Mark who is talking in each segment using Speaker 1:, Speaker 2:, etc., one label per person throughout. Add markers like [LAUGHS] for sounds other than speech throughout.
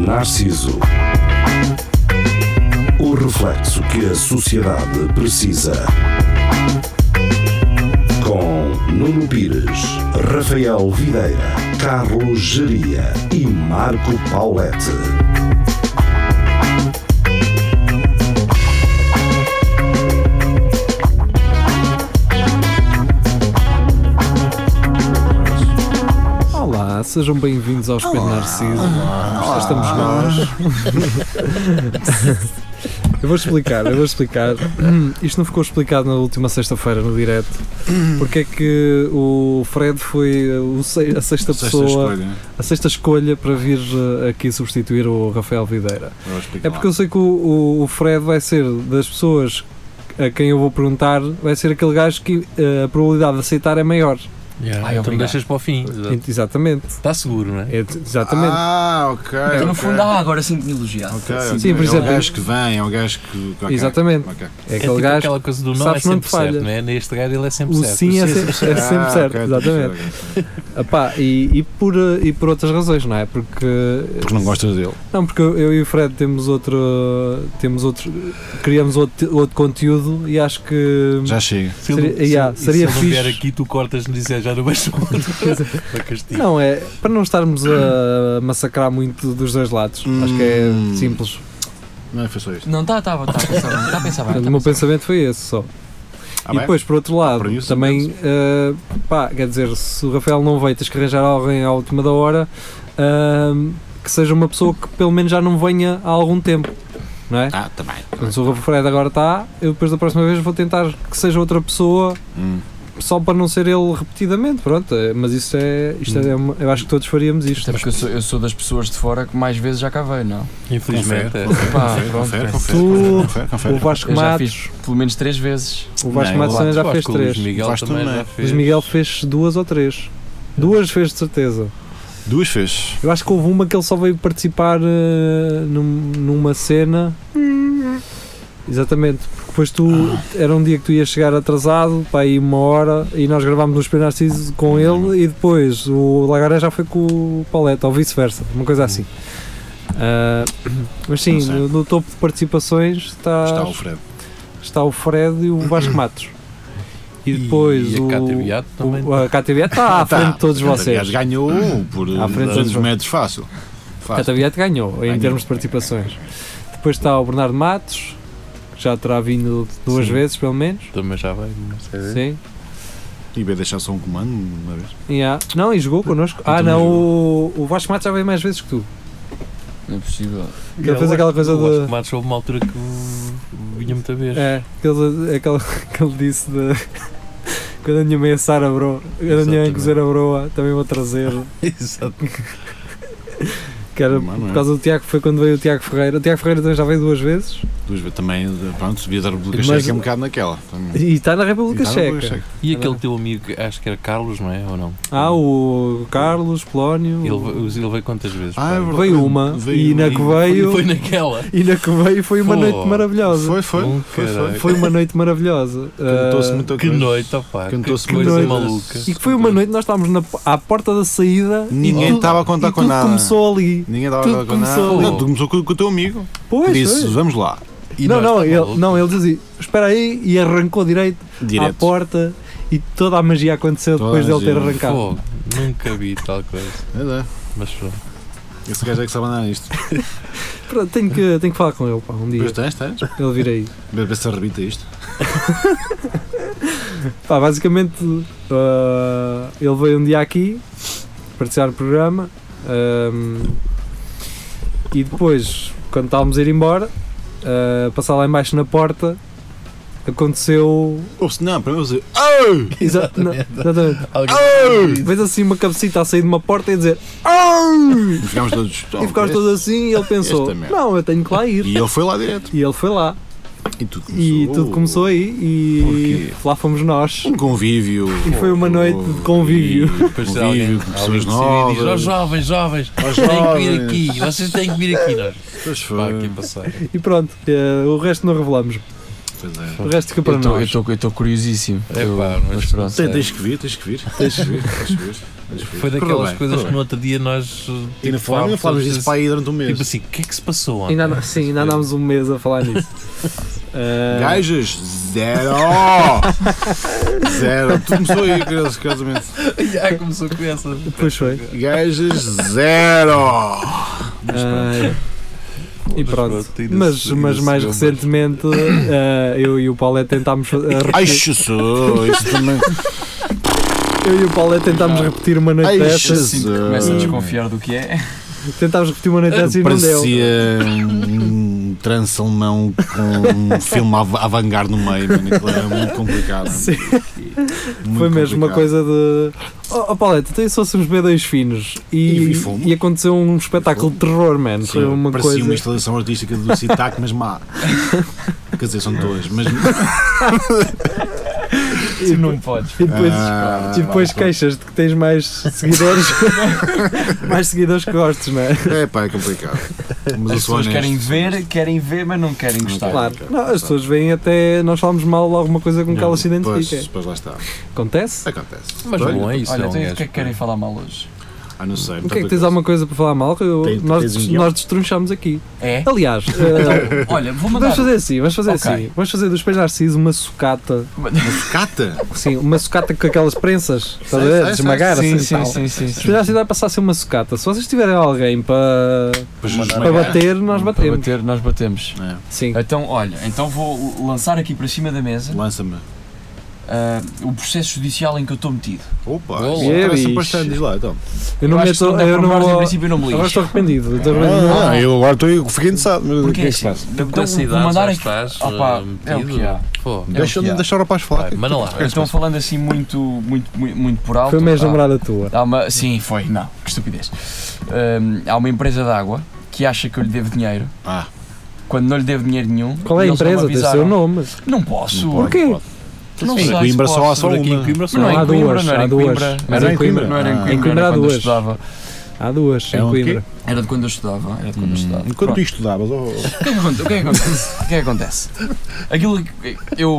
Speaker 1: preciso. O reflexo que a sociedade precisa. Com Nuno Pires, Rafael Videira, Carlos Geria e Marco Paulette.
Speaker 2: Olá, sejam bem-vindos ao Espelho Narciso. Cá estamos nós. eu vou explicar, eu vou explicar. Hum, Isto não ficou explicado na última sexta-feira no direto. Porque é que o Fred foi uh, o sei- a sexta
Speaker 3: Sexta
Speaker 2: pessoa,
Speaker 3: escolha.
Speaker 2: a sexta escolha para vir eh, aqui substituir o Rafael Videira.
Speaker 3: Eu vou explicar
Speaker 2: É porque eu sei que o, o- o Fred vai ser das pessoas a quem eu vou perguntar, vai ser aquele gajo que eh, a probabilidade de aceitar é maior.
Speaker 4: Yeah,
Speaker 2: Ai,
Speaker 4: então
Speaker 2: obrigado.
Speaker 4: deixas para o fim.
Speaker 2: Exatamente.
Speaker 4: Está seguro, não é?
Speaker 2: É, exatamente.
Speaker 3: Ah, ok.
Speaker 5: Então, no
Speaker 3: ok.
Speaker 5: fundo, há assim, agora sempre me elogiar.
Speaker 3: Ok,
Speaker 2: Sim,
Speaker 3: ok.
Speaker 2: sim, por exemplo-
Speaker 3: É o gajo que vem, é o gajo que. ok,
Speaker 2: Exatamente.
Speaker 3: ok.
Speaker 2: É
Speaker 4: É
Speaker 2: aquele
Speaker 4: tipo
Speaker 2: gajo.
Speaker 4: aquela coisa do
Speaker 2: que
Speaker 4: não é
Speaker 2: sabes que não
Speaker 4: sempre
Speaker 2: te falha.
Speaker 4: certo, não é? Neste gajo ele é sempre
Speaker 2: O
Speaker 4: certo.
Speaker 2: sim é, sempre, é
Speaker 3: Ah,
Speaker 2: sempre certo,
Speaker 3: ok,
Speaker 2: exatamente.
Speaker 3: ok, ok.
Speaker 2: Epá, e, e por, eh, e por outras razões, não é? Porque.
Speaker 3: Porque não gostas dele.
Speaker 2: Não, porque eu eu e o Fred temos outro. Temos outro. Criamos outro, outro conteúdo e acho que.
Speaker 3: Já chega.
Speaker 4: Se ele-
Speaker 2: Seria-
Speaker 4: se-
Speaker 2: yeah,
Speaker 4: e
Speaker 2: seria
Speaker 4: se ele não
Speaker 2: fixe.
Speaker 4: vier aqui, tu cortas me dizer já no baixo
Speaker 2: [LAUGHS]
Speaker 4: para castigo.
Speaker 2: Não, é. Para não estarmos a massacrar muito dos dois lados.
Speaker 3: Hum.
Speaker 2: Acho que é simples.
Speaker 3: Não, é, foi só isto.
Speaker 5: Não, está tá, tá a pensar bem. Está a pensar bem.
Speaker 2: Portanto,
Speaker 5: tá
Speaker 2: o
Speaker 5: a
Speaker 2: meu
Speaker 5: pensar bem.
Speaker 2: pensamento foi esse só. e
Speaker 3: Ah, bem? Tá
Speaker 2: depois, por outro lado,
Speaker 3: Por isso,
Speaker 2: também, eh, pá, quer dizer, se o Rafael não veio, tens que arranjar alguém à última da hora ahm, que seja uma pessoa que pelo menos já não venha há algum tempo, não é?
Speaker 3: Ah, também.
Speaker 2: Portanto, se o Fred agora está, eu depois da próxima vez vou tentar que seja outra pessoa
Speaker 3: Hum.
Speaker 2: só para não ser ele repetidamente, pronto. eh, Mas isto é, isto é
Speaker 4: Hum.
Speaker 2: uma- eu acho que todos faríamos isto.
Speaker 5: Até porque eu sou, eu sou das pessoas de fora que mais vezes já cá veio, não?
Speaker 4: Infelizmente. é.
Speaker 5: Pá,
Speaker 3: Confere,
Speaker 5: pronto,
Speaker 3: confere,
Speaker 5: pensa.
Speaker 2: Tu-
Speaker 3: confere, confere,
Speaker 2: O
Speaker 3: confere.
Speaker 2: Vasco
Speaker 5: Eu já
Speaker 2: Matos,
Speaker 5: fiz pelo menos três vezes.
Speaker 2: o Vasco
Speaker 3: Não,
Speaker 2: Matos também já
Speaker 4: Eu acho
Speaker 2: fez
Speaker 4: que o Luís
Speaker 2: três.
Speaker 4: Miguel
Speaker 3: Faz
Speaker 4: também
Speaker 3: também.
Speaker 4: já
Speaker 2: Luís
Speaker 4: fez.
Speaker 2: Miguel fez duas ou três. Duas fez de certeza.
Speaker 3: Duas fez.
Speaker 2: Eu acho que houve uma que ele só veio participar eh, num- numa cena. Exatamente, porque depois tu era um dia que tu ias chegar atrasado para aí uma hora e nós gravámos no Espelho Narciso com ele e depois o Lagaré já foi com o Paleta ou vice-versa, uma coisa assim. Ah, mas sim,
Speaker 3: Não sei.
Speaker 2: no, no topo de participações está,
Speaker 3: Está
Speaker 2: está,
Speaker 3: o
Speaker 2: o...
Speaker 3: Fred.
Speaker 2: Fred e o Vasco Matos. E depois
Speaker 4: e
Speaker 2: o,
Speaker 4: a Cátia Beato também.
Speaker 2: o, a KTV está à frente de todos vocês.
Speaker 3: Tá.
Speaker 2: Uhum.
Speaker 3: Aliás, ganhou um por
Speaker 2: À frente de todos
Speaker 3: uns
Speaker 2: vocês.
Speaker 3: metros fácil. Fácil.
Speaker 2: Cataviate ganhou em
Speaker 3: Ganhou.
Speaker 2: termos de participações. Depois está o Bernardo Matos, que já terá vindo duas
Speaker 4: Sim.
Speaker 2: vezes, pelo menos.
Speaker 4: Também já veio, não sei.
Speaker 2: Sim.
Speaker 3: E vai deixar só um comando uma vez.
Speaker 2: E há- Não, e jogou connosco. Ah,
Speaker 3: Então
Speaker 2: não,
Speaker 3: não
Speaker 2: o, o Vasco Matos já veio mais vezes que tu.
Speaker 5: Não é possível.
Speaker 2: Que ele fez aquela coisa
Speaker 4: Eu acho
Speaker 2: de-
Speaker 4: que o Matos houve uma altura que o- vinha muita vez.
Speaker 2: É, aquele, [LAUGHS] aquele, aquele disse de. [LAUGHS] Quando a minha mãe assar a broa, quando a minha mãe
Speaker 4: Exatamente.
Speaker 2: cozer a broa, também vou
Speaker 3: [LAUGHS]
Speaker 2: trazer.
Speaker 4: Exato.
Speaker 2: Que era
Speaker 3: Mano,
Speaker 2: por
Speaker 3: é.
Speaker 2: causa do Tiago, foi quando veio o Tiago Ferreira. O Tiago Ferreira também já veio duas vezes
Speaker 3: Duas vezes também, eh, pronto, devia dar a República
Speaker 2: Mas-
Speaker 3: Checa um bocado naquela.
Speaker 2: e está na
Speaker 3: E tá,
Speaker 2: República
Speaker 3: está na República
Speaker 2: Checa.
Speaker 3: Checa.
Speaker 4: E aquele teu amigo, que acho que era Carlos, não é? Ou não?
Speaker 2: Ah, o Carlos, Polónio.
Speaker 4: Ele, ve- ele veio quantas vezes?
Speaker 3: Ah, é
Speaker 4: pá?
Speaker 3: verdade.
Speaker 2: Veio uma, e na
Speaker 3: uma.
Speaker 2: que veio.
Speaker 4: Foi naquela.
Speaker 2: E na que veio foi uma
Speaker 4: Pô,
Speaker 2: noite maravilhosa.
Speaker 3: Foi, foi.
Speaker 2: um
Speaker 4: Hum,
Speaker 3: Foi,
Speaker 4: caralho.
Speaker 3: foi.
Speaker 2: Foi uma noite maravilhosa.
Speaker 3: [LAUGHS] Cantou-se
Speaker 2: Ah,
Speaker 3: muita
Speaker 4: Que
Speaker 3: coisa.
Speaker 4: noite, opá. Que
Speaker 3: Cantou-se
Speaker 4: coisa
Speaker 3: muita
Speaker 2: noite.
Speaker 4: maluca.
Speaker 2: Ah, E que foi uma noite, nós estávamos na, à porta da saída e
Speaker 3: Ninguém
Speaker 2: tudo,
Speaker 3: estava a
Speaker 2: e
Speaker 3: contar com
Speaker 2: tudo
Speaker 3: nada.
Speaker 2: começou ali.
Speaker 3: Ninguém estava a
Speaker 2: Tudo
Speaker 3: contar com nada.
Speaker 2: começou.
Speaker 3: Não, tu começou com, com o teu amigo.
Speaker 2: Pois,
Speaker 3: Disse,
Speaker 2: pois.
Speaker 3: vamos lá.
Speaker 4: E
Speaker 2: não,
Speaker 4: nós
Speaker 2: não
Speaker 4: tá
Speaker 2: ele,
Speaker 4: maluco.
Speaker 2: não, ele dizia, espera aí, e arrancou direito, à
Speaker 3: Direto.
Speaker 2: porta e toda a magia aconteceu
Speaker 3: Toda
Speaker 2: depois
Speaker 3: a
Speaker 2: dele ter
Speaker 3: magia.
Speaker 2: arrancado.
Speaker 4: Fogo, nunca vi tal coisa.
Speaker 3: É,
Speaker 4: Mas pronto.
Speaker 3: é. Esse gajo é que sabe andar nisto.
Speaker 2: Pronto, tenho que, tenho que falar com ele, pá, um dia,
Speaker 3: Depois tens, tens.
Speaker 2: ele vir aí.
Speaker 3: Vê vê se arrebita isto.
Speaker 2: Pá, basicamente, ah, ele veio um dia aqui participar do programa ahm, e depois, quando estávamos a ir embora, ah, passar lá embaixo na porta, aconteceu.
Speaker 3: Ou se não, primeiro dizer, "Ai!"
Speaker 2: Exa- não, exatamente.
Speaker 4: Alguém
Speaker 2: Vês assim uma cabecita a sair de uma porta e a dizer "Au!"
Speaker 3: E ficámos todos.
Speaker 2: e ficámos
Speaker 3: "Oh,
Speaker 2: todos assim e ele pensou:
Speaker 3: Esta merda.
Speaker 2: Não, eu tenho que lá
Speaker 3: este."
Speaker 2: ir.
Speaker 3: E ele foi lá direto.
Speaker 2: E ele foi lá.
Speaker 3: E tudo começou.
Speaker 2: E tudo começou aí e lá fomos nós.
Speaker 3: Um convívio.
Speaker 2: E foi uma noite de convívio.
Speaker 3: E
Speaker 4: depois de alguém,
Speaker 3: Convívio com
Speaker 4: alguém
Speaker 3: pessoas
Speaker 4: que se diz, "Ó,
Speaker 3: novas.
Speaker 4: jovens, jovens,
Speaker 3: Ó,
Speaker 4: têm que vir
Speaker 3: jovens."
Speaker 4: aqui, vocês têm que vir aqui. Nós
Speaker 3: Pois
Speaker 4: pá, aqui
Speaker 3: foi.
Speaker 4: passar.
Speaker 2: E pronto, eh, o resto não revelamos.
Speaker 3: Pois é.
Speaker 2: O resto fica para
Speaker 5: Eu tô- eu
Speaker 2: nós.
Speaker 5: estou curiosíssimo.
Speaker 4: É
Speaker 5: Eu-
Speaker 4: pá, mas-
Speaker 5: pronto.
Speaker 3: Tem-
Speaker 5: é.
Speaker 3: Tens que vir, tens que vir. Tens que vir. Tens que vir. tens que vir. Correu
Speaker 4: Foi daquelas
Speaker 3: bem,
Speaker 4: coisas
Speaker 3: correu
Speaker 4: que no outro dia nós. uh,
Speaker 3: bem. Ainda falámos ainda falámos disso para aí durante um mês.
Speaker 4: Tipo assim, o que é que se passou ontem?
Speaker 2: Ainda, anda- sim, ainda andámos um mês a falar
Speaker 3: [LAUGHS]
Speaker 2: nisso. Ah,
Speaker 3: Gajas,
Speaker 2: [LAUGHS]
Speaker 3: zero! zero. Tu começou aí, queridos, curiosamente.
Speaker 4: [LAUGHS] Já começou com essa.
Speaker 2: Pois foi.
Speaker 3: Gajas, zero!
Speaker 2: Ah, e
Speaker 4: Mas
Speaker 2: pronto.
Speaker 4: pronto, ainda
Speaker 2: Mas,
Speaker 4: se- ainda
Speaker 2: mas
Speaker 4: se
Speaker 2: mais
Speaker 4: deu, mas-
Speaker 2: recentemente ah, eu e o Paulé tentámos fa- ah,
Speaker 3: Ai,
Speaker 2: repetir-
Speaker 3: sou isso também.
Speaker 2: eu e o Paulé tentámos repetir uma noite
Speaker 3: Ai,
Speaker 2: dessas.
Speaker 5: Assim que começa a
Speaker 3: Hum.
Speaker 5: desconfiar do que é.
Speaker 2: Tentámos repetir uma noite dessas e Assim não deu.
Speaker 3: Parecia um transalmão com um filme a vangar no meio, mano. Aquilo era muito complicado.
Speaker 2: Sim.
Speaker 3: Muito
Speaker 2: Foi mesmo uma
Speaker 3: complicado.
Speaker 2: coisa de. Oh, oh Pauleta, então se fôssemos ver dois finos
Speaker 3: E
Speaker 2: e,
Speaker 3: vi fomos.
Speaker 2: e aconteceu um espetáculo de terror, man.
Speaker 3: Sim,
Speaker 2: Foi uma
Speaker 3: parecia
Speaker 2: coisa.
Speaker 3: uma instalação artística do Citac, mas má. Quer dizer, são duas, mas.
Speaker 5: [LAUGHS] Tu não podes.
Speaker 2: E depois,
Speaker 3: Ah,
Speaker 2: e depois
Speaker 3: vá,
Speaker 2: queixas-te que tens mais seguidores. mais seguidores que gostes, não é?
Speaker 3: É pá, é [LAUGHS] complicado. Mas é eu
Speaker 5: As
Speaker 3: sou
Speaker 5: pessoas
Speaker 3: honesto.
Speaker 5: querem ver, querem ver, mas não querem gostar.
Speaker 2: Claro.
Speaker 3: ok,
Speaker 2: Não,
Speaker 3: claro.
Speaker 2: as pessoas veem até. Nós falamos mal de alguma coisa com que elas se
Speaker 3: Não, pois-
Speaker 2: identificam.
Speaker 3: Pois lá está.
Speaker 2: Acontece?
Speaker 3: Acontece.
Speaker 4: Mas
Speaker 3: Olha,
Speaker 4: bom, é isso.
Speaker 5: Olha,
Speaker 4: não,
Speaker 5: então e do
Speaker 4: gajo,
Speaker 5: que é que querem falar mal hoje?
Speaker 3: Ah, não
Speaker 5: Então
Speaker 3: sei.
Speaker 2: O que é que
Speaker 3: tanta
Speaker 2: tens
Speaker 3: coisa.
Speaker 2: alguma coisa para falar mal? Eu-
Speaker 3: Tem-
Speaker 2: nós,
Speaker 3: tens um guião?
Speaker 2: nós destronchámos aqui.
Speaker 5: É?
Speaker 2: Aliás, eh,
Speaker 5: Olha, vou [LAUGHS] mandar.
Speaker 2: vamos fazer assim, vamos fazer
Speaker 5: Ok.
Speaker 2: assim. Vamos fazer do Espelho Narciso uma sucata
Speaker 3: Cata?
Speaker 2: Sim, uma sucata com aquelas prensas, estás a
Speaker 3: Sei,
Speaker 2: ver?
Speaker 3: sei,
Speaker 2: Esmagar assim
Speaker 5: Sim,
Speaker 2: e
Speaker 5: sim,
Speaker 2: tal.
Speaker 5: sim, sim.
Speaker 2: Se
Speaker 5: sim.
Speaker 2: calhar a cidade vai passar a ser uma sucata. Se vocês tiverem alguém para,
Speaker 3: Pois é-
Speaker 2: para
Speaker 3: esmagar.
Speaker 2: bater, nós
Speaker 5: Para
Speaker 2: batemos.
Speaker 5: bater, nós batemos.
Speaker 3: É,
Speaker 2: Sim.
Speaker 5: Então, olha, então vou lançar aqui para cima da mesa
Speaker 3: É, Lança-me.
Speaker 5: ah, o processo judicial em que eu estou metido.
Speaker 3: Opa,
Speaker 4: Boa.
Speaker 3: isso interessa
Speaker 2: Bicho.
Speaker 3: bastante. Diz lá, então.
Speaker 2: Eu não
Speaker 5: acho
Speaker 2: meto.
Speaker 5: que se não dá
Speaker 2: Eu
Speaker 5: para
Speaker 2: não
Speaker 5: provares, em
Speaker 2: vou.
Speaker 5: princípio não me
Speaker 2: Agora
Speaker 5: lixo.
Speaker 2: estou arrependido. Estou arrependido.
Speaker 3: Ah, eu agora estou, fiquei interessado. Mas o
Speaker 5: Porque
Speaker 3: que
Speaker 5: é
Speaker 3: é que se
Speaker 5: assim,
Speaker 3: passa?
Speaker 5: então
Speaker 4: Com essa
Speaker 5: vou
Speaker 4: idade
Speaker 5: mandar
Speaker 4: já
Speaker 5: aqui.
Speaker 4: estás.
Speaker 5: Opa,
Speaker 4: uh,
Speaker 5: é o que há.
Speaker 4: Pô,
Speaker 5: É o que
Speaker 3: Deixa-me
Speaker 5: há.
Speaker 3: deixar o rapaz falar.
Speaker 4: vai, manda lá.
Speaker 5: Então falando assim muito, muito, muito, muito por alto.
Speaker 2: Foi uma
Speaker 5: há-
Speaker 2: ex-namorada tua.
Speaker 5: há uma- sim, foi, não, que estupidez. Hum, há uma empresa de água que acha que eu lhe devo dinheiro.
Speaker 3: Ah.
Speaker 5: Quando não lhe devo dinheiro nenhum.
Speaker 2: Qual é a
Speaker 5: eles não me
Speaker 2: empresa? Tem o seu
Speaker 5: avisaram.
Speaker 2: nome.
Speaker 5: Não posso.
Speaker 2: pode. Porquê?
Speaker 5: Não
Speaker 3: Em
Speaker 5: sei.
Speaker 3: Coimbra
Speaker 5: se
Speaker 3: só há
Speaker 5: posso.
Speaker 3: só
Speaker 4: Aqui em
Speaker 3: uma.
Speaker 4: Coimbra
Speaker 5: Mas não é
Speaker 2: Há
Speaker 5: em Coimbra,
Speaker 2: duas,
Speaker 5: não era
Speaker 2: há
Speaker 5: em
Speaker 2: duas. é
Speaker 5: Coimbra.
Speaker 3: Mas
Speaker 5: Era
Speaker 3: em
Speaker 5: em Coimbra,
Speaker 3: Coimbra.
Speaker 5: não era
Speaker 3: Ah.
Speaker 5: em
Speaker 2: Em
Speaker 5: Coimbra,
Speaker 2: Coimbra
Speaker 5: era
Speaker 2: há
Speaker 5: quando eu
Speaker 2: duas.
Speaker 5: estudava.
Speaker 2: Há duas,
Speaker 3: É
Speaker 2: em
Speaker 3: um quê?
Speaker 2: Coimbra.
Speaker 5: Era de quando eu estudava. Era de quando eu estudava.
Speaker 3: Enquanto
Speaker 5: Pronto.
Speaker 3: tu estudavas, oh,
Speaker 5: O que é que aconte- o que é que acontece? O que é que acontece? Aquilo que eu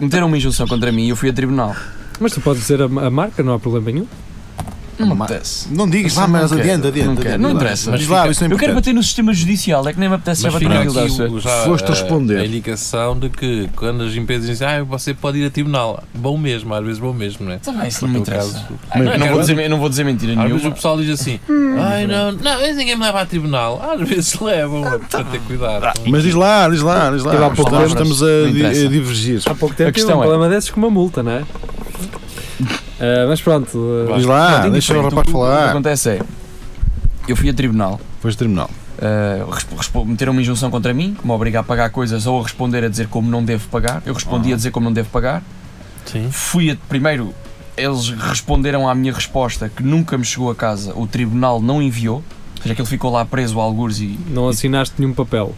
Speaker 5: meteram uma injunção contra mim e eu fui a tribunal.
Speaker 2: Mas tu podes dizer a, a marca, não há problema nenhum.
Speaker 5: Não me
Speaker 3: Ma-
Speaker 5: apetece.
Speaker 3: não digas,
Speaker 5: Isso
Speaker 3: vá,
Speaker 5: não
Speaker 3: mas
Speaker 5: quero.
Speaker 3: adianta, adianta.
Speaker 5: Não quero,
Speaker 3: adianta.
Speaker 5: não interessa.
Speaker 3: Diz lá, isso não
Speaker 5: Eu quero
Speaker 3: importa.
Speaker 5: bater no sistema judicial, é que nem me apetece já
Speaker 4: Mas
Speaker 5: bater
Speaker 4: fica
Speaker 5: naquilo.
Speaker 4: aqui
Speaker 5: deve ser.
Speaker 4: o, já,
Speaker 3: Foste
Speaker 4: a-
Speaker 3: responder.
Speaker 4: A indicação de que quando as empresas dizem ah, você pode ir a tribunal, bom mesmo, às vezes bom mesmo, não é?
Speaker 5: Tá bem, isso não me
Speaker 4: No
Speaker 5: interessa.
Speaker 4: caso,
Speaker 5: Ai, não, eu não
Speaker 4: Mas-
Speaker 5: vou dizer, eu não vou dizer mentira
Speaker 4: Às vezes o
Speaker 5: nenhuma. Hum.
Speaker 4: pessoal diz assim, ai não, não, mas ninguém me leva a tribunal, às vezes [LAUGHS] levam,
Speaker 5: Ah,
Speaker 4: mano, portanto
Speaker 5: tá.
Speaker 4: ter cuidado.
Speaker 3: Mas diz lá, diz lá, diz lá.
Speaker 2: Teve há pouco
Speaker 3: Estamos,
Speaker 5: tempo.
Speaker 3: estamos
Speaker 5: Não
Speaker 3: a, di-
Speaker 5: interessa.
Speaker 3: a divergir.
Speaker 2: Há pouco tempo tive um
Speaker 5: questão é-
Speaker 2: problema desses com uma multa, não é? Ah, mas pronto. ah,
Speaker 3: Diz lá,
Speaker 5: Portanto,
Speaker 3: deixa o
Speaker 5: indiferente,
Speaker 3: rapaz
Speaker 5: que- O que
Speaker 3: falar.
Speaker 5: acontece é, eu fui a tribunal,
Speaker 3: Depois terminal.
Speaker 5: ah, resp- resp- meteram uma injunção contra mim, que me obriga a pagar coisas ou a responder a dizer como não devo pagar. Eu respondi a dizer como não devo pagar.
Speaker 4: Sim.
Speaker 5: Fui a, primeiro, eles responderam à minha resposta que nunca me chegou a casa, o tribunal não enviou, ou seja, que ele ficou lá preso a algures e.
Speaker 2: Não assinaste nenhum papel.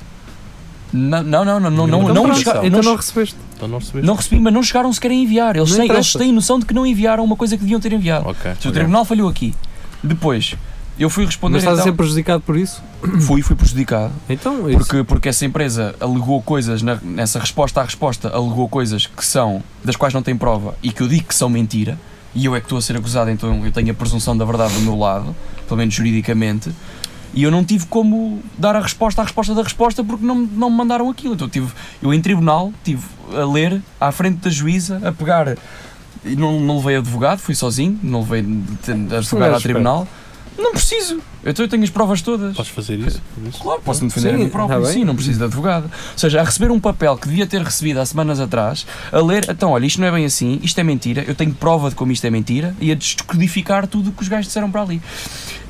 Speaker 5: Não, não, não, não, não, não,
Speaker 4: Então
Speaker 5: não,
Speaker 4: pronto,
Speaker 5: chega-
Speaker 4: então
Speaker 5: não
Speaker 2: Então não
Speaker 5: che-
Speaker 2: recebeste.
Speaker 4: Então não recebeste.
Speaker 5: não recebi, mas não chegaram sequer a enviar. Eles,
Speaker 2: Não
Speaker 5: têm, eles
Speaker 2: interessa.
Speaker 5: têm noção de que não enviaram uma coisa que deviam ter enviado.
Speaker 4: Ok.
Speaker 5: Se o tribunal falhou aqui. Depois, eu fui responder.
Speaker 2: Mas estás a ser
Speaker 5: então,
Speaker 2: prejudicado por isso?
Speaker 5: Fui, fui prejudicado.
Speaker 2: Então, isso.
Speaker 5: Porque, porque essa empresa alegou coisas, na- nessa resposta à resposta, alegou coisas que são, das quais não tem prova e que eu digo que são mentira. E eu é que estou a ser acusado, então eu tenho a presunção da verdade do meu lado, pelo menos juridicamente. E eu não tive como dar a resposta à resposta da resposta porque não, não me mandaram aquilo. Então eu tive, eu em tribunal, tive a ler à frente da juíza, a pegar. e Não, não levei advogado, fui sozinho, não levei advogado
Speaker 2: um gajo
Speaker 5: ao tribunal. Não preciso, então eu tenho as provas todas.
Speaker 4: Podes fazer isso? por isso?
Speaker 5: Claro, posso me defender
Speaker 2: Sim,
Speaker 5: a mim próprio,
Speaker 2: tá bem.
Speaker 5: sim, não preciso de advogado. Ou seja, a receber um papel que devia ter recebido há semanas atrás, a ler, então olha, isto não é bem assim, isto é mentira, eu tenho prova de como isto é mentira, e a descodificar tudo o que os gajos disseram para ali.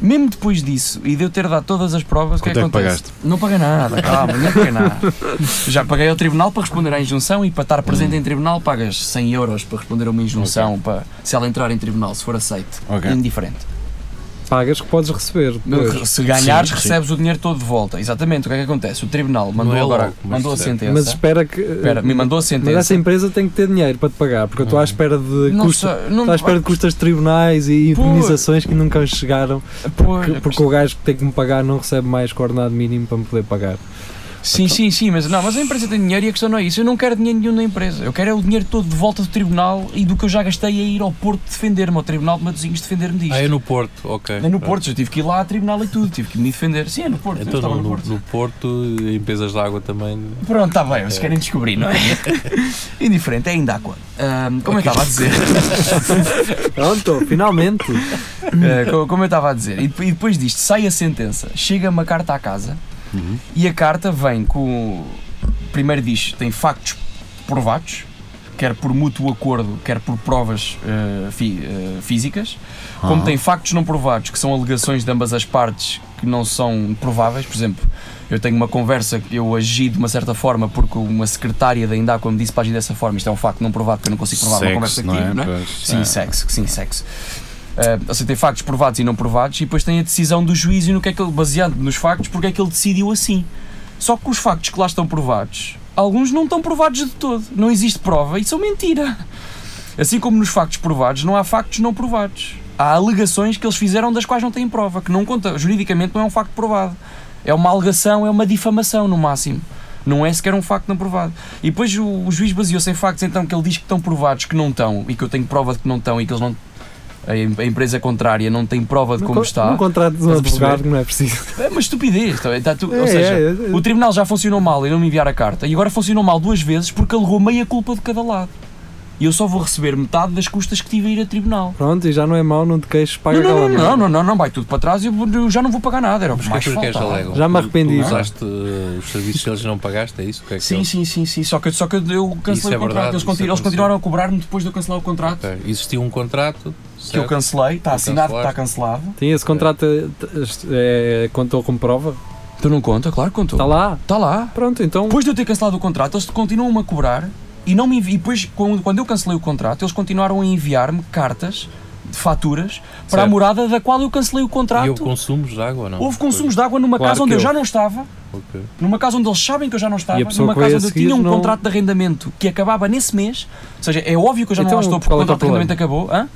Speaker 5: Mesmo depois disso, e de eu ter dado todas as provas, o que é que
Speaker 3: Quanto é que
Speaker 5: acontece? Não paguei nada, calma, não paguei nada. [LAUGHS] Já paguei ao tribunal para responder à injunção e para estar presente em tribunal pagas 100 euros para responder a uma injunção, para, se ela entrar em tribunal, se for aceite.
Speaker 3: Ok.
Speaker 5: Indiferente.
Speaker 2: pagas que podes receber. depois.
Speaker 5: Se ganhares,
Speaker 3: Sim, sim.
Speaker 5: recebes o dinheiro todo de volta. Exatamente, o que é que acontece? O tribunal mandou
Speaker 4: Não é
Speaker 5: agora
Speaker 4: logo, mas eh,
Speaker 5: mandou a
Speaker 4: será?
Speaker 5: sentença.
Speaker 2: Mas espera que.
Speaker 5: Espera, me mandou a
Speaker 2: Mas essa
Speaker 5: sentença.
Speaker 2: empresa tem que ter dinheiro para te pagar, porque eu estou à espera de
Speaker 5: Não
Speaker 2: custas.
Speaker 5: sei, não-
Speaker 2: Estou à espera de custas de tribunais e
Speaker 5: Pois.
Speaker 2: indemnizações que nunca chegaram,
Speaker 5: Pois,
Speaker 2: porque o gajo que tem que me pagar não recebe mais coordenado mínimo para me poder pagar.
Speaker 5: Sim, sim, sim, mas não, mas a empresa tem dinheiro e a questão não é isso. Eu não quero dinheiro nenhum da empresa. Eu quero é o dinheiro todo de volta do tribunal e do que eu já gastei a ir ao Porto defender-me, ao Tribunal de Matosinhos defender-me disto.
Speaker 4: Ah, é no Porto, ok.
Speaker 5: É no Porto, eu tive que ir lá a tribunal e tudo, tive que me defender. Sim, é no Porto, eu
Speaker 4: Então
Speaker 5: estava
Speaker 4: no,
Speaker 5: no
Speaker 4: no,
Speaker 5: Porto.
Speaker 4: no Porto, empresas de água também.
Speaker 5: Pronto, está bem, vocês querem descobrir,
Speaker 4: [LAUGHS]
Speaker 5: não é? Indiferente, é ainda água. Ahm, como eu
Speaker 4: É
Speaker 5: estava a dizer.
Speaker 2: Pronto, finalmente.
Speaker 5: [LAUGHS] Uh, co- como eu estava a dizer, e depo- e depois disto sai a sentença, chega uma carta à casa
Speaker 3: Uhum.
Speaker 5: e a carta vem com. Primeiro diz, tem factos provados, quer por mútuo acordo, quer por provas uh, fi- uh, físicas, como
Speaker 3: Ah.
Speaker 5: tem factos não provados, que são alegações de ambas as partes que não são prováveis, por exemplo. Eu tenho uma conversa, que eu agi de uma certa forma porque uma secretária da Indaco me disse para agir dessa forma. Isto é um facto não provado, porque eu não consigo provar uma conversa
Speaker 3: Sexo,
Speaker 5: que
Speaker 3: não é?
Speaker 5: tive, não é?
Speaker 3: Pois,
Speaker 5: Sim,
Speaker 3: é.
Speaker 5: sexo, sim, sexo. Ah, ou seja, tem factos provados e não provados, e depois tem a decisão do juiz e no que é que ele, baseado nos factos, porque é que ele decidiu assim. Só que os factos que lá estão provados, alguns não estão provados de todo. Não existe prova e são mentira. Assim como nos factos provados, não há factos não provados. Há alegações que eles fizeram das quais não têm prova, que não conta, juridicamente não é um facto provado. É uma alegação, é uma difamação no máximo. Não é sequer um facto não provado. E depois o, o juiz baseou-se em factos então que ele diz que estão provados, que não estão, e que eu tenho prova de que não estão, e que eles não. A, em- a empresa contrária não tem prova de como
Speaker 2: Não-
Speaker 5: está.
Speaker 2: Não contrates um
Speaker 5: Estás a perceber?
Speaker 2: advogado, não é preciso.
Speaker 5: É uma estupidez. tá- tá tu-
Speaker 2: É,
Speaker 5: ou seja,
Speaker 2: é, é.
Speaker 5: o tribunal já funcionou mal em não me enviar a carta e agora funcionou mal duas vezes porque alegou meia culpa de cada lado. E eu só vou receber metade das custas que tive a ir a tribunal.
Speaker 2: Pronto, e já não é mau, não te queixes, paga
Speaker 5: Não, não, não,
Speaker 2: aquela merda.
Speaker 5: não, não, não, não, vai tudo para trás e eu, eu já não vou pagar nada. Era o que
Speaker 4: Mas o que é que
Speaker 5: mais
Speaker 4: os gajos
Speaker 5: faltava.
Speaker 4: alegam?
Speaker 2: Já me
Speaker 4: Tu-
Speaker 2: arrependi.
Speaker 4: Tu usaste uh, os serviços que eles não pagaste, é isso? O que é que
Speaker 5: Sim,
Speaker 4: eles-
Speaker 5: sim, sim, sim. Só que, só que eu cancelei
Speaker 4: é
Speaker 5: o contrato.
Speaker 4: verdade, isso
Speaker 5: eles, continu- eles
Speaker 4: aconteceu.
Speaker 5: continuaram a cobrar-me depois de eu cancelar o contrato.
Speaker 4: Ok. Existia um contrato
Speaker 5: Que eu
Speaker 4: certo?
Speaker 5: cancelei, está
Speaker 4: Tu
Speaker 5: assinado, está
Speaker 4: cancelaste.
Speaker 5: cancelado.
Speaker 2: Tem esse contrato, é, é, contou como prova?
Speaker 5: Tu não conta? Claro que contou.
Speaker 4: Tá
Speaker 2: Está lá?
Speaker 5: Está lá.
Speaker 2: Pronto, então.
Speaker 5: Depois de eu ter cancelado o contrato, eles continuam-me a cobrar e não me envi... e depois, quando quando eu cancelei o contrato, eles continuaram a enviar-me cartas de faturas para a
Speaker 4: Certo.
Speaker 5: morada da qual eu cancelei o
Speaker 4: E
Speaker 5: contrato.
Speaker 4: houve consumos de água ou não?
Speaker 5: Houve consumos de água numa
Speaker 2: Claro
Speaker 5: casa onde
Speaker 2: que
Speaker 5: eu já
Speaker 2: houve.
Speaker 5: não estava,
Speaker 4: Ok.
Speaker 5: numa casa onde eles sabem que eu já não estava,
Speaker 2: E a pessoa
Speaker 5: numa
Speaker 2: que veio
Speaker 5: casa
Speaker 2: a
Speaker 5: onde eu
Speaker 2: seguir
Speaker 5: tinha um
Speaker 2: não-
Speaker 5: contrato de arrendamento que acabava nesse mês, ou seja, é óbvio que eu já não
Speaker 2: Então,
Speaker 5: lá estou porque o
Speaker 2: qual é que é o
Speaker 5: contrato de arrendamento acabou. hã?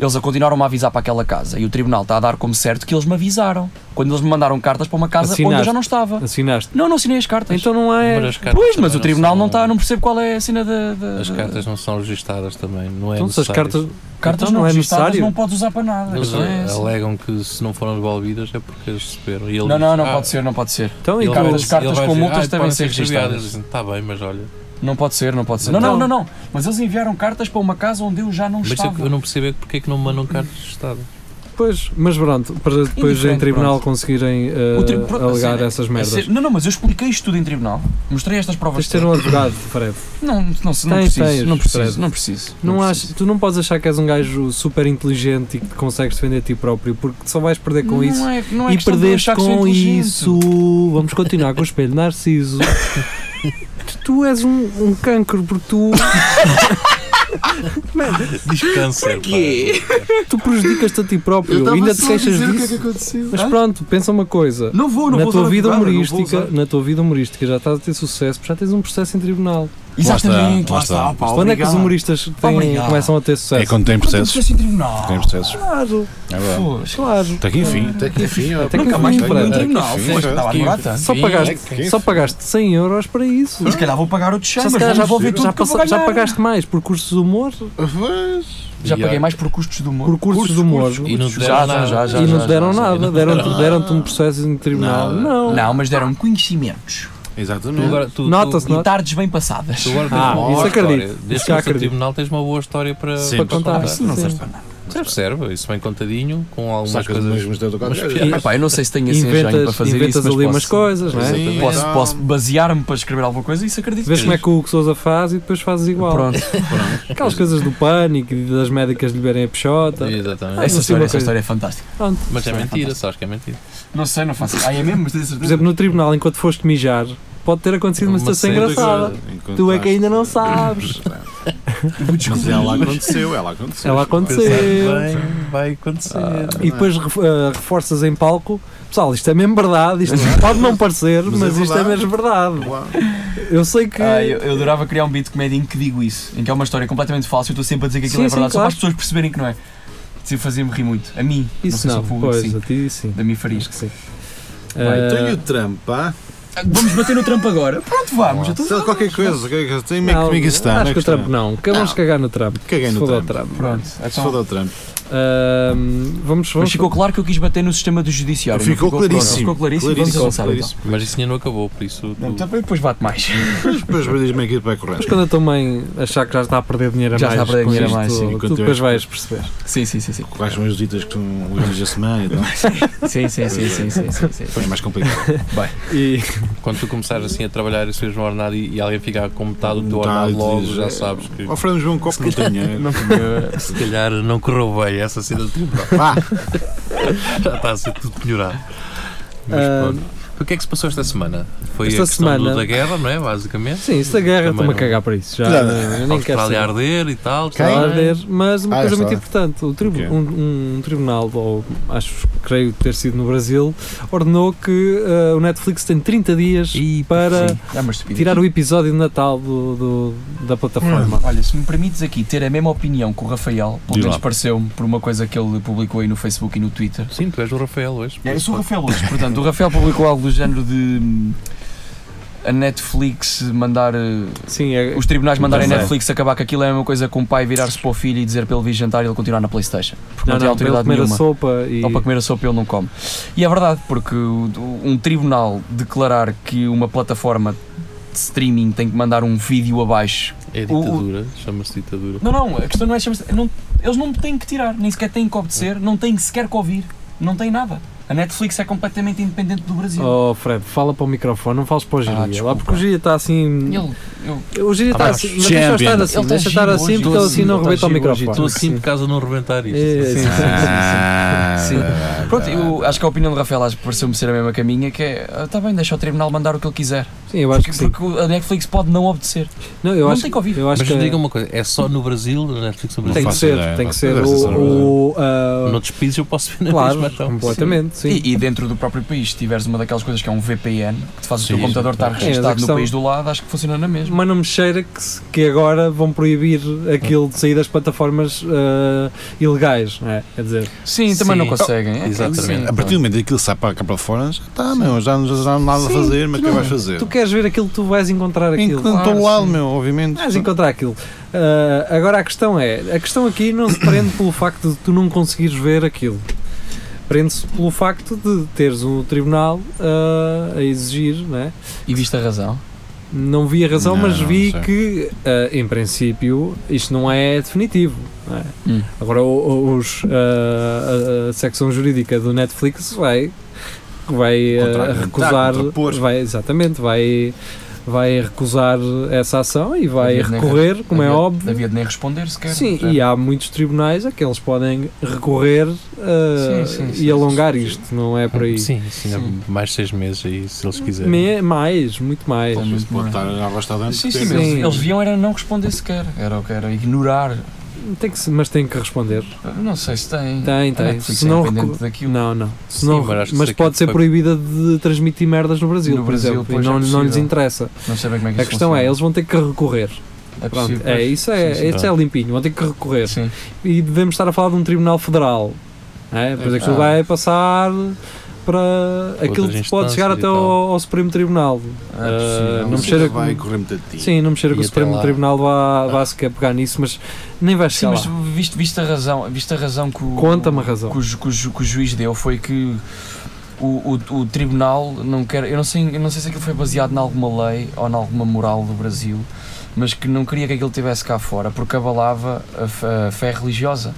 Speaker 5: Eles a continuaram a avisar para aquela casa e o tribunal está a dar como certo que eles me avisaram quando eles me mandaram cartas para uma casa onde eu
Speaker 2: Assinaste.
Speaker 5: já não estava.
Speaker 2: Assinaste.
Speaker 5: Não, não assinei as cartas.
Speaker 2: Então não é.
Speaker 4: Mas as cartas
Speaker 5: pois, mas
Speaker 4: também
Speaker 5: o tribunal
Speaker 4: são-
Speaker 5: não, está, não percebe qual é a cena da. da-
Speaker 4: As
Speaker 5: da-
Speaker 4: cartas não são registadas também, não é
Speaker 2: então, se as
Speaker 4: necessário.
Speaker 2: cartas.
Speaker 5: cartas
Speaker 2: então
Speaker 5: não,
Speaker 2: não é
Speaker 5: registadas
Speaker 2: necessário.
Speaker 5: não podes usar para nada.
Speaker 4: Eles
Speaker 5: Não, é essa.
Speaker 4: alegam que se não foram devolvidas é porque as receberam. E ele
Speaker 5: não, não,
Speaker 4: diz,
Speaker 5: não
Speaker 4: "Ah,
Speaker 5: pode ser, não pode ser.
Speaker 2: Então, e
Speaker 4: ele
Speaker 2: tu-
Speaker 5: cartas-
Speaker 4: vai dizer-
Speaker 5: cartas
Speaker 4: ele vai
Speaker 5: com
Speaker 4: dizer,
Speaker 5: multas
Speaker 4: "Ah,
Speaker 5: devem
Speaker 4: podem
Speaker 5: ser registadas."
Speaker 4: Está "Tá bem, mas olha.
Speaker 5: Não pode ser, não pode ser. Não,
Speaker 4: Então-
Speaker 5: não, não, não. Mas eles enviaram cartas para uma casa onde eu já não
Speaker 4: Mas é
Speaker 5: estava.
Speaker 4: que eu não percebo é que porque é que não me mandam cartas
Speaker 5: [LAUGHS]
Speaker 4: registadas.
Speaker 2: Pois, mas pronto, para depois em
Speaker 5: Indiferente,
Speaker 2: tribunal
Speaker 5: pronto.
Speaker 2: conseguirem eh,
Speaker 5: O tri- pronto, assim, é a
Speaker 2: alegar
Speaker 5: cena-
Speaker 2: essas
Speaker 5: a
Speaker 2: merdas.
Speaker 5: cena- Não, não, mas eu expliquei isto tudo em tribunal. Mostrei estas
Speaker 2: Tens
Speaker 5: provas.
Speaker 2: de ter um advogado, Fred.
Speaker 5: todas. Não, não, não, não
Speaker 2: Tens,
Speaker 5: preciso,
Speaker 2: tens,
Speaker 5: não
Speaker 2: Fred.
Speaker 5: preciso, não preciso.
Speaker 2: Não
Speaker 5: preciso.
Speaker 2: achas- tu não podes achar que és um gajo super inteligente e que te consegues defender a ti próprio, porque só vais perder com
Speaker 5: Não
Speaker 2: isso.
Speaker 5: é- não é
Speaker 2: e
Speaker 5: questão de
Speaker 2: perdeste
Speaker 5: achar que sou
Speaker 2: com
Speaker 5: inteligente.
Speaker 2: isso. Vamos continuar com o espelho narciso. [LAUGHS] Tu- tu és um, um cancro porque tu,
Speaker 4: Descansa.
Speaker 5: quê?
Speaker 2: tu prejudicas-te a ti próprio.
Speaker 3: Eu
Speaker 2: Ainda te
Speaker 3: estava só a
Speaker 2: queixas
Speaker 3: dizer o que é que
Speaker 2: disso.
Speaker 3: aconteceu.
Speaker 2: Mas
Speaker 3: Ah,
Speaker 2: pronto, pensa uma coisa.
Speaker 5: Não vou, não
Speaker 2: na
Speaker 5: vou
Speaker 2: tua
Speaker 5: usar
Speaker 2: vida
Speaker 5: advogado, não vou
Speaker 2: humorística,
Speaker 5: usar.
Speaker 2: na tua vida humorística já estás a ter sucesso, porque já tens um processo em tribunal.
Speaker 5: Exatamente,
Speaker 3: lá
Speaker 5: lá
Speaker 3: está.
Speaker 5: está. pá,
Speaker 2: Quando é que os
Speaker 5: obrigado.
Speaker 2: humoristas têm-
Speaker 5: Obrigado.
Speaker 2: começam a ter
Speaker 3: É
Speaker 2: sucesso?
Speaker 3: quando tem
Speaker 5: Quanto é que
Speaker 3: processos.
Speaker 5: fizeste em tribunal?
Speaker 3: Tem processos.
Speaker 2: Claro,
Speaker 3: É verdade.
Speaker 5: Foda-se.
Speaker 2: claro.
Speaker 3: Até que enfim. Até que enfim. ó.
Speaker 2: Até que
Speaker 5: Nunca
Speaker 2: enfim,
Speaker 5: mais
Speaker 2: Fred.
Speaker 5: paguei um
Speaker 2: Até que
Speaker 5: tribunal.
Speaker 3: enfim,
Speaker 5: Foda-se,
Speaker 3: Fred.
Speaker 5: Estava a demorar tanto.
Speaker 2: Só
Speaker 4: Sim,
Speaker 2: pagaste,
Speaker 3: é que-
Speaker 2: só pagaste 100 euros para isso.
Speaker 5: E se calhar vou pagar outros 100,
Speaker 2: Já,
Speaker 5: mas
Speaker 2: se calhar
Speaker 5: não
Speaker 2: já,
Speaker 5: devolvi tudo
Speaker 2: já,
Speaker 5: que eu vou
Speaker 2: passa- já
Speaker 5: ganhar.
Speaker 2: pagaste mais por cursos de humor,
Speaker 3: Pois.
Speaker 5: Já paguei mais por custos do humor.
Speaker 2: por cursos de humor
Speaker 4: E não te deram
Speaker 5: Já, já,
Speaker 4: nada.
Speaker 5: já, já.
Speaker 2: e não te deram
Speaker 5: já, já.
Speaker 2: nada.
Speaker 5: [LAUGHS]
Speaker 2: Deram-te deram um processo em tribunal.
Speaker 3: Nada.
Speaker 2: Não.
Speaker 5: Não, mas deram-me conhecimentos
Speaker 4: Tu
Speaker 3: Exatamente.
Speaker 4: agora, tu,
Speaker 2: Nota-se,
Speaker 4: tu,
Speaker 2: não
Speaker 5: e tardes bem passadas.
Speaker 4: tu agora tens
Speaker 2: Ah, isso
Speaker 4: uma boa
Speaker 2: acredito.
Speaker 4: história.
Speaker 2: Isso
Speaker 4: Desde que
Speaker 2: já
Speaker 4: foste a
Speaker 2: acredito.
Speaker 4: tribunal tens uma boa história para,
Speaker 3: Sim,
Speaker 2: Para contar.
Speaker 5: Ah, isso não
Speaker 2: Sim.
Speaker 5: serve para nada.
Speaker 4: Serve, serve. Isso bem contadinho, com algumas
Speaker 3: Sacas
Speaker 4: coisas.
Speaker 3: mesmo os dedos do
Speaker 4: Mas-
Speaker 3: caralho.
Speaker 5: Epá, eu não sei se tenho assim engenho para
Speaker 2: Inventas,
Speaker 5: fazer
Speaker 2: inventas
Speaker 5: isso, mas
Speaker 2: ali
Speaker 5: posso,
Speaker 2: umas coisas, não é?
Speaker 3: Sim.
Speaker 5: posso,
Speaker 3: Então-
Speaker 5: posso basear-me para escrever alguma coisa e isso acredito.
Speaker 2: Vês
Speaker 5: que
Speaker 2: como é
Speaker 5: sim.
Speaker 2: que o que Sousa faz e depois fazes igual.
Speaker 5: Pronto,
Speaker 2: Aquelas coisas do pânico e das médicas lhe verem a peixota.
Speaker 5: É.
Speaker 4: Exatamente.
Speaker 5: essa,
Speaker 2: não sei uma
Speaker 5: história, essa
Speaker 2: coisa.
Speaker 5: história é fantástica.
Speaker 2: Pronto.
Speaker 4: Mas é mentira, sabes que é mentira.
Speaker 5: Não sei, não faço. Ah, é mesmo? Mas tenho
Speaker 2: Por
Speaker 5: certeza.
Speaker 2: exemplo, no tribunal, enquanto foste mijar, pode ter acontecido uma situação
Speaker 4: cena
Speaker 2: engraçada.
Speaker 3: Enquanto
Speaker 2: Tu é que
Speaker 3: estás-
Speaker 2: ainda não
Speaker 5: [LAUGHS]
Speaker 2: sabes.
Speaker 3: Mas ela
Speaker 5: é
Speaker 3: aconteceu, ela aconteceu.
Speaker 2: Ela aconteceu.
Speaker 4: Pensar
Speaker 2: Sim.
Speaker 4: bem, vai acontecer.
Speaker 2: E depois ref- eh, reforças em palco. Pessoal, isto é mesmo verdade.
Speaker 5: [LAUGHS]
Speaker 2: Isto pode não parecer, mas,
Speaker 3: Mas é
Speaker 2: isto é
Speaker 3: verdade.
Speaker 2: mesmo verdade.
Speaker 3: Claro.
Speaker 2: Eu sei que.
Speaker 5: Ah, eu, eu adorava criar um beat de comédia em que digo isso, em que é uma história completamente falsa e eu estou sempre a dizer que aquilo
Speaker 2: Sim,
Speaker 5: é
Speaker 2: sim,
Speaker 5: verdade, só para as
Speaker 2: claro.
Speaker 5: pessoas perceberem que não é. Sim, fazia-me rir muito. A mim,
Speaker 2: isso
Speaker 5: não sei
Speaker 2: não.
Speaker 5: se ao público,
Speaker 2: pois,
Speaker 5: sim.
Speaker 2: a ti sim.
Speaker 5: Da minha faria.
Speaker 2: Acho que sim.
Speaker 3: Vai,
Speaker 2: Eh,
Speaker 3: Então e o Trump, pá?
Speaker 5: Ah, Vamos bater no Trump agora. Pronto, vamos. então
Speaker 3: Sei lá, qualquer coisa, qualquer coisa. Tem meio
Speaker 2: Não,
Speaker 3: comigo é isso está.
Speaker 2: Acho que o Trump não. Que vamos cagar no Trump.
Speaker 3: Caguei
Speaker 2: se
Speaker 3: no
Speaker 2: foda ao
Speaker 3: Trump.
Speaker 5: Pronto,
Speaker 3: Se
Speaker 5: então,
Speaker 3: foda ao Trump.
Speaker 2: Ahm, vamos,
Speaker 5: mas
Speaker 2: vamos.
Speaker 5: ficou claro que eu quis bater no sistema do judiciário. não
Speaker 3: Ficou claríssimo.
Speaker 5: Ficou claríssimo. Vamos
Speaker 3: Claríssimo,
Speaker 5: avançar então.
Speaker 3: claríssimo.
Speaker 4: Mas isso ainda não acabou, por isso.
Speaker 5: Não,
Speaker 4: tu-
Speaker 2: então-
Speaker 5: também depois bate mais.
Speaker 3: Mas depois diz-me aquilo vai
Speaker 2: Mas
Speaker 3: correr.
Speaker 2: quando a tua mãe achar que já está a perder dinheiro a
Speaker 5: Já
Speaker 2: mais,
Speaker 5: está a perder
Speaker 2: com
Speaker 5: dinheiro a
Speaker 2: isto,
Speaker 5: mais, sim,
Speaker 2: tu
Speaker 3: enquanto
Speaker 2: depois
Speaker 3: eu-
Speaker 2: vais perceber.
Speaker 5: Sim, sim, sim, sim.
Speaker 3: Quais são as visitas que estão os dias da semana e tal?
Speaker 5: Sim, sim, sim, sim, sim, sim, sim.
Speaker 3: É mais [LAUGHS] complicado.
Speaker 2: E
Speaker 4: Quando tu começares assim a trabalhar e subires no ordenado e, e alguém ficar com metade do teu
Speaker 3: Metade,
Speaker 4: ordenado logo,
Speaker 3: dizes,
Speaker 4: já
Speaker 3: é,
Speaker 4: sabes que
Speaker 2: Oh.
Speaker 3: Oferemos-me um copo que não tem dinheiro.
Speaker 5: Não, porque-
Speaker 4: se calhar não correu bem essa cena
Speaker 2: [LAUGHS]
Speaker 4: do tribunal.
Speaker 3: Vá!
Speaker 4: Já está a ser tudo melhorado. Mas
Speaker 2: Ah,
Speaker 4: pronto. O que é que se passou esta semana? Foi
Speaker 2: esta
Speaker 4: a questão do-
Speaker 2: semana-
Speaker 4: da guerra, não é? Basicamente.
Speaker 2: sim, isso da guerra
Speaker 4: Também
Speaker 2: estou-me a
Speaker 4: não.
Speaker 2: cagar para isso. Já,
Speaker 3: Já,
Speaker 2: eu
Speaker 4: A
Speaker 2: nem quero
Speaker 4: Austrália a
Speaker 2: saber.
Speaker 4: arder e tal.
Speaker 2: Está a
Speaker 4: também.
Speaker 2: arder, mas uma
Speaker 3: Ah,
Speaker 2: coisa
Speaker 3: está.
Speaker 2: muito importante, o tribu-
Speaker 3: O quê?
Speaker 2: um, um tribunal, ou acho, creio ter sido no Brasil, ordenou que ah, o Netflix tem 30 dias
Speaker 4: E
Speaker 2: para
Speaker 5: É uma estupidez. Hum.
Speaker 2: tirar o episódio de Natal do, do- da plataforma.
Speaker 5: Olha, se me permites aqui ter a mesma opinião que o Rafael, pelo
Speaker 3: Diz
Speaker 5: menos
Speaker 3: lá.
Speaker 5: pareceu-me por uma coisa que ele publicou aí no Facebook e no Twitter.
Speaker 4: Sim, tu és o Rafael hoje.
Speaker 5: Eu sou o Rafael hoje, portanto, o Rafael publicou algo do género de hum, a Netflix mandar. eh,
Speaker 2: Sim, é,
Speaker 5: Os tribunais mandarem a
Speaker 2: Pois é.
Speaker 5: Netflix acabar com aquilo é a mesma coisa que um pai virar-se para o filho e dizer para ele vir jantar e ele continuar na Playstation. Porque não,
Speaker 2: não,
Speaker 5: tem
Speaker 2: não, para ele
Speaker 5: autoridade
Speaker 2: comer a
Speaker 5: nenhuma.
Speaker 2: sopa e
Speaker 5: Ou para comer a sopa ele não come. E é verdade, porque o- um tribunal declarar que uma plataforma de streaming tem que mandar um vídeo abaixo
Speaker 4: É ditadura, chama-se ditadura.
Speaker 5: Não, não, a questão não é chamar não, Eles não têm que tirar, nem sequer têm que obedecer, não têm sequer que ouvir, não têm nada. A Netflix é completamente independente do Brasil.
Speaker 2: Oh Fred, fala para o microfone, não fales para o Giria. lá
Speaker 5: desculpa.
Speaker 2: porque o Giria está assim.
Speaker 5: Ele, eu,
Speaker 2: O Giria está
Speaker 4: Ah,
Speaker 2: assim. Mas deixa eu estar
Speaker 3: champion.
Speaker 2: assim,
Speaker 5: Ele está
Speaker 2: deixa eu estar
Speaker 5: giro
Speaker 2: assim
Speaker 5: hoje,
Speaker 2: porque ele
Speaker 5: ele
Speaker 2: assim
Speaker 5: está
Speaker 2: não
Speaker 5: giro
Speaker 2: rebenta o
Speaker 5: hoje,
Speaker 2: microfone.
Speaker 4: Estou assim por causa de não reventar isto. assim,
Speaker 2: É, sim, sim.
Speaker 3: Ah,
Speaker 5: sim. Pronto,
Speaker 2: Ah.
Speaker 5: eu acho que a opinião do Rafael acho que pareceu-me ser a mesma caminha, que é, está bem, deixa o tribunal mandar o que ele quiser.
Speaker 2: Sim, eu acho
Speaker 5: Porque,
Speaker 2: que sim.
Speaker 5: porque a Netflix pode não obedecer.
Speaker 2: Não, eu
Speaker 5: não
Speaker 2: acho
Speaker 5: tem que ouvir.
Speaker 2: Eu acho
Speaker 4: Mas
Speaker 2: que
Speaker 4: diga uma coisa, é só no Brasil, na Netflix no
Speaker 3: Não
Speaker 2: tem
Speaker 4: Brasil?
Speaker 2: que
Speaker 3: faço
Speaker 2: ser,
Speaker 3: ideia,
Speaker 2: tem que
Speaker 3: faço
Speaker 2: ser
Speaker 3: ideia,
Speaker 2: o.
Speaker 3: sinceramente.
Speaker 2: o, ah,
Speaker 4: Noutros países eu posso ver na
Speaker 2: Claro,
Speaker 4: mesma então.
Speaker 2: completamente, sim.
Speaker 5: E, e dentro do próprio país, se tiveres uma daquelas coisas que é um VPN, que te faz o teu
Speaker 3: Sim,
Speaker 5: computador estar
Speaker 2: mas a
Speaker 5: registado no
Speaker 2: questão-
Speaker 5: país do lado, acho que funciona na mesma.
Speaker 2: Mas não me cheira que, se- que agora vão proibir aquilo de sair das plataformas ah, ilegais, não é? Quer dizer,
Speaker 5: Sim, também
Speaker 4: Sim.
Speaker 5: não conseguem. é,
Speaker 4: Exatamente.
Speaker 5: sim.
Speaker 3: A partir do momento em que ele sai para cá para fora, já está, meu, já não já não há nada a
Speaker 2: Sim,
Speaker 3: fazer, mas o que é que vais fazer?
Speaker 2: tu queres ver aquilo, tu vais encontrar aquilo.
Speaker 3: Enquanto
Speaker 5: claro,
Speaker 3: estou lá,
Speaker 5: sim.
Speaker 3: meu, obviamente.
Speaker 2: Vais encontrar aquilo. Ah, agora a questão é: a questão aqui não se prende pelo [COUGHS] facto de tu não conseguires ver aquilo. Prende-se pelo facto de teres um tribunal ah, a exigir, não é?
Speaker 5: E viste a razão?
Speaker 2: Não vi a razão,
Speaker 3: Não,
Speaker 2: mas
Speaker 3: não
Speaker 2: vi
Speaker 3: sei.
Speaker 2: que, ah, em princípio, isto não é definitivo. não é?
Speaker 5: Hum.
Speaker 2: Agora, o- o- os, ah, a, a secção jurídica do Netflix vai, vai ah,
Speaker 3: Contra-
Speaker 2: recusar.
Speaker 3: contrapor.
Speaker 2: Vai, exatamente, vai, vai recusar essa ação e vai
Speaker 5: Havia de nem-
Speaker 2: recorrer, como é
Speaker 5: Havia-
Speaker 2: óbvio.
Speaker 5: Havia de nem responder sequer.
Speaker 2: Sim,
Speaker 5: Já.
Speaker 2: e há muitos tribunais a que eles podem recorrer uh,
Speaker 5: Sim, sim,
Speaker 2: e
Speaker 5: sim,
Speaker 2: alongar
Speaker 5: sim, sim.
Speaker 2: isto, não é por aí.
Speaker 4: Sim, sim, há
Speaker 5: Sim.
Speaker 4: mais seis meses aí, se eles quiserem.
Speaker 2: Me- mais, muito mais.
Speaker 5: Como-
Speaker 3: Isso Pode estar arrastado antes.
Speaker 5: Sim,
Speaker 3: que
Speaker 5: sim,
Speaker 2: Sim.
Speaker 5: Eles, eles viam era não responder sequer. Era o que era, ignorar.
Speaker 2: Tem que, se- mas tem que responder.
Speaker 5: Eu Não sei se tem.
Speaker 2: Tem,
Speaker 5: A
Speaker 2: tem.
Speaker 5: Netflix
Speaker 2: Se
Speaker 5: é
Speaker 2: não,
Speaker 5: independente
Speaker 2: recu-
Speaker 5: daquilo.
Speaker 2: não, não. Se
Speaker 4: Sim,
Speaker 2: não-
Speaker 4: mas acho
Speaker 2: mas
Speaker 4: que isso é
Speaker 2: pode
Speaker 4: que
Speaker 2: ser
Speaker 4: foi-
Speaker 2: proibida de transmitir merdas no Brasil,
Speaker 5: No
Speaker 2: por
Speaker 5: Brasil,
Speaker 2: exemplo, e
Speaker 5: pois, é
Speaker 2: não, não lhes
Speaker 5: possível.
Speaker 2: interessa.
Speaker 5: Não sei bem como é que
Speaker 2: A
Speaker 5: isso
Speaker 2: questão é,
Speaker 5: funciona.
Speaker 2: eles vão ter que recorrer.
Speaker 5: É
Speaker 2: Pronto,
Speaker 5: possível.
Speaker 2: é isso, é,
Speaker 5: Sim, sim,
Speaker 2: isso é limpinho, vão ter que recorrer.
Speaker 5: Sim.
Speaker 2: E devemos estar a falar de um tribunal federal. não É? Pois
Speaker 5: É,
Speaker 2: aquilo
Speaker 5: ah.
Speaker 2: vai passar para aquilo que pode
Speaker 4: instâncias
Speaker 2: chegar
Speaker 4: e
Speaker 2: até ao,
Speaker 4: tal.
Speaker 2: ao Supremo Tribunal.
Speaker 5: É
Speaker 2: Ah,
Speaker 5: possível.
Speaker 2: não me
Speaker 3: Isso
Speaker 2: cheira que-
Speaker 3: vai correr muito a ti.
Speaker 2: Sim, não me cheira
Speaker 4: E
Speaker 2: que o
Speaker 4: até
Speaker 2: Supremo
Speaker 4: lá. Ah.
Speaker 2: Tribunal vá, vá sequer pegar nisso, mas nem vai
Speaker 5: Sim,
Speaker 2: chegar
Speaker 5: mas
Speaker 2: lá.
Speaker 5: viste, viste a razão, viste a razão que o,
Speaker 2: Conta-me a razão.
Speaker 5: Que, o ju- que o ju- que o juiz deu foi que o, o, o tribunal não quer. Eu não, sei, eu não sei se aquilo foi baseado em alguma lei ou em alguma moral do Brasil, mas que não queria que aquilo estivesse cá fora porque abalava a f- a, fé religiosa.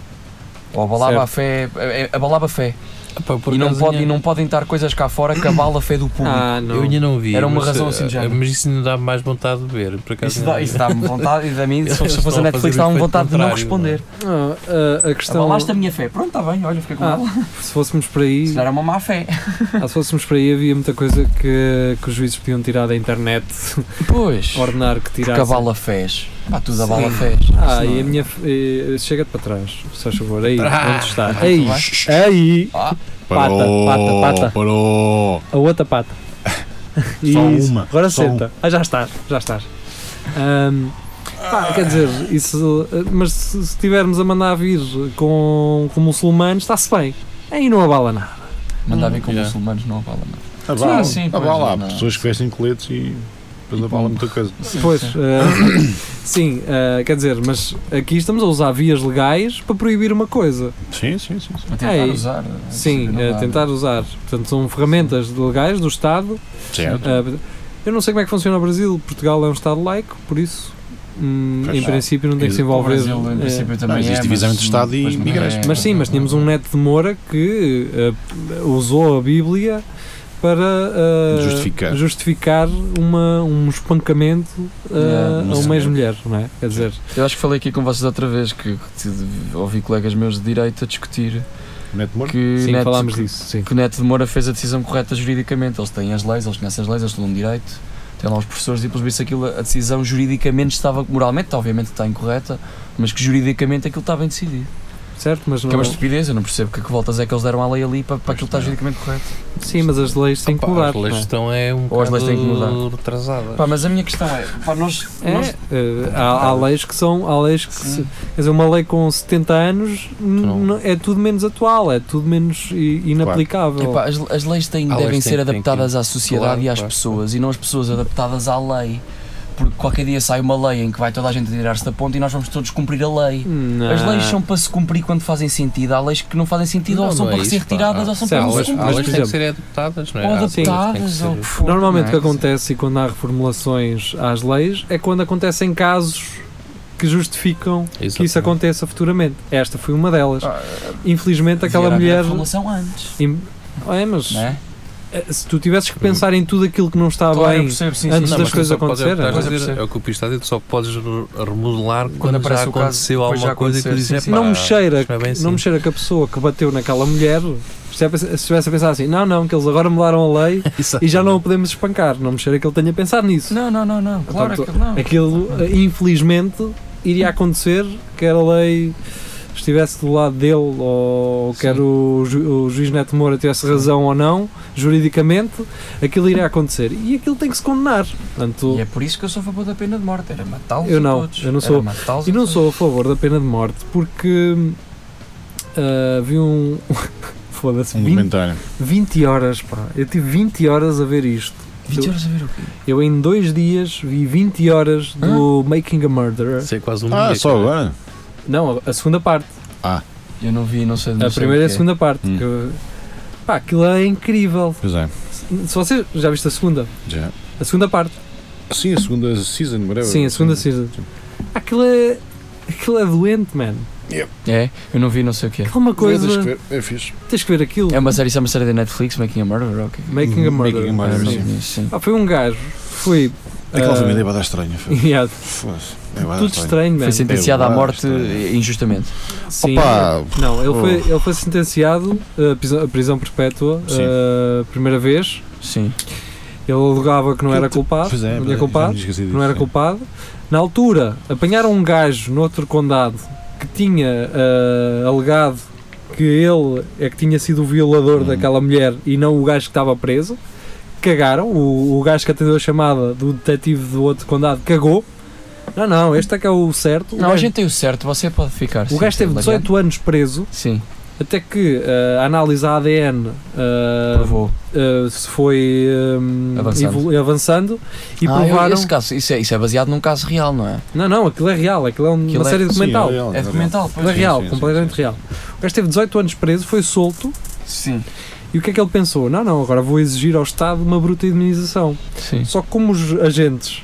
Speaker 5: Ou abalava a fé. a- a- Abalava a fé.
Speaker 4: Ah, pá, por
Speaker 5: e, não
Speaker 4: acaso
Speaker 5: pode,
Speaker 4: ainda-
Speaker 5: e não podem estar coisas cá fora que abala a fé do público.
Speaker 2: Ah,
Speaker 4: Eu
Speaker 2: não.
Speaker 4: ainda não vi.
Speaker 5: Era uma
Speaker 4: mas,
Speaker 5: razão assim
Speaker 4: ah,
Speaker 5: de género.
Speaker 4: Mas isso ainda dá mais vontade de ver. Por acaso
Speaker 5: Isso dá- isso dá-me vontade, e a [LAUGHS] mim, se
Speaker 4: Eles estão
Speaker 5: fosse a
Speaker 4: a fazer o
Speaker 5: Netflix, dava-me
Speaker 4: efeito
Speaker 5: vontade de não
Speaker 4: contrário, não é?
Speaker 5: responder. é
Speaker 2: Ah, a, a questão.
Speaker 5: Abalaste a minha fé. Pronto, está bem, olha, fiquei com
Speaker 2: Ah.
Speaker 5: ela.
Speaker 2: Se fôssemos para aí,
Speaker 5: Se calhar é uma má fé.
Speaker 2: [LAUGHS] ah, se fôssemos para aí, havia muita coisa que, que os juízes podiam tirar da internet,
Speaker 5: Pois.
Speaker 2: ordenar que
Speaker 5: Porque a
Speaker 2: tirassem.
Speaker 5: bala fez. Pá, tudo a
Speaker 2: Sim.
Speaker 5: bala fez.
Speaker 2: Ah, e a minha. eh, Chega-te para trás, se faz favor. Aí,
Speaker 4: Ah,
Speaker 2: onde está?
Speaker 5: tudo
Speaker 2: Aí,
Speaker 5: bem.
Speaker 2: aí,
Speaker 3: Parou,
Speaker 2: Pata, pata, pata.
Speaker 3: Parou.
Speaker 2: a outra pata.
Speaker 3: [LAUGHS] Só
Speaker 2: Isso.
Speaker 3: uma.
Speaker 2: Agora
Speaker 3: Só
Speaker 2: senta. Ah, já estás, já estás. Ahm, pá, quer dizer, isso. eh, Mas se estivermos a mandar vir com, com muçulmanos, está-se bem. Aí não abala nada.
Speaker 5: Mandar vir com
Speaker 4: Yeah.
Speaker 5: muçulmanos não a bala, não.
Speaker 3: Abala,
Speaker 5: Sim, sim, pois,
Speaker 3: abala. Há
Speaker 6: não.
Speaker 3: Ah, pessoas que vestem coletes e depois abala muita coisa.
Speaker 2: Pois, eh, [COUGHS] sim, eh, quer dizer, mas aqui estamos a usar vias legais para proibir uma coisa.
Speaker 3: Sim, sim, sim. sim.
Speaker 5: A tentar
Speaker 2: Ei,
Speaker 5: usar.
Speaker 2: Sim,
Speaker 5: não
Speaker 2: eh,
Speaker 5: dá.
Speaker 2: tentar usar. Portanto, são ferramentas legais do Estado.
Speaker 5: É,
Speaker 3: Certo.
Speaker 2: Eh, eu não sei como é que funciona o Brasil. Portugal é um Estado laico, por isso, hum,
Speaker 3: Pois
Speaker 2: em
Speaker 3: não.
Speaker 2: princípio, não tem que se
Speaker 3: E
Speaker 5: é. O
Speaker 2: envolver.
Speaker 5: Brasil, em
Speaker 2: eh,
Speaker 5: princípio, também.
Speaker 3: existe
Speaker 5: é,
Speaker 3: divisão
Speaker 5: mas-
Speaker 3: entre Estado e
Speaker 5: mas não
Speaker 3: igreja.
Speaker 5: é-
Speaker 2: Mas sim, mas tínhamos um neto de Moura que eh, usou a Bíblia para eh,
Speaker 3: Justificar.
Speaker 2: justificar uma, um espancamento eh,
Speaker 5: Yeah.
Speaker 2: a uma
Speaker 3: Sim.
Speaker 2: ex-mulher, não é? Quer dizer,
Speaker 6: Sim.
Speaker 5: Eu acho que falei aqui com vocês outra vez que, que tive- ouvi colegas meus de direito a discutir
Speaker 3: Neto Moura?
Speaker 5: que
Speaker 2: sim,
Speaker 5: Neto-
Speaker 2: falámos
Speaker 5: que-
Speaker 2: disso. Sim.
Speaker 5: que o Neto de Moura fez a decisão correta juridicamente. Eles têm as leis, eles conhecem as leis, eles estudam direito, têm lá os professores e, pelos vistos, aquilo, a decisão juridicamente estava, moralmente, obviamente está incorreta, mas que juridicamente aquilo está bem decidido.
Speaker 2: Certo, mas não.
Speaker 4: Uhum.
Speaker 5: Que é uma estupidez, eu não percebo que, que voltas é que eles deram à lei ali para, para aquilo estar juridicamente correto.
Speaker 2: Sim, mas as leis têm que
Speaker 4: Opa,
Speaker 2: mudar.
Speaker 4: As leis
Speaker 2: não é?
Speaker 4: estão é um
Speaker 5: Ou as leis têm que mudar.
Speaker 4: bocado retrasadas.
Speaker 5: Pá, mas a minha questão é, pá, nós,
Speaker 2: É,
Speaker 5: nós
Speaker 2: eh, há, há leis que são. Há leis que se,
Speaker 5: Sim.
Speaker 2: quer dizer, uma lei com 70 anos n-
Speaker 4: Não.
Speaker 2: não- é tudo menos atual, é tudo menos i- inaplicável.
Speaker 5: Epá, as, as leis têm,
Speaker 4: Há leis
Speaker 5: devem
Speaker 4: que
Speaker 5: ser
Speaker 4: têm- têm que-
Speaker 5: adaptadas à sociedade
Speaker 4: claro,
Speaker 5: e às
Speaker 4: claro.
Speaker 5: pessoas e não as pessoas adaptadas à lei. Porque qualquer dia sai uma lei em que vai toda a gente tirar-se da ponta e nós vamos todos cumprir a lei.
Speaker 2: Não.
Speaker 5: As leis são para se cumprir quando fazem sentido. Há leis que não fazem sentido ou
Speaker 4: Não,
Speaker 5: são
Speaker 4: não é
Speaker 5: para ser
Speaker 4: isso, pá.
Speaker 5: retiradas ou são
Speaker 2: Sim,
Speaker 5: para
Speaker 4: Há
Speaker 5: não se
Speaker 4: leis,
Speaker 2: mas,
Speaker 4: há
Speaker 5: cumprir.
Speaker 2: por
Speaker 4: leis que têm
Speaker 2: exemplo, Ah,
Speaker 4: que ser adaptadas, não é?
Speaker 5: Ou
Speaker 4: Há leis que têm que
Speaker 5: adaptadas
Speaker 4: ser-
Speaker 5: ou o que for.
Speaker 2: Normalmente o que
Speaker 5: não é?
Speaker 2: acontece e quando há reformulações às leis é quando acontecem casos que justificam que isso
Speaker 4: Exatamente.
Speaker 2: aconteça futuramente. Esta foi uma delas.
Speaker 5: Ah,
Speaker 2: Infelizmente aquela
Speaker 5: Devia
Speaker 2: mulher.
Speaker 5: haver a formulação antes.
Speaker 2: Im- É, mas
Speaker 5: Não é?
Speaker 2: eh, se tu tivesses que pensar em tudo aquilo que não está
Speaker 5: Claro, eu
Speaker 2: bem
Speaker 5: percebo,
Speaker 2: antes
Speaker 5: sim, sim,
Speaker 4: Não,
Speaker 2: das
Speaker 4: mas tu
Speaker 2: coisas
Speaker 4: só podes
Speaker 2: acontecerem.
Speaker 4: adaptar,
Speaker 5: Pois
Speaker 4: dizer,
Speaker 5: é,
Speaker 4: É o que o Pista diz, tu só podes remodelar quando, já
Speaker 5: aparece o caso,
Speaker 4: aconteceu
Speaker 5: depois
Speaker 4: alguma
Speaker 5: já
Speaker 4: coisa que tu
Speaker 5: aconteceu,
Speaker 4: dizes,
Speaker 5: sim,
Speaker 4: "Epá,
Speaker 2: não me cheira,
Speaker 4: isto não é bem
Speaker 2: não me
Speaker 4: assim."
Speaker 2: cheira que a pessoa que bateu naquela mulher se tivesse- se estivesse a pensar assim, não, não, que eles agora mudaram a lei e já não a podemos espancar. Não me cheira que ele tenha pensado nisso.
Speaker 5: Não, não, não, não. Claro
Speaker 2: Portanto,
Speaker 5: que não.
Speaker 2: Aquilo, eh, infelizmente, iria acontecer quer a lei estivesse do lado dele ou quer o, ju- o juiz Neto Moura tivesse razão ou não, juridicamente, aquilo iria acontecer. E aquilo tem que se condenar. Portanto,
Speaker 5: E é por isso que eu sou a favor da pena de morte. Era matá-los
Speaker 2: Eu
Speaker 5: a
Speaker 2: não,
Speaker 5: todos.
Speaker 2: eu não
Speaker 5: Era
Speaker 2: sou.
Speaker 5: matá-los
Speaker 2: E
Speaker 5: a
Speaker 2: não
Speaker 5: todos.
Speaker 2: sou a favor da pena de morte porque ah, vi um. [LAUGHS] Foda-se,
Speaker 3: Um
Speaker 2: 20,
Speaker 3: comentário.
Speaker 2: 20 horas, pá. Eu tive 20 horas a ver isto.
Speaker 5: 20 horas a ver o quê?
Speaker 2: Eu em dois dias vi 20 horas do Making a Murderer.
Speaker 4: Isso é quase um
Speaker 3: Ah,
Speaker 4: dia,
Speaker 3: só
Speaker 4: cara.
Speaker 3: agora?
Speaker 2: Não, a- a segunda parte.
Speaker 5: Eu não vi, não sei não
Speaker 2: A
Speaker 5: sei
Speaker 2: primeira e
Speaker 5: o
Speaker 2: a
Speaker 5: quê.
Speaker 2: segunda parte.
Speaker 3: Hum.
Speaker 2: que- pá, aquilo é incrível.
Speaker 3: Pois é.
Speaker 2: Se você. Já viste a segunda?
Speaker 3: Já.
Speaker 2: A segunda parte.
Speaker 3: Sim, a segunda season, whatever.
Speaker 2: Sim, a segunda season. Aquilo é. Aquilo é doente, man.
Speaker 5: É, eu não vi, não sei o que é.
Speaker 2: Aquilo é uma coisa.
Speaker 3: Tens que ver, É fixe.
Speaker 2: Tens que ver aquilo.
Speaker 5: É uma série, isso é uma série da Netflix, Making a Murder, ok. É,
Speaker 2: Making a Murderer.
Speaker 3: Making a Murderer,
Speaker 2: Sim.
Speaker 3: sim.
Speaker 2: Ah, foi um gajo. Foi.
Speaker 3: Aquela
Speaker 2: ah,
Speaker 3: família é bada estranha. foi.
Speaker 2: [LAUGHS] yeah,
Speaker 3: Foda-se. É bué da
Speaker 2: Tudo estranho,
Speaker 5: Foi
Speaker 2: man.
Speaker 5: sentenciado à
Speaker 3: Eu
Speaker 5: morte
Speaker 3: gosto.
Speaker 5: eh, injustamente.
Speaker 2: Sim.
Speaker 3: Opa!
Speaker 2: Não, ele
Speaker 3: Oh.
Speaker 2: foi, ele foi sentenciado a prisão, a prisão perpétua,
Speaker 3: Sim.
Speaker 2: a primeira vez.
Speaker 5: Sim.
Speaker 2: Ele alegava que não
Speaker 3: Aquilo
Speaker 2: era
Speaker 3: te-
Speaker 2: culpado,
Speaker 3: Pois é,
Speaker 2: não
Speaker 3: bué,
Speaker 2: tinha
Speaker 3: já
Speaker 2: culpado.
Speaker 3: me é. esqueci disso,
Speaker 2: não era
Speaker 3: sim.
Speaker 2: culpado. Na altura, apanharam um gajo noutro condado que tinha ah, alegado que ele é que tinha sido o violador
Speaker 3: Hum.
Speaker 2: daquela mulher e não o gajo que estava preso. Cagaram. O, o gajo que atendeu a chamada do detetive do outro condado cagou. Não, não, este é que é o certo. O
Speaker 5: Não, a
Speaker 2: gajo-
Speaker 5: gente tem o certo, você pode ficar.
Speaker 2: o
Speaker 5: sim,
Speaker 2: gajo teve
Speaker 5: Lariano.
Speaker 2: 18 anos preso
Speaker 5: Sim,
Speaker 2: até que eh, a análise a ADN eh,
Speaker 5: provou.
Speaker 2: eh, se foi eh,
Speaker 5: Avançando.
Speaker 2: evolu- avançando e
Speaker 5: Ah, eu-
Speaker 2: provaram.
Speaker 5: esse caso, isso, é, isso é baseado num caso real, não é?
Speaker 2: Não, não, aquilo é real, aquilo é um-
Speaker 5: Aquilo
Speaker 2: uma
Speaker 5: é-
Speaker 2: série documental.
Speaker 3: Sim,
Speaker 2: Aquilo
Speaker 5: É documental,
Speaker 2: é
Speaker 5: pois.
Speaker 3: sim,
Speaker 2: real,
Speaker 3: sim,
Speaker 2: completamente
Speaker 3: sim, sim.
Speaker 2: real. O gajo teve 18 anos preso, foi solto
Speaker 5: Sim,
Speaker 2: e o que é que ele pensou? Não, não, agora vou exigir ao Estado uma bruta indemnização.
Speaker 5: sim.
Speaker 2: Só que como os agentes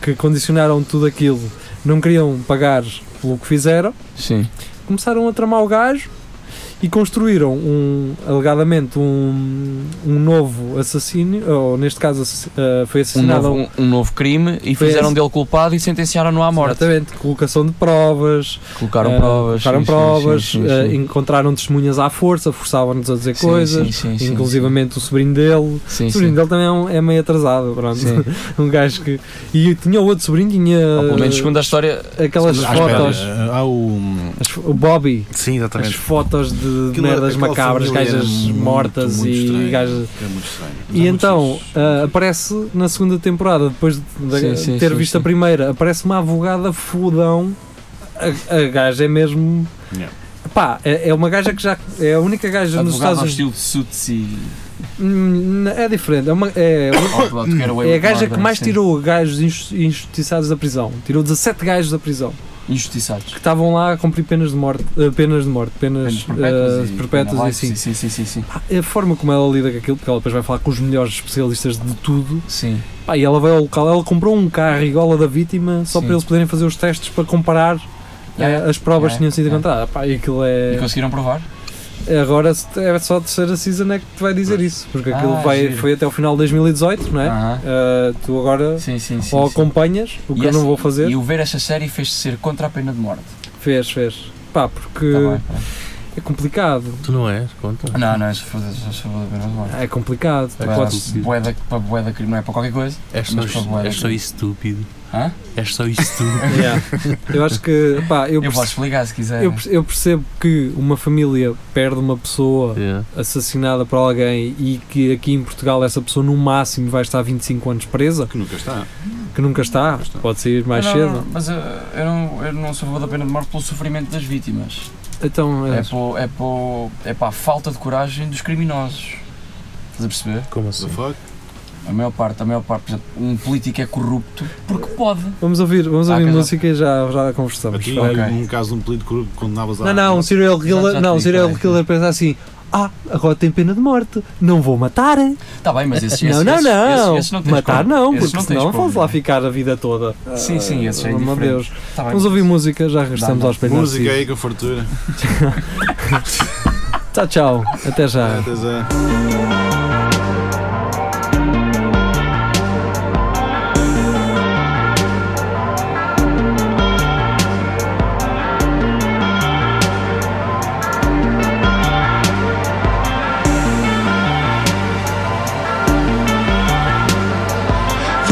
Speaker 2: que condicionaram tudo aquilo não queriam pagar pelo que fizeram.
Speaker 5: Sim.
Speaker 2: começaram a tramar o gajo e construíram um, alegadamente um, um novo assassino, ou neste caso assass- ah, foi
Speaker 5: Um
Speaker 2: assassinado
Speaker 5: novo, um, um novo crime e
Speaker 2: Foi
Speaker 5: fizeram
Speaker 2: esse.
Speaker 5: dele culpado e sentenciaram-no à morte.
Speaker 2: Exatamente, colocação de provas,
Speaker 5: Colocaram
Speaker 2: ah,
Speaker 5: provas.
Speaker 2: colocaram
Speaker 5: sim, sim,
Speaker 2: provas
Speaker 5: sim, sim,
Speaker 2: ah,
Speaker 5: sim.
Speaker 2: encontraram testemunhas à força, forçavam-nos a dizer
Speaker 5: Sim,
Speaker 2: coisas,
Speaker 5: sim, sim, sim,
Speaker 2: inclusivamente o sobrinho dele.
Speaker 5: Sim,
Speaker 2: O
Speaker 5: sim.
Speaker 2: sobrinho dele também é, um- é meio atrasado, pronto.
Speaker 5: Sim.
Speaker 2: [LAUGHS] um gajo que. E tinha outro sobrinho, tinha eh,
Speaker 5: Ou pelo menos segundo a história.
Speaker 2: aquelas
Speaker 3: Ah, espera,
Speaker 2: fotos,
Speaker 3: ah, Há o.
Speaker 2: as fo- o Bobby.
Speaker 3: Sim,
Speaker 2: As
Speaker 3: exatamente.
Speaker 2: fotos de
Speaker 3: Aquilo- é-
Speaker 2: merdas
Speaker 3: aquela
Speaker 2: macabras,
Speaker 3: família era
Speaker 2: gajas
Speaker 3: muito,
Speaker 2: mortas
Speaker 3: muito
Speaker 2: e
Speaker 3: estranha.
Speaker 2: gajas.
Speaker 3: É muito estranho.
Speaker 2: E
Speaker 3: Há
Speaker 2: então
Speaker 3: muitos-
Speaker 2: ah, aparece na segunda temporada, depois de de
Speaker 5: Sim, sim,
Speaker 2: ter
Speaker 5: sim,
Speaker 2: visto a
Speaker 5: sim.
Speaker 2: primeira, aparece uma advogada fodão. A, a gaja é mesmo.
Speaker 3: Yeah.
Speaker 2: Pá, é, é uma gaja que já. É a única gaja nos Estados Unidos. [COUGHS]
Speaker 5: de Sutsi.
Speaker 2: Hum, É diferente. É, uma,
Speaker 5: [COUGHS]
Speaker 2: é,
Speaker 5: Ou pronto, que era o
Speaker 2: é a
Speaker 5: Edward
Speaker 2: gaja que
Speaker 5: Norton,
Speaker 2: mais
Speaker 5: sim.
Speaker 2: tirou gajos injus- injustiçados da prisão. Tirou 17 gajos da prisão
Speaker 5: Injustiçados.
Speaker 2: que estavam lá a cumprir penas de morte, eh, penas de morte, penas,
Speaker 5: Penas perpétuas
Speaker 2: eh,
Speaker 5: e
Speaker 2: perpétuas e
Speaker 5: penalites,
Speaker 2: assim.
Speaker 5: Sim, sim, sim, sim.
Speaker 2: A forma como ela lida com aquilo, porque ela depois vai falar com os melhores especialistas de tudo,
Speaker 5: Sim.
Speaker 2: pá, e ela vai ao local, ela comprou um carro igual a da vítima só
Speaker 5: Sim.
Speaker 2: para eles poderem fazer os testes para comparar
Speaker 5: Yeah,
Speaker 2: eh, as provas
Speaker 5: yeah,
Speaker 2: que tinham sido
Speaker 5: yeah.
Speaker 2: encontradas. Pá, e aquilo
Speaker 5: E
Speaker 2: é.
Speaker 5: conseguiram provar?
Speaker 2: Agora é só a terceira season é que te vai dizer isso, porque aquilo
Speaker 5: Ah,
Speaker 2: vai,
Speaker 5: giro.
Speaker 2: foi até o final de 2018, não é?
Speaker 5: Aham.
Speaker 2: Eh, tu agora
Speaker 5: Sim, sim, sim.
Speaker 2: ou
Speaker 5: sim.
Speaker 2: acompanhas, o que
Speaker 5: E
Speaker 2: eu não
Speaker 5: essa-
Speaker 2: vou fazer.
Speaker 5: E o ver esta série fez ser contra a pena de morte.
Speaker 2: Fez, fez. Pá, porque
Speaker 5: Tá bem, tá bem.
Speaker 2: é complicado.
Speaker 4: Tu não és, conta.
Speaker 5: Não, não, és a favor és a favor da pena de morte.
Speaker 2: É complicado.
Speaker 4: É
Speaker 5: Para
Speaker 2: Podes-
Speaker 4: estúpido.
Speaker 5: boeda- Para boeda crime, não é para qualquer coisa.
Speaker 4: És
Speaker 5: Mas
Speaker 4: só,
Speaker 5: para boa,
Speaker 4: és só estúpido.
Speaker 5: Hã?
Speaker 4: És só estúpido.
Speaker 2: [LAUGHS] Yeah.
Speaker 5: [LAUGHS]
Speaker 2: Eu acho que, pá, eu,
Speaker 5: Eu é. posso
Speaker 2: perce-
Speaker 5: explicar se quiser.
Speaker 2: eu perce- eu percebo que uma família perde uma pessoa
Speaker 4: yeah.
Speaker 2: assassinada por alguém e que aqui em Portugal essa pessoa no máximo vai estar 25 anos presa,
Speaker 3: Que nunca está.
Speaker 2: que nunca está,
Speaker 3: está.
Speaker 2: pode sair mais
Speaker 5: Não,
Speaker 2: cedo.
Speaker 5: não, mas eu, eu não, eu não sou a favor da pena de morte pelo sofrimento das vítimas.
Speaker 2: Então, é,
Speaker 5: É para é pô- é pá, a falta de coragem dos criminosos. Estás a perceber?
Speaker 4: Como
Speaker 3: What
Speaker 4: assim?
Speaker 3: the fuck?
Speaker 5: A maior parte, a maior parte, por exemplo, um político é corrupto porque pode.
Speaker 2: vamos ouvir, vamos ouvir
Speaker 5: Ah, que
Speaker 2: música e já, já
Speaker 3: A
Speaker 2: conversamos.
Speaker 3: ti,
Speaker 2: Espera aí.
Speaker 5: Ok.
Speaker 3: num caso de um político corrupto, condenavas
Speaker 2: Não,
Speaker 3: a.
Speaker 2: não, um serial
Speaker 5: Já-
Speaker 2: killer,
Speaker 5: já
Speaker 2: não,
Speaker 5: te
Speaker 2: um
Speaker 5: digo,
Speaker 2: serial
Speaker 5: peraí.
Speaker 2: killer pensa assim: ah, agora tem pena de morte, não vou matar.
Speaker 5: Está Tá bem, mas esses,
Speaker 2: [LAUGHS] não,
Speaker 5: esses,
Speaker 2: não,
Speaker 5: esses,
Speaker 2: não.
Speaker 5: esses- esses não tens
Speaker 2: Matar
Speaker 5: como.
Speaker 2: não,
Speaker 5: Esses
Speaker 2: porque
Speaker 5: tens
Speaker 2: senão
Speaker 5: como,
Speaker 2: vamos lá ficar a vida toda.
Speaker 5: Sim, sim, esse é
Speaker 2: Ah, meu
Speaker 5: indiferente.
Speaker 2: Deus.
Speaker 5: Tá bem.
Speaker 2: Vamos ouvir música, já regressamos
Speaker 5: Dá-me.
Speaker 2: aos espelho
Speaker 3: Música
Speaker 2: Narciso.
Speaker 3: aí com a fartura.
Speaker 2: Tchau, tchau. Até já.
Speaker 3: Até já.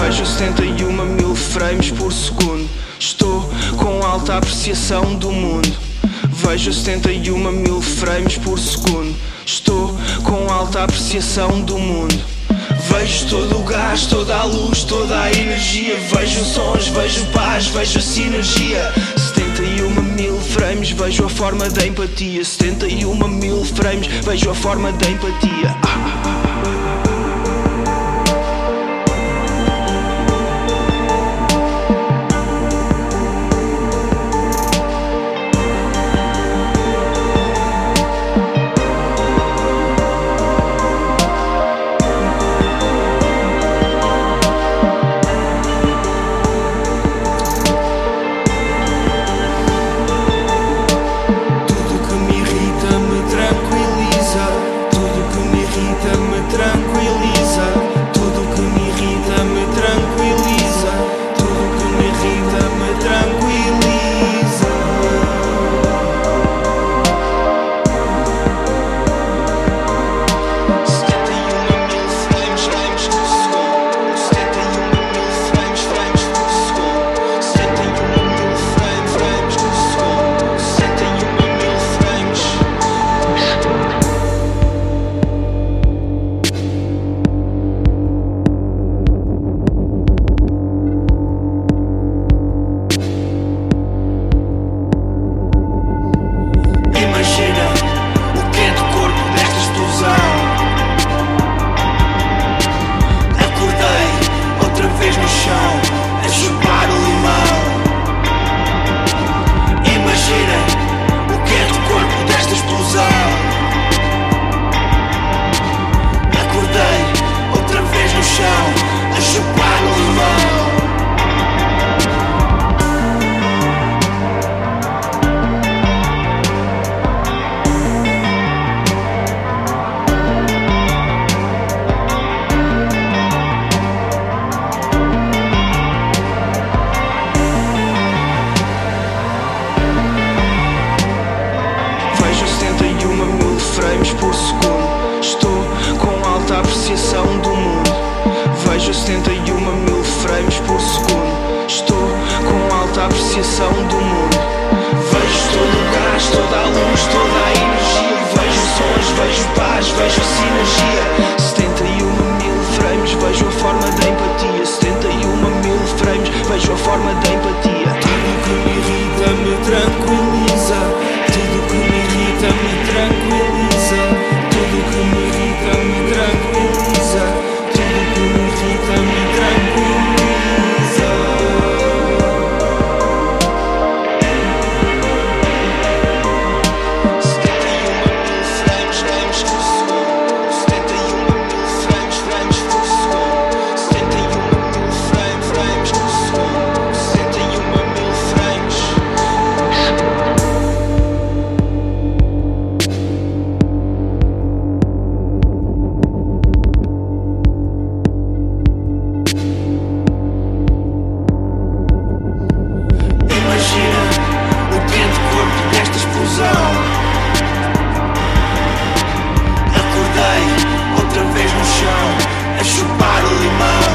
Speaker 6: Vejo 71 mil frames por segundo. Estou com alta apreciação do mundo. Vejo 71 mil frames por segundo. Estou com alta apreciação do mundo. Vejo todo o gás, toda a luz, toda a energia. Vejo sons, vejo paz, vejo sinergia. 71 mil frames, vejo a forma da empatia. 71 mil frames, vejo a forma da empatia. Ah. Tudo que me irrita me tranquiliza. Tudo que me irrita me tranquiliza. Tudo que me irrita me tranquiliza. Tudo que me irrita me tranquiliza. Setenta e uma mil frames, frames por segundo. Setenta e uma mil frames, frames por segundo. Setenta e uma mil frames, frames por segundo. Setenta e uma mil frames. Imagina o que é do corpo nesta explosão. Acordei outra vez no chão, a chupar o limão. Imagina o que é do corpo desta explosão. Acordei outra vez no chão, a chupar o limão. Vejo 71 mil frames por segundo. Estou com alta apreciação do mundo. Vejo 71 mil frames por segundo. Estou com alta apreciação do mundo. Vejo todo o gás, toda a luz, toda a energia. Vejo sons, vejo paz, vejo sinergia. 71 mil frames, vejo a forma da empatia. 71 mil frames, vejo a forma da empatia. Tudo que me irrita me tranquiliza. Tudo que me irrita me tranquiliza. Tudo que me irrita me tranquiliza. chão. Acordei outra vez no chão, a chupar o limão.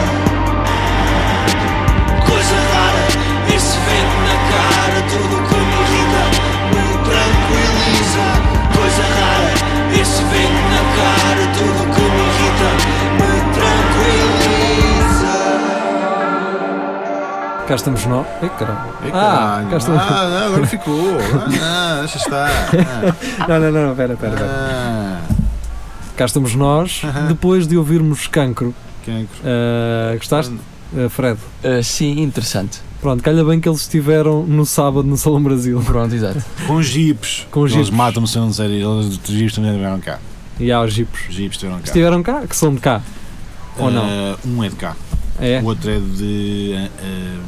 Speaker 6: Coisa rara, esse vento na cara, tudo que me irrita, me tranquiliza. Coisa rara, esse vento na cara, tudo que me irrita, me tranquiliza.
Speaker 2: Cá estamos nós. Ei, caralho.
Speaker 3: Ei,
Speaker 2: Ah,
Speaker 3: caralho.
Speaker 2: cá estamos.
Speaker 3: Ah, não, agora ficou. Ah, não, deixa estar.
Speaker 2: [LAUGHS]
Speaker 3: Ah,
Speaker 2: Não, não, não, não, pera, pera, pera.
Speaker 3: ah,
Speaker 2: Cá estamos nós, depois de ouvirmos Cancro.
Speaker 3: quem é que-
Speaker 2: Ah, gostaste, Ah, Fred?
Speaker 5: Ah, sim, [LAUGHS] interessante.
Speaker 2: Pronto, calha bem que eles estiveram no sábado no Salão Brasil.
Speaker 5: Pronto, exato.
Speaker 3: Com jipes.
Speaker 2: Com jipes.
Speaker 3: Eles matam-me se eu não disser. Eles os jipes também estiveram cá.
Speaker 2: E há os jipos.
Speaker 3: Os jipes estiveram cá.
Speaker 2: Estiveram cá? Que são de cá? é Ou não?
Speaker 3: Ah, um é de cá.
Speaker 2: É?
Speaker 3: O outro é de. ah, ah,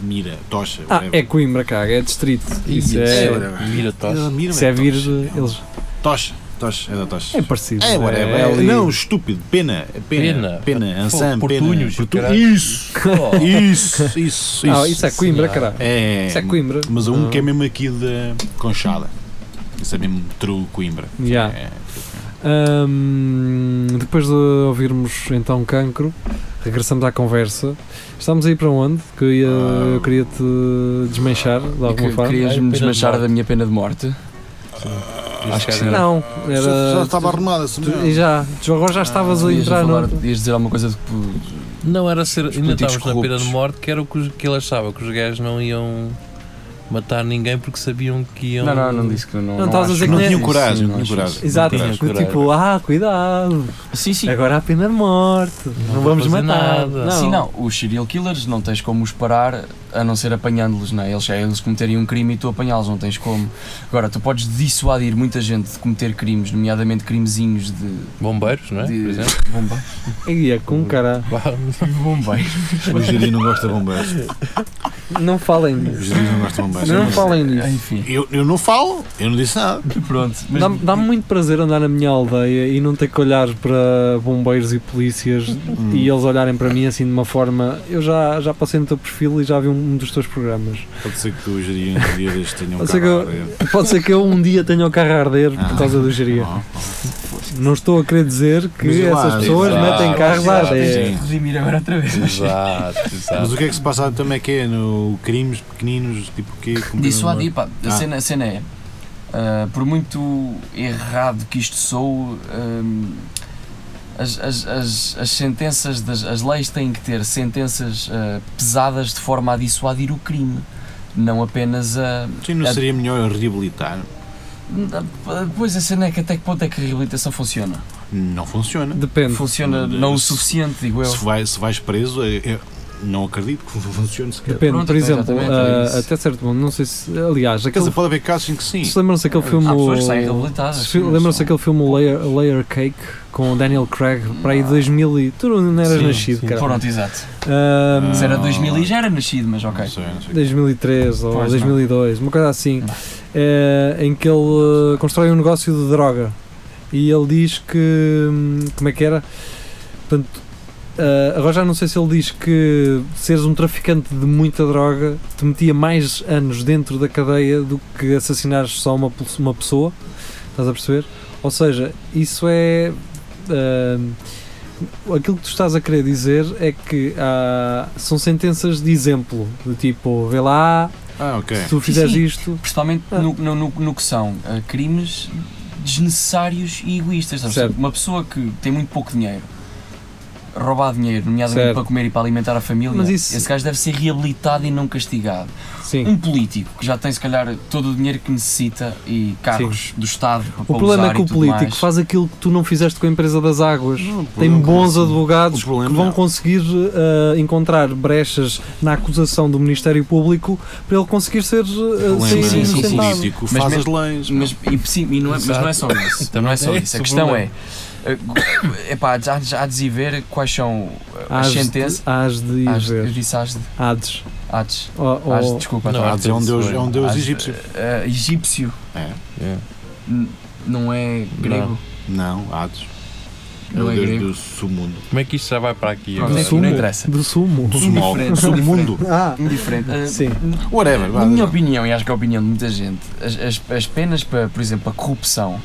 Speaker 3: mira, tocha.
Speaker 2: Ah,
Speaker 3: whatever.
Speaker 2: é Coimbra, caga, é distrito. Isso
Speaker 4: É,
Speaker 2: é.
Speaker 3: senhora.
Speaker 4: mira tosse.
Speaker 3: Mira,
Speaker 2: Isso é vir
Speaker 3: tocha. um-
Speaker 2: de. Eles.
Speaker 3: Tocha, tocha, é da tocha.
Speaker 2: É parecido.
Speaker 3: É, whatever.
Speaker 2: é ali-
Speaker 3: Não, estúpido. Pena. é Pena.
Speaker 4: Pena.
Speaker 3: Pena. Ansam,
Speaker 4: Pô,
Speaker 3: pena.
Speaker 4: portunhos,
Speaker 3: Portu-
Speaker 4: caralho.
Speaker 3: Isso.
Speaker 5: Oh.
Speaker 3: Isso. Isso. Isso.
Speaker 2: Ah, isso é Coimbra, caralho.
Speaker 3: É.
Speaker 2: Isso é Coimbra.
Speaker 3: Mas há um
Speaker 2: Ah.
Speaker 3: que é mesmo aqui da Conchada. Isso é mesmo true Coimbra.
Speaker 2: Já.
Speaker 3: É.
Speaker 2: Hum, depois de ouvirmos então Cancro, regressamos à conversa. Estamos aí para onde? Que eu, ia-
Speaker 3: Ah.
Speaker 2: eu queria te desmanchar de alguma forma.
Speaker 4: Ai,
Speaker 5: Querias-me
Speaker 4: pena de
Speaker 5: desmanchar
Speaker 4: morte.
Speaker 5: da minha pena de morte? Acho que sim.
Speaker 2: Não,
Speaker 3: Já, já
Speaker 2: era.
Speaker 3: estava arrumada, se
Speaker 2: tu- E já, tu agora já estavas a
Speaker 5: Ias-me
Speaker 2: entrar
Speaker 5: falar-
Speaker 2: no.
Speaker 5: Ias dizer alguma coisa tipo.
Speaker 4: Não, era ser. Ainda
Speaker 5: políticos
Speaker 4: estávamos na pena
Speaker 5: corruptos.
Speaker 4: de morte, que era o que, os- que ele achava, que os gajos não iam matar ninguém porque sabiam que iam.
Speaker 5: Não, não, não disse que não.
Speaker 2: Não, estavas a
Speaker 5: acho.
Speaker 2: dizer que
Speaker 3: Não
Speaker 2: nem-
Speaker 3: tinham
Speaker 5: Sim,
Speaker 3: coragem,
Speaker 5: sim,
Speaker 3: não tinham
Speaker 5: acho que
Speaker 3: coragem.
Speaker 2: Exato,
Speaker 4: tinhas
Speaker 2: que
Speaker 4: coragem.
Speaker 2: tipo, ah, cuidado,
Speaker 5: Sim, sim.
Speaker 2: agora há pena de morte, não,
Speaker 4: vou
Speaker 2: vamos
Speaker 4: fazer
Speaker 2: matar.
Speaker 4: nada.
Speaker 5: Sim, não, os serial killers não tens como os parar a não ser apanhando-los, não é? Eles, é eles cometerem um crime e tu apanhá-los, não tens como. Agora, tu podes dissuadir muita gente de cometer crimes, nomeadamente crimezinhos de.
Speaker 4: Bombeiros, não é? Por
Speaker 5: de
Speaker 4: exemplo.
Speaker 5: bomba- [LAUGHS]
Speaker 2: E é com cara.
Speaker 5: bombeiros.
Speaker 3: O Jiri não gosta
Speaker 2: [LAUGHS]
Speaker 3: de bombeiros.
Speaker 2: Não falem
Speaker 3: O
Speaker 2: disso.
Speaker 3: Jiri não gosta de bombeiros.
Speaker 2: Não falem disso.
Speaker 5: Enfim,
Speaker 3: Eu, eu não falo, eu não disse nada.
Speaker 5: pronto. Mas
Speaker 2: Dá-me dá-me muito prazer andar na minha aldeia e não ter que olhar para bombeiros e polícias
Speaker 3: Hum.
Speaker 2: e eles olharem para mim assim de uma forma. Eu já, já passei no teu perfil e já vi um, um dos teus programas.
Speaker 3: Pode ser que o Jiri um dia destes tenha um
Speaker 2: Pode ser
Speaker 3: carro
Speaker 2: que
Speaker 3: a arder.
Speaker 2: Pode ser que eu um dia tenha o carro a arder
Speaker 3: Ah.
Speaker 2: por causa do geria.
Speaker 3: Ah,
Speaker 2: Não estou a querer dizer que
Speaker 3: Mas lá,
Speaker 2: essas pessoas
Speaker 3: exato,
Speaker 2: metem carros a
Speaker 4: exato,
Speaker 2: arder.
Speaker 3: sim.
Speaker 5: redimir agora outra vez.
Speaker 4: Exato,
Speaker 3: Mas o
Speaker 4: exato.
Speaker 3: que é que se passa também é que é no crimes pequeninos, tipo o quê? Como
Speaker 5: Dissuadir, pá. A,
Speaker 3: Ah.
Speaker 5: cena, a cena é. ah, por muito errado que isto sou, ehm, as, as, as, as sentenças, das, as leis têm que ter sentenças ah, pesadas de forma a dissuadir o crime, não apenas a.
Speaker 3: Sim, não seria melhor reabilitar?
Speaker 5: Pois a cena é que até que ponto é que a reabilitação funciona?
Speaker 3: Não funciona.
Speaker 2: Depende.
Speaker 5: Funciona
Speaker 3: Hum,
Speaker 5: não o
Speaker 3: se-
Speaker 5: suficiente, digo eu.
Speaker 3: Se, vai, se vais preso, eu, eu não acredito que [LAUGHS] funcione sequer.
Speaker 2: Depende,
Speaker 5: Pronto,
Speaker 2: por
Speaker 5: então,
Speaker 2: exemplo,
Speaker 5: exatamente, é
Speaker 2: ah,
Speaker 5: isso.
Speaker 2: até certo ponto, não sei se. Aliás,
Speaker 3: Quer
Speaker 2: aquele.
Speaker 3: dizer, pode haver casos em que sim.
Speaker 2: Se lembram-se daquele filme.
Speaker 5: é. Há pessoas que saem
Speaker 2: o-
Speaker 5: reabilitadas.
Speaker 2: Se fi-
Speaker 5: sim,
Speaker 2: Lembram-se
Speaker 5: são-
Speaker 2: daquele filme o Layer, Layer Cake com o Daniel Craig para
Speaker 5: Ah.
Speaker 2: aí 2000 e tu não eras
Speaker 3: Sim,
Speaker 2: nascido,
Speaker 3: sim.
Speaker 2: cara. Ah,
Speaker 5: Pronto, exato.
Speaker 2: Ahm,
Speaker 5: Se era
Speaker 3: Não.
Speaker 5: 2000 e já era nascido, mas ok.
Speaker 3: Não sei, é não sei.
Speaker 2: 2003 ou
Speaker 5: Pois não.
Speaker 2: 2002, uma coisa assim, eh, em que ele eh, constrói um negócio de droga e ele diz que. hum, Como é que era? Portanto, eh, agora já não sei se ele diz que seres um traficante de muita droga te metia mais anos dentro da cadeia do que assassinares só uma, pe- uma pessoa, estás a perceber? Ou seja, isso é. hum, aquilo que tu estás a querer dizer é que há- são sentenças de exemplo, do tipo, vê lá,
Speaker 3: Ah, ok.
Speaker 2: se tu fizeres
Speaker 5: Sim, sim.
Speaker 2: isto,
Speaker 5: principalmente
Speaker 2: Ah.
Speaker 5: no, no, no, no que são ah, crimes desnecessários e egoístas. sabes?
Speaker 2: Certo.
Speaker 5: Uma pessoa que tem muito pouco dinheiro, roubar dinheiro, nomeadamente
Speaker 2: Certo.
Speaker 5: para comer e para alimentar a família,
Speaker 2: Mas isso-
Speaker 5: esse gajo deve ser reabilitado e não castigado.
Speaker 2: sim.
Speaker 5: Um político que já tem, se calhar, todo o dinheiro que necessita e carros do Estado para
Speaker 2: O problema
Speaker 5: usar
Speaker 2: é que
Speaker 5: e
Speaker 2: o
Speaker 5: tudo
Speaker 2: político
Speaker 5: mais. é
Speaker 2: faz aquilo que tu não fizeste com a empresa das águas. Tem
Speaker 3: problema-
Speaker 2: bons advogados
Speaker 3: O
Speaker 2: que
Speaker 3: problema
Speaker 2: vão
Speaker 3: não.
Speaker 2: conseguir eh, encontrar brechas na acusação do Ministério Público para ele conseguir ser uh,
Speaker 3: Problema,
Speaker 2: sair
Speaker 3: é
Speaker 5: sim,
Speaker 3: que
Speaker 5: sim,
Speaker 3: o
Speaker 5: sim.
Speaker 2: inocentado.
Speaker 3: político
Speaker 5: Mas
Speaker 3: faz
Speaker 5: mesmo-
Speaker 3: as leis.
Speaker 5: Mas, e, sim, e não é, mas não é só
Speaker 2: [LAUGHS]
Speaker 5: isso. não é só
Speaker 4: É
Speaker 5: isso.
Speaker 4: esse
Speaker 5: A
Speaker 4: o
Speaker 5: questão
Speaker 4: problema.
Speaker 5: é. eh, Epá, há, de- há de se ver quais são ah,
Speaker 2: Hás
Speaker 5: as
Speaker 2: de-
Speaker 5: sentenças.
Speaker 2: Hás de ir
Speaker 5: Hás de- Eu
Speaker 2: ver.
Speaker 5: disse as de.
Speaker 2: Hades.
Speaker 5: Hades.
Speaker 2: Ou- ou-
Speaker 5: Hades, desculpa.
Speaker 4: Não,
Speaker 3: Ah, é um deus, é um deus
Speaker 5: Hades,
Speaker 3: egípcio.
Speaker 5: eh, eh, egípcio.
Speaker 3: É.
Speaker 5: N- Não é grego.
Speaker 3: Não, Hades.
Speaker 5: Não
Speaker 3: Meu
Speaker 5: é
Speaker 3: Deus
Speaker 5: grego.
Speaker 3: do submundo.
Speaker 4: Como é que isto já vai para aqui
Speaker 5: Pronto,
Speaker 4: agora?
Speaker 5: é- não interessa.
Speaker 2: Do sumo.
Speaker 3: Do sumo.
Speaker 5: Indiferente.
Speaker 3: submundo.
Speaker 2: Ah,
Speaker 5: Indiferente. Ah,
Speaker 2: sim.
Speaker 3: Whatever.
Speaker 5: Na
Speaker 3: vá,
Speaker 5: minha
Speaker 3: não.
Speaker 5: opinião, e acho que é a opinião de muita gente, as, as, as penas para, por exemplo, a corrupção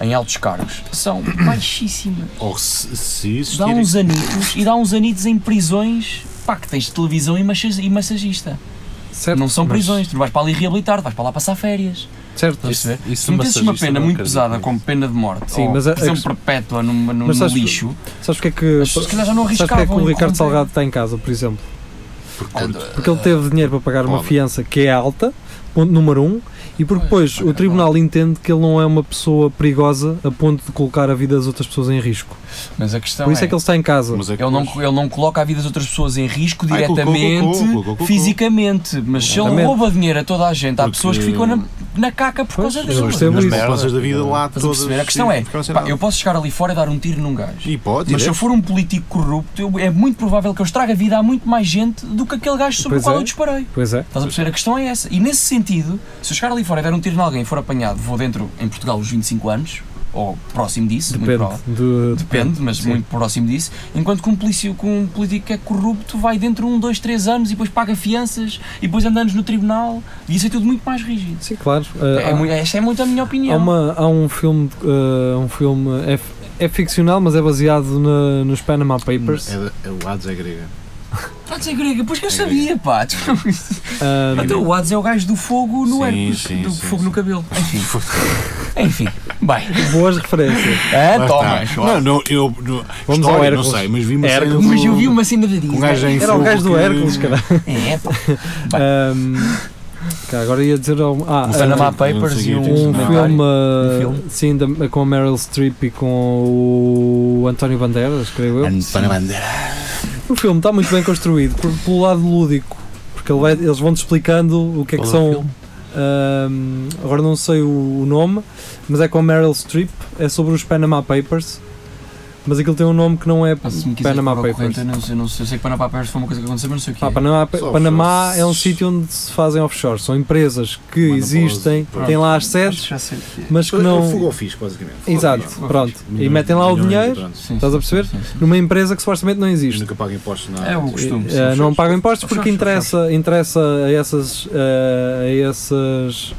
Speaker 5: em altos cargos são baixíssimas.
Speaker 3: Ou se, se
Speaker 5: Dá
Speaker 3: existirem-
Speaker 5: uns anitos e dá uns anitos em prisões. Pá, que tens televisão e massa- e massagista.
Speaker 2: Certo,
Speaker 5: não são
Speaker 2: mas-
Speaker 5: prisões, tu não vais para ali reabilitar, tu vais para lá passar férias.
Speaker 2: Certo.
Speaker 5: Estás a
Speaker 4: isso
Speaker 5: perceber?
Speaker 4: é
Speaker 5: Se metesses
Speaker 4: massagista
Speaker 5: uma pena
Speaker 4: não
Speaker 5: muito
Speaker 4: acredito
Speaker 5: pesada
Speaker 4: nisso.
Speaker 3: É
Speaker 5: como pena de morte,
Speaker 2: Sim,
Speaker 5: ou
Speaker 2: mas a-
Speaker 5: prisão
Speaker 2: a-
Speaker 5: perpétua numa- num,
Speaker 2: Mas
Speaker 5: num
Speaker 2: sabes-
Speaker 5: lixo,
Speaker 2: Sabes porque é que.
Speaker 5: Mas se calhar já não
Speaker 2: sabes porque é que
Speaker 5: arriscavam então, né?
Speaker 2: o
Speaker 5: e
Speaker 2: Ricardo
Speaker 5: corromper.
Speaker 2: Salgado está em casa, por exemplo?
Speaker 3: Por conta.
Speaker 2: Porque ele teve dinheiro para pagar uma
Speaker 3: Pobre.
Speaker 2: fiança que é alta, ponto número um, e porque
Speaker 5: Pois,
Speaker 2: depois
Speaker 5: pagar
Speaker 2: o tribunal entende que ele não é uma pessoa perigosa a ponto de colocar a vida das outras pessoas em risco.
Speaker 5: mas a questão
Speaker 2: Por isso é que ele está em casa.
Speaker 3: Mas é que
Speaker 5: Ele não,
Speaker 3: depois-
Speaker 5: ele não coloca a vida das outras pessoas em risco
Speaker 3: Ai, colocou,
Speaker 5: diretamente,
Speaker 3: colocou, colocou,
Speaker 5: fisicamente, mas se ele
Speaker 2: Exatamente.
Speaker 5: rouba dinheiro a toda a gente, há
Speaker 3: Porque-
Speaker 5: pessoas que ficam na, na caca por
Speaker 2: Pois,
Speaker 5: causa
Speaker 2: eu
Speaker 5: dele.
Speaker 3: Mas
Speaker 2: percebo
Speaker 3: as
Speaker 2: isso.
Speaker 3: poupanças da vida lá
Speaker 5: Estás a
Speaker 3: todas.
Speaker 5: perceber? A questão
Speaker 3: sim,
Speaker 5: é,
Speaker 3: ficaram sem
Speaker 5: pá,
Speaker 3: nada.
Speaker 5: eu posso chegar ali fora e dar um tiro num gajo.
Speaker 3: E pode,
Speaker 5: Mas se eu
Speaker 3: direto.
Speaker 5: for um político corrupto, eu- é muito provável que eu estrague a vida a muito mais gente do que aquele gajo sobre
Speaker 2: Pois
Speaker 5: o qual
Speaker 2: é.
Speaker 5: eu disparei.
Speaker 2: Pois é.
Speaker 5: Estás a perceber? A questão é essa. E nesse sentido, se eu chegar ali fora e der um tiro em alguém e for apanhado, vou dentro em Portugal os 25 anos, ou próximo disso, muito
Speaker 2: Depende.
Speaker 5: provável.
Speaker 2: do-
Speaker 5: Depende, mas
Speaker 2: Sim.
Speaker 5: muito próximo disso. Enquanto que um, polícia, que um político que é corrupto vai dentro um, dois, três anos e depois paga fianças e depois anda anos no tribunal. E isso é tudo muito mais rígido.
Speaker 2: Sim, claro. Ah,
Speaker 5: É,
Speaker 2: há-
Speaker 5: mu- esta é muito a minha
Speaker 2: há,
Speaker 5: opinião.
Speaker 2: uma, há um filme. ah, um filme é, f- é ficcional, mas é baseado na- nos Panama Papers.
Speaker 3: É, da- é o Hades é grega.
Speaker 5: Pá, tu é grega, pois que eu sabia, pá. [LAUGHS] Tu-
Speaker 2: Ah,
Speaker 5: Então o Hades é o gajo do fogo no
Speaker 3: Sim,
Speaker 5: herpes,
Speaker 3: sim,
Speaker 5: do
Speaker 3: sim,
Speaker 5: fogo
Speaker 3: sim.
Speaker 5: no cabelo. Enfim.
Speaker 3: [LAUGHS]
Speaker 5: Enfim. Bem.
Speaker 2: boas referências.
Speaker 5: É,
Speaker 3: Lá
Speaker 5: toma.
Speaker 3: está. Não, não, eu. Não,
Speaker 2: Vamos ao
Speaker 3: história, não
Speaker 2: Hércules.
Speaker 3: sei, mas vi uma
Speaker 2: Hércules.
Speaker 3: cena do-
Speaker 5: Mas eu vi uma cena da Disney.
Speaker 3: Um gajo em
Speaker 2: Era o
Speaker 3: fogo
Speaker 2: gajo do
Speaker 3: que-
Speaker 2: Hércules, caralho.
Speaker 5: É, pá.
Speaker 2: Ahm, cá, agora ia dizer. ao- Ah,
Speaker 3: Um
Speaker 2: ah,
Speaker 5: Panama
Speaker 3: não
Speaker 5: Papers
Speaker 3: sei
Speaker 5: e
Speaker 3: o que é
Speaker 2: um
Speaker 3: Não.
Speaker 2: filme,
Speaker 5: Um
Speaker 2: uh,
Speaker 5: filme?
Speaker 2: sim, da- com a Meryl Streep e com o António Bandeiras, creio eu.
Speaker 3: Para bandeira.
Speaker 2: O filme está muito bem construído, por- pelo lado lúdico, porque ele vai- eles vão-te explicando o que é que
Speaker 4: Qual é o
Speaker 2: são. ahm, agora não sei o, o nome, mas é com a Meryl Streep, é sobre os Panama Papers, mas aquilo tem um nome que não é
Speaker 5: Pá, Ah, se me quiseres
Speaker 2: Panama
Speaker 5: pôr ao corrente,
Speaker 2: Papers.
Speaker 5: eu não sei, eu não sei. Eu sei que Panama Papers foi uma coisa que aconteceu, mas não sei o que é
Speaker 2: Ah, Panamá,
Speaker 3: Só
Speaker 2: Panamá
Speaker 3: offshores.
Speaker 2: é um sítio onde se fazem offshore, são empresas que
Speaker 3: Monopólio,
Speaker 2: existem,
Speaker 3: pronto.
Speaker 2: têm lá as sedes,
Speaker 5: Já sei o que é.
Speaker 2: mas que
Speaker 3: Fogo
Speaker 2: não.
Speaker 3: ao fixe, basicamente. Fogo ao
Speaker 2: Exato,
Speaker 3: fixe.
Speaker 2: pronto. E
Speaker 3: Milhões-
Speaker 2: metem lá o
Speaker 3: milhões de
Speaker 2: dinheiro.
Speaker 3: prontos.
Speaker 5: Sim,
Speaker 2: Estás a
Speaker 5: sim,
Speaker 2: perceber?
Speaker 5: sim, sim.
Speaker 2: numa empresa que supostamente não
Speaker 3: E
Speaker 2: existe.
Speaker 3: nunca pago impostos, nada.
Speaker 5: É o
Speaker 3: um
Speaker 5: costume.
Speaker 2: Eh,
Speaker 5: sim.
Speaker 2: eh, não
Speaker 3: sim,
Speaker 2: pagam
Speaker 3: sim.
Speaker 2: impostos porque
Speaker 5: Sim, sim,
Speaker 2: interessa, interessa a essas, eh, a essas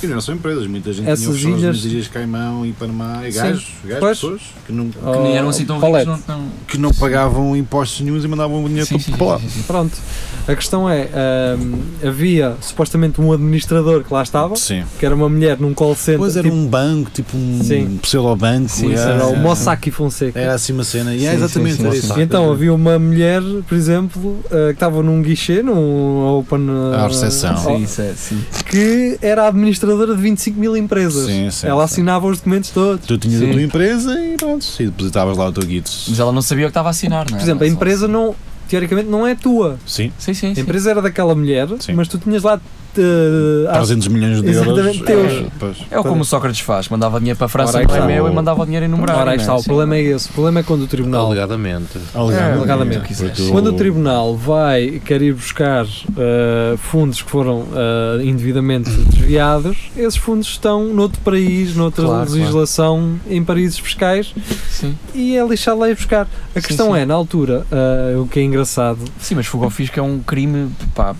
Speaker 3: E não são empresas, muita gente
Speaker 2: Essas
Speaker 3: tinha offshores
Speaker 2: ilhas-
Speaker 3: nas ilhas Caimão e Panamá e
Speaker 2: Sim.
Speaker 3: gajos, gajos
Speaker 2: Pois.
Speaker 3: pessoas que não,
Speaker 2: Oh.
Speaker 5: Que nem eram assim tão
Speaker 2: Colete.
Speaker 5: ricos, não- não-
Speaker 3: que não pagavam impostos nenhums e mandavam o dinheiro
Speaker 5: Sim,
Speaker 3: tudo
Speaker 2: tipo
Speaker 5: sim,
Speaker 3: para lá.
Speaker 5: sim, sim, sim.
Speaker 2: pronto. A questão é, ahm, havia supostamente um administrador que lá estava,
Speaker 3: Sim.
Speaker 2: que era uma mulher num call center,
Speaker 3: Depois era
Speaker 2: tipo,
Speaker 3: um banco, tipo um
Speaker 2: Sim.
Speaker 3: pseudo-banco.
Speaker 5: Sim,
Speaker 3: era-
Speaker 2: era o
Speaker 5: sim.
Speaker 2: Mossack Fonseca.
Speaker 3: Era assim uma cena. E é
Speaker 5: Sim,
Speaker 3: exatamente
Speaker 5: sim, sim,
Speaker 3: era
Speaker 5: sim.
Speaker 3: isso.
Speaker 2: E Então havia uma mulher, por exemplo, eh, que estava num guichê, num open eh,
Speaker 3: À recepção.
Speaker 2: oh,
Speaker 5: Sim, isso é, sim.
Speaker 2: que era a administradora de 25 mil empresas.
Speaker 3: Sim, sim,
Speaker 2: Ela
Speaker 3: sim.
Speaker 2: assinava os documentos todos.
Speaker 3: Tu tinhas
Speaker 5: Sim.
Speaker 3: a tua empresa e pronto, e depositavas lá o teu guito.
Speaker 5: Mas ela não sabia o que estava a assinar, não é?
Speaker 2: Por exemplo, a empresa não, teoricamente não é tua.
Speaker 3: Sim,
Speaker 5: Sim, sim,
Speaker 2: A
Speaker 5: sim.
Speaker 2: empresa era daquela mulher,
Speaker 3: Sim.
Speaker 2: mas tu tinhas lá. eh, às-
Speaker 3: 300 milhões de euros.
Speaker 2: Exatamente, teus.
Speaker 3: É, pois.
Speaker 5: É o como o Sócrates faz, mandava dinheiro para a
Speaker 2: Ora,
Speaker 5: França,
Speaker 2: aí
Speaker 5: não é
Speaker 2: está.
Speaker 5: meu, e mandava o dinheiro em numerário.
Speaker 2: Ora, aí
Speaker 5: não é?
Speaker 2: está, o
Speaker 5: Sim.
Speaker 2: problema é esse. O problema é quando o tribunal.
Speaker 4: Alegadamente.
Speaker 3: Alegadamente.
Speaker 2: É, alegadamente.
Speaker 3: Porque
Speaker 5: Quiseres.
Speaker 3: tu-
Speaker 2: Quando o tribunal vai, quer ir buscar eh, fundos que foram eh, indevidamente
Speaker 3: Uhum.
Speaker 2: desviados, esses fundos estão noutro país, noutra
Speaker 5: Claro, claro.
Speaker 2: legislação, em paraísos fiscais
Speaker 5: Sim.
Speaker 2: e é lixado lá ir buscar. A
Speaker 5: Sim,
Speaker 2: questão
Speaker 5: sim.
Speaker 2: é, na altura, eh, o que é engraçado,
Speaker 5: Sim, mas fogo ao fisco é um crime, pá.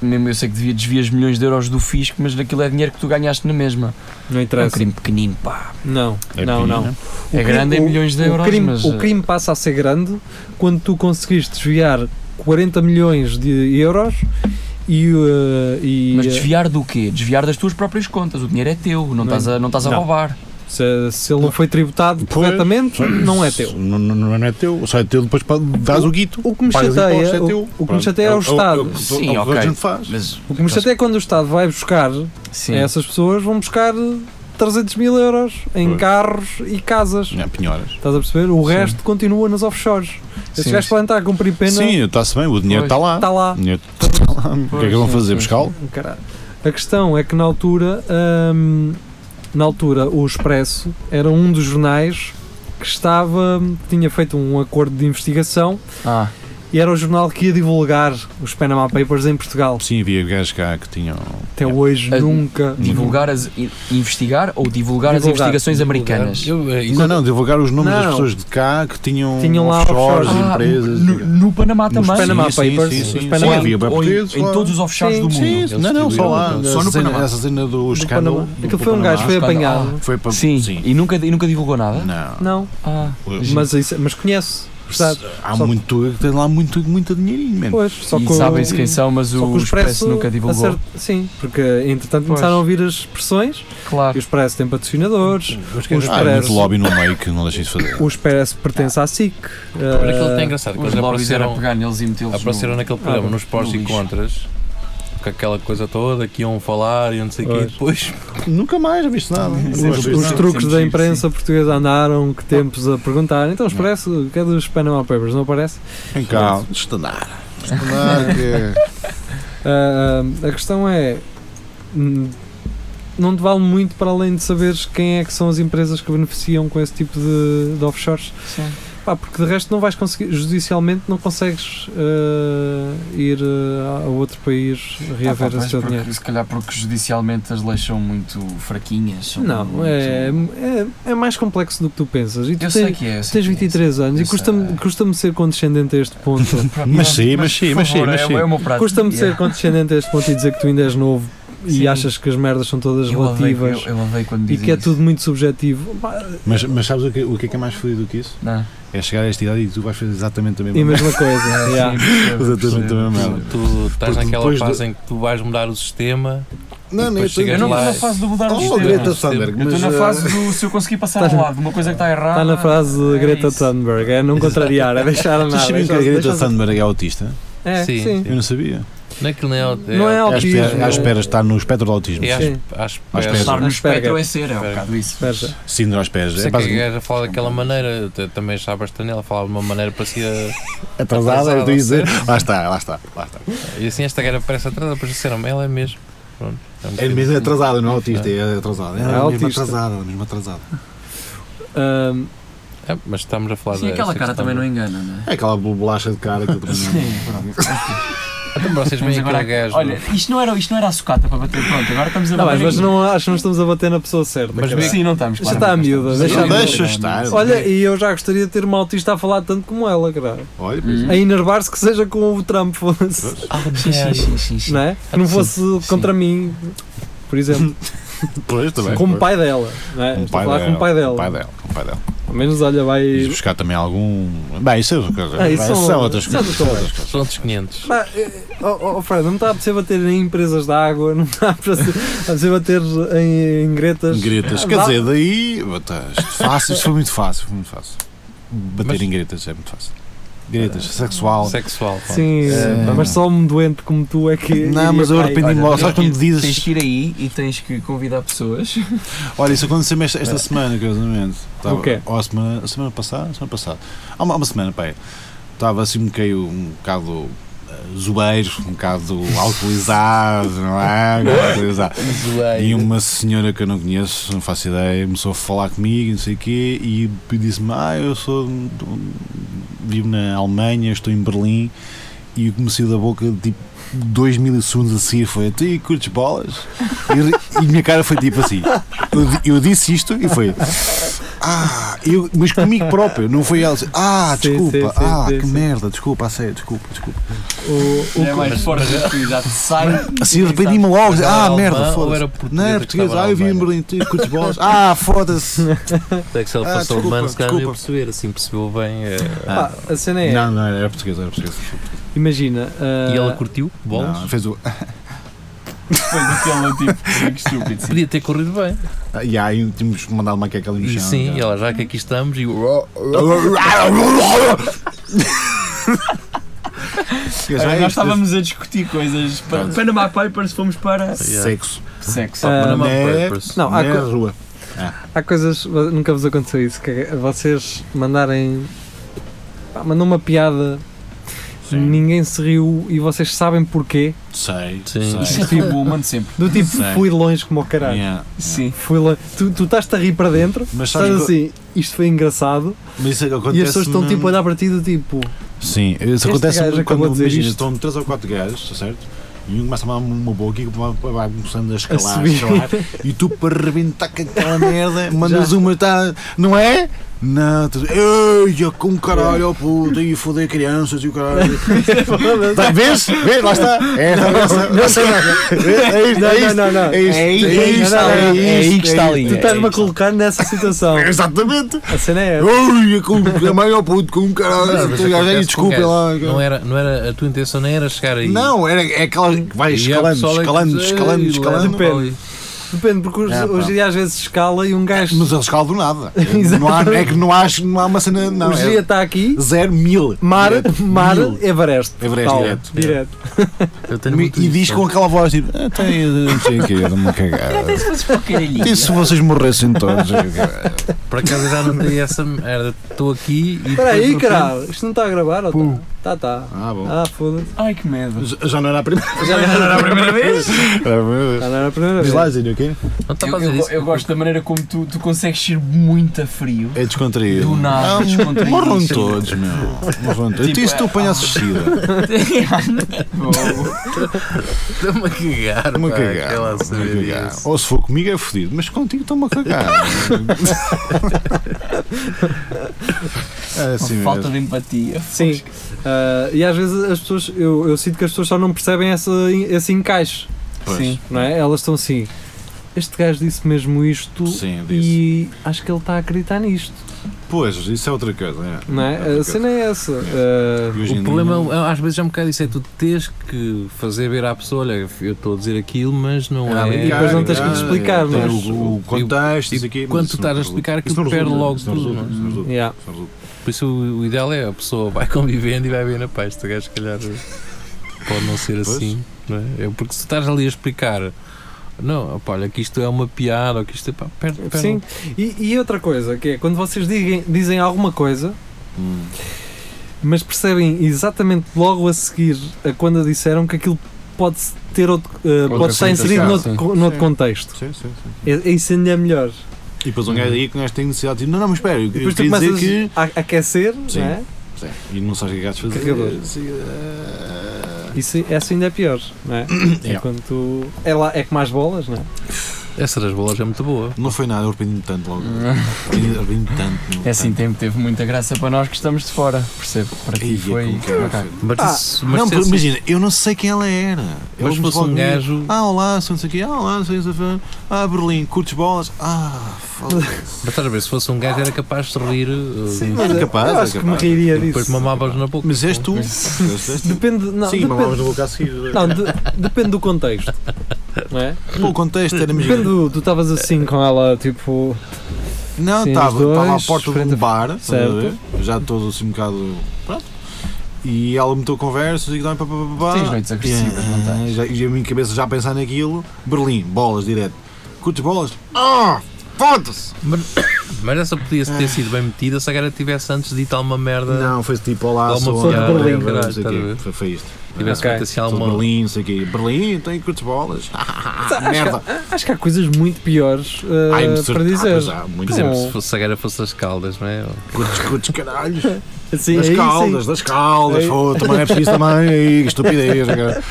Speaker 5: Mesmo eu sei que devia desvias milhões de euros do fisco, mas naquilo é dinheiro que tu ganhaste na mesma.
Speaker 2: não
Speaker 5: É um
Speaker 2: interessa.
Speaker 5: crime pequenino, pá.
Speaker 2: Não,
Speaker 3: É
Speaker 2: não,
Speaker 3: pequenino,
Speaker 2: não.
Speaker 3: né?
Speaker 2: O
Speaker 5: É
Speaker 2: crime-
Speaker 5: grande em
Speaker 2: o-
Speaker 5: milhões de
Speaker 2: o
Speaker 5: euros,
Speaker 2: crime-
Speaker 5: mas,
Speaker 2: O
Speaker 5: eh,
Speaker 2: crime passa a ser grande quando tu conseguiste desviar 40 milhões de euros e. eh, e
Speaker 5: Mas
Speaker 2: eh,
Speaker 5: desviar do quê? Desviar das tuas próprias contas. O dinheiro é teu, não estás a, não estás a
Speaker 3: Não.
Speaker 5: roubar.
Speaker 2: se, se ele não foi tributado
Speaker 3: Pois.
Speaker 2: corretamente, não é teu.
Speaker 3: Não, não- não é teu, só é teu depois pa- dás o guito.
Speaker 2: O que me
Speaker 3: pagas
Speaker 2: chateia-
Speaker 3: impostos, é
Speaker 2: o-
Speaker 3: teu.
Speaker 2: o que me
Speaker 3: Pronto.
Speaker 2: chateia é o Estado.
Speaker 3: que to-
Speaker 5: Sim,
Speaker 3: é o que
Speaker 5: ok.
Speaker 3: a gente faz.
Speaker 5: Mas,
Speaker 2: O que me chateia é quando o Estado vai buscar
Speaker 5: sim.
Speaker 2: essas pessoas, vão buscar 300 mil euros em
Speaker 3: Pois.
Speaker 2: carros e casas.
Speaker 3: É, pinhoras.
Speaker 2: Estás a perceber? O
Speaker 5: Sim.
Speaker 2: resto continua nas offshores. Esses
Speaker 5: Sim,
Speaker 2: gajos
Speaker 5: sim.
Speaker 2: podem estar a cumprir pena,
Speaker 3: Sim, está-se bem, o dinheiro
Speaker 5: Pois.
Speaker 3: está lá.
Speaker 2: está lá.
Speaker 3: O dinheiro está lá. O que é que vão
Speaker 5: sim,
Speaker 3: fazer?
Speaker 5: sim,
Speaker 3: Buscá-lo?
Speaker 2: Caralho. A questão é que na altura, hum, na altura o Expresso era um dos jornais que estava tinha feito um acordo de investigação
Speaker 5: Ah,
Speaker 2: E era o jornal que ia divulgar os Panama Papers em Portugal.
Speaker 3: Sim, havia gajos cá que tinham.
Speaker 2: Até hoje,
Speaker 3: É.
Speaker 5: Ah,
Speaker 2: nunca.
Speaker 5: Divulgar as. i- Investigar ou divulgar, as
Speaker 2: Divulgar,
Speaker 5: investigações americanas?
Speaker 4: Eu, é, isso
Speaker 3: Não, não, divulgar os nomes
Speaker 2: Não.
Speaker 3: das pessoas de cá que tinham,
Speaker 2: Tinham lá offshores.
Speaker 3: offshores,
Speaker 5: Ah,
Speaker 3: empresas.
Speaker 5: no, no Panamá
Speaker 3: Nos
Speaker 5: também.
Speaker 2: Panamá
Speaker 3: Sim, sim,
Speaker 2: Papers,
Speaker 3: sim,
Speaker 2: os
Speaker 3: sim, sim.
Speaker 2: Panamá-
Speaker 3: Havia bem
Speaker 5: ou em,
Speaker 3: é portugueses
Speaker 5: em
Speaker 3: lá.
Speaker 5: todos os offshores
Speaker 2: Sim,
Speaker 5: do mundo.
Speaker 3: Sim, não, não, só lá.
Speaker 7: Só
Speaker 3: Só
Speaker 7: no Panamá.
Speaker 3: Essa cena do
Speaker 2: Do
Speaker 3: escândalo.
Speaker 2: Panamá.
Speaker 3: do
Speaker 2: Aquilo foi um
Speaker 3: Panamá.
Speaker 2: gajo, foi apanhado.
Speaker 5: Escândalo.
Speaker 3: Foi para.
Speaker 5: Sim, e nunca, e nunca divulgou nada?
Speaker 3: Não.
Speaker 2: Não,
Speaker 5: Ah,
Speaker 2: mas, isso, é, mas conhece. Verdade.
Speaker 3: Há
Speaker 2: Só-
Speaker 3: muito, tem lá muito, muito dinheirinho, mano.
Speaker 2: Pois, só
Speaker 5: e
Speaker 2: que o-
Speaker 5: sabem-se quem são, mas
Speaker 2: só que
Speaker 5: o, Expresso nunca divulgou.
Speaker 2: acert- Sim, porque entretanto
Speaker 5: Pois.
Speaker 2: começaram a vir as pressões. E o
Speaker 5: Claro.
Speaker 2: Expresso tem patrocinadores.
Speaker 3: Os
Speaker 2: Os
Speaker 3: ah, há muito
Speaker 2: preços.
Speaker 3: lobby no meio que não deixa isso fazer.
Speaker 2: O Expresso pertence à SIC.
Speaker 4: Por aquilo
Speaker 2: eh,
Speaker 4: tem engraçado, que
Speaker 5: Os
Speaker 4: eles
Speaker 5: lobbies eram
Speaker 4: apareceram,
Speaker 5: pegar neles e metê-los. no-
Speaker 4: apareceram naquele programa,
Speaker 2: Ah,
Speaker 4: nos prós
Speaker 5: no
Speaker 4: e
Speaker 5: lixo.
Speaker 4: contras, com aquela coisa toda, que iam falar e não sei o quê, e
Speaker 2: Pois.
Speaker 4: depois
Speaker 3: Nunca mais viste nada.
Speaker 2: Os,
Speaker 5: é
Speaker 2: os truques da imprensa portuguesa andaram que tempos a perguntar. Então, o Expresso, o que é dos Panama Papers? Não aparece?
Speaker 3: Vem cá, estandar. Estandar que é-
Speaker 2: Ah, ah, a questão é. hum, Não te vale muito para além de saberes quem é que são as empresas que beneficiam com esse tipo de, de offshores.
Speaker 5: Sim.
Speaker 2: Pá, porque de resto não vais conseguir, judicialmente não consegues ah, ir ah, a outro país
Speaker 5: Ah, pá,
Speaker 2: reaver
Speaker 5: pois,
Speaker 2: esse teu
Speaker 5: porque-
Speaker 2: dinheiro.
Speaker 5: Se calhar porque judicialmente as leis são muito fraquinhas. são
Speaker 2: Não,
Speaker 5: muito- assim.
Speaker 2: é, é, é mais complexo do que tu pensas. E tu
Speaker 5: Eu
Speaker 2: tens-
Speaker 5: sei que é. eu
Speaker 2: Tu Tens
Speaker 5: sei que é.
Speaker 2: 23 anos e
Speaker 5: Eu sei.
Speaker 2: custa-me custa ser condescendente a este ponto.
Speaker 5: [LAUGHS]
Speaker 3: Mas sim, mas sim,
Speaker 5: por
Speaker 3: mas sim,
Speaker 5: favor,
Speaker 3: mas
Speaker 5: é-
Speaker 3: sim.
Speaker 5: É o meu prato.
Speaker 2: Custa-me ser
Speaker 5: Yeah.
Speaker 2: condescendente a este ponto e dizer que tu ainda és novo
Speaker 5: Sim.
Speaker 2: e achas que as merdas são todas
Speaker 5: Eu odeio-
Speaker 2: relativas
Speaker 5: Eu eu odeio quando
Speaker 2: e
Speaker 5: dizem
Speaker 2: que é
Speaker 5: isso.
Speaker 2: tudo muito subjetivo. Pá,
Speaker 3: mas, mas sabes o que, o que é que é mais fodido do que isso?
Speaker 5: Não.
Speaker 3: É chegar a esta idade e tu vais fazer exatamente a mesma
Speaker 2: E a
Speaker 3: coisa.
Speaker 2: mesma coisa. [LAUGHS] yeah.
Speaker 5: Sim, percebo,
Speaker 3: Exatamente a
Speaker 5: percebo.
Speaker 3: mesma merda.
Speaker 4: tu estás
Speaker 3: Porque
Speaker 4: naquela
Speaker 3: depois do-
Speaker 4: fase em que tu vais mudar o sistema.
Speaker 3: Não,
Speaker 4: Depois
Speaker 3: estou-
Speaker 4: chegas
Speaker 5: Eu não estou na fase de mudar o
Speaker 3: Oh,
Speaker 5: sistema.
Speaker 3: Greta
Speaker 4: Sandberg,
Speaker 3: Thunberg, eh,
Speaker 5: Eu estou na
Speaker 2: eh,
Speaker 5: fase do se eu conseguir passar ao
Speaker 2: Está-
Speaker 5: lado de uma coisa que está errada.
Speaker 2: Está na frase de
Speaker 5: é
Speaker 2: Greta
Speaker 5: isso.
Speaker 2: Thunberg, é não contrariar, é deixar
Speaker 3: Tu
Speaker 2: nada.
Speaker 3: sabias que a
Speaker 2: deixar-
Speaker 3: Greta
Speaker 2: deixar-
Speaker 3: Thunberg é autista?
Speaker 2: É,
Speaker 4: Sim.
Speaker 2: sim.
Speaker 3: Eu não sabia.
Speaker 4: Naquele não
Speaker 2: Não é
Speaker 3: É à
Speaker 2: autismo.
Speaker 3: espera, à espera está no espectro do autismo.
Speaker 4: É às,
Speaker 2: Sim.
Speaker 4: às,
Speaker 3: Às
Speaker 4: às,
Speaker 3: peças.
Speaker 5: Estar no
Speaker 2: Asperger.
Speaker 5: espectro é ser, é um
Speaker 4: Asperger.
Speaker 5: bocado isso.
Speaker 2: Espera.
Speaker 3: Síndrome aos pés.
Speaker 4: Sei
Speaker 3: É
Speaker 4: que a
Speaker 3: basicamente
Speaker 4: gaja fala daquela maneira, eu também estava estranho, ela falava de uma maneira parecida.
Speaker 3: atrasada, eu estou a dizer.
Speaker 4: Atrasada,
Speaker 3: Lá está, lá está, lá está.
Speaker 4: E assim esta gaja parece atrás, depois disseram, ela é mesmo. Pronto, um
Speaker 3: É
Speaker 4: bocadinho
Speaker 3: mesmo
Speaker 4: assim.
Speaker 3: atrasada, não é autista, é atrasada. É,
Speaker 2: É
Speaker 3: a mesma
Speaker 2: autista.
Speaker 3: atrasada, é a mesma atrasada.
Speaker 2: Ahm,
Speaker 4: É, mas estamos a falar
Speaker 5: Sim, aquela
Speaker 4: desta
Speaker 5: cara também não
Speaker 4: questão.
Speaker 5: engana, não é?
Speaker 3: É aquela bolacha de cara que eu também não-
Speaker 4: Então vocês
Speaker 5: Vamos
Speaker 4: veem
Speaker 5: agora
Speaker 4: aquele gajo.
Speaker 5: Olha, isto não, é? era, isto não era a sucata para bater, pronto, agora estamos a
Speaker 2: Não,
Speaker 5: bater.
Speaker 2: mas
Speaker 5: em-
Speaker 2: não, acho que não estamos a bater na pessoa certa.
Speaker 4: Mas
Speaker 2: caralho.
Speaker 5: Sim, não estamos.
Speaker 2: Isto
Speaker 5: claro,
Speaker 2: está
Speaker 5: não
Speaker 2: à miúda,
Speaker 5: estamos.
Speaker 2: deixa
Speaker 5: Não, é?
Speaker 2: à miúda.
Speaker 3: Deixa estar.
Speaker 2: Olha, e eu já gostaria de ter uma autista a falar tanto como ela, caralho.
Speaker 3: Olha,
Speaker 5: Hum.
Speaker 2: A enervar-se que seja com o Trump, foda-se.
Speaker 5: Sim, sim, sim, sim, sim.
Speaker 2: não é? Que não fosse contra mim, por exemplo, Hum.
Speaker 3: pois também.
Speaker 2: como
Speaker 3: pois.
Speaker 2: um pai dela, não é?
Speaker 3: Um
Speaker 2: Estou a falar com o pai dela.
Speaker 3: Um pai dela, um pai dela.
Speaker 2: Ao menos, olha,
Speaker 3: E
Speaker 2: vai.
Speaker 3: buscar também algum. Bem, isso é outra coisa.
Speaker 2: Ah, isso
Speaker 3: Bem,
Speaker 2: são-
Speaker 3: são outras
Speaker 2: isso é
Speaker 3: coisas.
Speaker 2: outra
Speaker 3: são outras
Speaker 4: São outros 500.
Speaker 2: Pá, eh, oh, oh, Fred, não está a perceber bater em empresas de água, não está a perceber bater em, em gretas.
Speaker 3: coisas. Gretas,
Speaker 2: Ah,
Speaker 3: quer
Speaker 2: dá-
Speaker 3: dizer, daí. botas, Fácil, isso foi muito fácil, foi muito fácil. Bater em gretas é muito fácil. Gretas, sexual.
Speaker 4: Sexual. pá.
Speaker 2: Sim,
Speaker 3: É.
Speaker 2: pá, mas só um doente como tu é que.
Speaker 3: Não, mas eu arrependi-me logo. Só quando
Speaker 5: Tens
Speaker 3: dizes.
Speaker 5: que ir aí e tens que convidar pessoas.
Speaker 3: Olha, isso aconteceu-me esta, esta semana, curiosamente. Tava,
Speaker 2: É. O quê?
Speaker 3: Ou a semana, a semana passada? a semana passada. Há uma, há uma semana, pai. Estava assim um bocado, um bocado eh, zoeiro, um
Speaker 2: [LAUGHS]
Speaker 3: bocado alcoolizado, não é? Um bocado alcoolizado. E uma senhora que eu não conheço, não faço ideia, começou a falar comigo, não sei o quê, e disse-me: Ah, eu sou. de- de- vivo na Alemanha, estou em Berlim, e eu comecei da boca tipo. Dois milissegundos a seguir foi Tu e curtes bolas? E, re- e minha cara foi tipo assim eu, di- eu disse isto e foi Ah, eu, mas comigo próprio, não foi ela assim, Ah,
Speaker 2: Sim,
Speaker 3: desculpa,
Speaker 2: sim, sim,
Speaker 3: ah,
Speaker 2: sim,
Speaker 3: que
Speaker 2: sim.
Speaker 3: merda, desculpa, a sério, desculpa, desculpa.
Speaker 2: O, o,
Speaker 5: É mais forte do que já te sai.
Speaker 3: Assim arrependi-me logo,
Speaker 4: Mas era
Speaker 3: ah,
Speaker 4: alemã
Speaker 3: merda,
Speaker 4: ou
Speaker 3: foda-se.
Speaker 4: era portuguesa
Speaker 3: Não, é
Speaker 4: que
Speaker 3: português,
Speaker 4: estava na
Speaker 3: ah, eu vi em
Speaker 4: Alemanha?
Speaker 3: Berlim, tu curtes bolas. [LAUGHS] Ah, foda-se.
Speaker 4: Até é que se ele
Speaker 3: Ah,
Speaker 4: fosse
Speaker 3: desculpa,
Speaker 4: humano, se calhar não ia
Speaker 3: desculpa.
Speaker 4: perceber, assim percebeu bem. eh,
Speaker 5: Ah,
Speaker 2: pá, a cena é.
Speaker 3: Não, não, era português, era português.
Speaker 2: Imagina. ah,
Speaker 4: E ela curtiu bolas.
Speaker 3: Não, fez o. [LAUGHS]
Speaker 5: Foi daquele tipo que estúpido. sim.
Speaker 4: Podia ter corrido bem.
Speaker 3: Ah, e aí tínhamos mandado uma queca ali no
Speaker 4: E
Speaker 3: chão.
Speaker 4: sim,
Speaker 3: cara.
Speaker 4: ela já que aqui estamos e
Speaker 3: [LAUGHS] é
Speaker 2: é
Speaker 5: Olha, Nós estávamos a discutir coisas. Pa-
Speaker 3: Pronto.
Speaker 5: Panama Papers fomos para
Speaker 3: Sexo.
Speaker 5: sexo.
Speaker 2: Ah,
Speaker 4: Panama
Speaker 3: né?
Speaker 4: Papers.
Speaker 2: Não, há
Speaker 3: na
Speaker 2: co-
Speaker 3: rua.
Speaker 2: Há coisas, nunca vos aconteceu isso, que é vocês mandarem. Pá, mandam uma piada, ninguém se riu e vocês sabem porquê.
Speaker 3: Sei.
Speaker 4: Sim.
Speaker 5: Isso
Speaker 3: sei.
Speaker 5: é tipo, mando sempre.
Speaker 2: Do tipo,
Speaker 3: Sei.
Speaker 2: fui longe como o caralho.
Speaker 3: Yeah.
Speaker 5: Sim.
Speaker 2: Fui longe. Tu, tu estás-te a rir para dentro,
Speaker 3: Mas
Speaker 2: estás
Speaker 3: sabes, co-
Speaker 2: assim, isto foi engraçado,
Speaker 3: mas isso é que acontece.
Speaker 2: e as pessoas estão tipo a olhar para ti do tipo,
Speaker 3: Sim, isso
Speaker 2: Este
Speaker 3: acontece
Speaker 2: gajo
Speaker 3: muito
Speaker 2: acabou
Speaker 3: quando
Speaker 2: de dizer
Speaker 3: imagina,
Speaker 2: isto.
Speaker 3: estão 3 ou 4 gajos, está certo? E um começa a mandar uma boca e vai, vai começando a escalar,
Speaker 2: subir.
Speaker 3: escalar, e tu para arrebentar com aquela merda, mandas
Speaker 2: Já.
Speaker 3: uma, tá, não é? Não, tu eia, com caralho, oh puto, e foder crianças e o caralho. tá, vês? Vês? Lá está. É esta graça. É isto, é isto.
Speaker 2: Não, não, não.
Speaker 3: É isto,
Speaker 5: É
Speaker 3: é isto, é
Speaker 5: aí-
Speaker 3: isto.
Speaker 5: é aí que está a linha.
Speaker 2: Tu estás-me a colocar nessa situação.
Speaker 3: É Exatamente.
Speaker 2: A cena é essa.
Speaker 3: Ui, com a mãe ao puto, com um caralho.
Speaker 4: mas
Speaker 3: tu gajo, aí,
Speaker 4: acontece com
Speaker 3: Desculpem
Speaker 4: o
Speaker 3: lá.
Speaker 4: gajo. Não é era, não era, a tua intenção nem era chegar aí.
Speaker 3: Não, era, é aquela que vai
Speaker 4: E há
Speaker 3: escalando,
Speaker 4: pessoal é que
Speaker 3: escalando,
Speaker 4: diz,
Speaker 3: escalando,
Speaker 4: "Ei,
Speaker 3: escalando.
Speaker 4: leva-me
Speaker 2: Depende. Depende, porque hoje,
Speaker 3: Ah, pá.
Speaker 2: hoje em dia às vezes escala e um gajo.
Speaker 3: Mas ele escala do [LAUGHS] nada.
Speaker 2: Exato.
Speaker 3: não há, é que não há, não há uma cena. Não,
Speaker 2: hoje em dia
Speaker 3: é
Speaker 2: está aqui.
Speaker 3: zero, mil.
Speaker 2: Mar,
Speaker 3: Direto,
Speaker 2: mar,
Speaker 3: mil.
Speaker 2: Everest.
Speaker 3: Everest,
Speaker 2: Tal,
Speaker 3: direto. É.
Speaker 2: direto.
Speaker 4: Eu tenho muito
Speaker 3: E, e
Speaker 4: isso,
Speaker 3: diz com aquela voz tipo: ah, tem, não sei o que, uma cagada. E se vocês morressem todos?
Speaker 4: Por acaso já não tenho essa merda. Estou aqui e.
Speaker 2: Espera
Speaker 4: depois, de
Speaker 2: aí,
Speaker 4: repente,
Speaker 2: caralho. Isto não está a gravar ou está? Está, está.
Speaker 3: [LAUGHS] Ah, bom.
Speaker 2: Ah, foda-se.
Speaker 5: Ai que medo.
Speaker 3: Já- Já não era a primeira. [LAUGHS]
Speaker 5: é
Speaker 2: Já não era a primeira vez?
Speaker 3: vez.
Speaker 2: Já não era a primeira
Speaker 3: Diz lá,
Speaker 2: vez.
Speaker 3: Zinho, o quê?
Speaker 4: Não está a
Speaker 5: Eu,
Speaker 4: fazer
Speaker 5: eu-
Speaker 4: isso.
Speaker 5: eu gosto da maneira como tu, tu consegues ser muito a [LAUGHS] frio.
Speaker 3: É descontraído.
Speaker 5: Do nada,
Speaker 3: Ah,
Speaker 5: descontraído.
Speaker 3: Morram todos, meu. Morram todos.
Speaker 5: Tipo,
Speaker 3: Tipo, e se tu
Speaker 5: é-
Speaker 3: apanhas assistida?
Speaker 4: Estou-me a cagar.
Speaker 3: Estou-me a
Speaker 4: pá,
Speaker 3: cagar.
Speaker 4: aquela
Speaker 3: estou-me a
Speaker 4: saber
Speaker 3: cagar.
Speaker 4: isso.
Speaker 3: Ou se for comigo é fodido, mas contigo estou-me a cagar. é assim
Speaker 5: falta
Speaker 3: mesmo.
Speaker 5: de empatia.
Speaker 2: Sim. Ah, e às vezes as pessoas, eu, eu sinto que as pessoas só não percebem essa, esse encaixe,
Speaker 3: Pois.
Speaker 5: Sim.
Speaker 2: não é? Elas estão assim. Este gajo disse mesmo isto
Speaker 3: Sim, disse.
Speaker 2: e acho que ele está a acreditar nisto,
Speaker 3: Pois, isso é outra coisa. É.
Speaker 2: não
Speaker 3: É
Speaker 2: é?
Speaker 3: outra
Speaker 2: A cena é essa. Ah,
Speaker 3: E hoje em
Speaker 4: O problema
Speaker 3: dia-
Speaker 4: é, às vezes é um bocado isso, é tu tens que fazer ver à pessoa, olha, eu estou a dizer aquilo, mas não
Speaker 3: Ah,
Speaker 4: é. Então,
Speaker 3: brincar,
Speaker 2: e depois não tens que lhe
Speaker 3: brincar,
Speaker 2: explicar,
Speaker 3: tem
Speaker 2: não é?
Speaker 3: O, o contexto,
Speaker 4: E
Speaker 3: isso aqui, mas
Speaker 4: quando
Speaker 3: isso
Speaker 4: tu estás
Speaker 3: não
Speaker 4: a
Speaker 3: resulta.
Speaker 4: explicar, aquilo
Speaker 3: Isso não
Speaker 4: perde
Speaker 3: resulta,
Speaker 4: logo
Speaker 3: isso não
Speaker 4: tudo,
Speaker 3: resulta,
Speaker 4: não é?
Speaker 3: isso não resulta,
Speaker 2: Yeah.
Speaker 3: isso não resulta.
Speaker 4: Por isso o, o ideal é a pessoa [LAUGHS] vai convivendo e vai vendo, pá, este gajo se calhar pode não ser
Speaker 3: Pois.
Speaker 4: assim, não é? É Porque se estás ali a explicar, não, pá, olha, que isto é uma piada, ou que isto é, pá, perde, perde.
Speaker 2: Sim. E, e outra coisa, que é quando vocês digem- dizem alguma coisa,
Speaker 3: Hum.
Speaker 2: mas percebem exatamente logo a seguir a quando a disseram que aquilo pode ter outro, eh, pode estar inserido noutro,
Speaker 5: sim.
Speaker 2: co- noutro
Speaker 3: Sim.
Speaker 2: contexto.
Speaker 3: Sim, sim, sim.
Speaker 2: É- Isso ainda é melhor.
Speaker 3: E depois um gajo aí que um gajo tem necessidade de não, não, mas espera, eu, eu
Speaker 2: E depois
Speaker 3: queria
Speaker 2: tu
Speaker 3: dizer
Speaker 2: começas
Speaker 3: que.
Speaker 2: a aquecer,
Speaker 3: Sim.
Speaker 2: não é?
Speaker 3: Sim, E não sabes o que é que fazer.
Speaker 2: Carregador. Isso, essa ainda é pior, não é? É,
Speaker 3: Yeah.
Speaker 2: quando tu, é, lá, é que mais bolas, não é?
Speaker 4: Essa das bolas é muito boa.
Speaker 3: Não foi nada, eu arrependi-me tanto logo. Arrependi- Arrependi-me tanto. meu,
Speaker 5: [LAUGHS] É assim,
Speaker 3: tanto.
Speaker 5: tempo teve muita graça para nós que estamos de fora. Percebo. Para ti
Speaker 2: é
Speaker 3: Ia,
Speaker 5: foi.
Speaker 3: é como que era,
Speaker 5: Ok.
Speaker 3: foi.
Speaker 4: Mas,
Speaker 2: Ah,
Speaker 4: isso, mas
Speaker 3: Não,
Speaker 4: se
Speaker 3: porque
Speaker 4: esse-
Speaker 3: imagina, eu não sei quem ela era. Ela
Speaker 4: mas se
Speaker 3: começou
Speaker 4: fosse
Speaker 3: a
Speaker 4: um
Speaker 3: dizer,
Speaker 4: gajo.
Speaker 3: Ah, olá, sou não sei o quê. Ah, olá, sou isso. Ah, Berlim, curtes bolas. Ah, foda-se.
Speaker 4: Mas estás a ver, se fosse um gajo era capaz de rir uh,
Speaker 3: Mas é capaz,
Speaker 2: eu
Speaker 3: é
Speaker 2: acho que me
Speaker 3: capaz.
Speaker 4: e
Speaker 2: reiria
Speaker 4: depois
Speaker 2: disso.
Speaker 4: mamavas na boca.
Speaker 3: Mas és tu.
Speaker 2: Depende, não,
Speaker 3: Sim,
Speaker 2: depende,
Speaker 3: mamavas na boca a seguir.
Speaker 2: não, de- depende do contexto, não é?
Speaker 3: Pô, o contexto era
Speaker 2: Depende,
Speaker 3: mesmo.
Speaker 2: do- tu estavas assim com ela, tipo,
Speaker 3: Não,
Speaker 2: Sim,
Speaker 3: estava
Speaker 2: os dois,
Speaker 3: estava à porta de
Speaker 2: frente
Speaker 3: um
Speaker 2: a-
Speaker 3: bar, estás a ver?
Speaker 2: Certo.
Speaker 3: já todo assim um bocado. Pronto. E ela meteu conversas e dá pá, pá, pá, pá.
Speaker 5: Tens noites agressivas, não tens?
Speaker 3: E, já- e a minha cabeça já a pensar naquilo. Berlim, bolas, direto. Curtes bolas? Ah, foda-se!
Speaker 4: Mas, mas essa podia ter sido bem metida se a cara tivesse antes dito alguma merda.
Speaker 3: Não, foi tipo, olá,
Speaker 4: Alguma
Speaker 3: sou
Speaker 4: piada,
Speaker 3: André,
Speaker 4: caralho,
Speaker 3: não sei o
Speaker 4: estás a
Speaker 3: quê.
Speaker 4: ver?
Speaker 3: Foi- Foi isto.
Speaker 4: Tivesse
Speaker 2: Ok.
Speaker 4: feito assim
Speaker 3: Sou de
Speaker 4: alguma.
Speaker 3: Berlim, não sei o quê. Berlim, tem curtes bolas? [LAUGHS] Ah, merda!
Speaker 2: acho que há coisas muito piores eh,
Speaker 3: Ai, me
Speaker 2: para
Speaker 3: certeza. Ah,
Speaker 2: dizer.
Speaker 3: pois há,
Speaker 4: Por
Speaker 3: muito
Speaker 4: exemplo,
Speaker 2: Não.
Speaker 4: se fosse, se a cara fosse as caldas, não é?
Speaker 3: Curtes, curtes, caralhos.
Speaker 2: [LAUGHS] Assim, aí
Speaker 3: das
Speaker 2: sim.
Speaker 3: caldas, das caldas.
Speaker 2: Aí-
Speaker 3: Foda, também é preciso
Speaker 2: [LAUGHS]
Speaker 3: também. Aí, que estupidez. cara.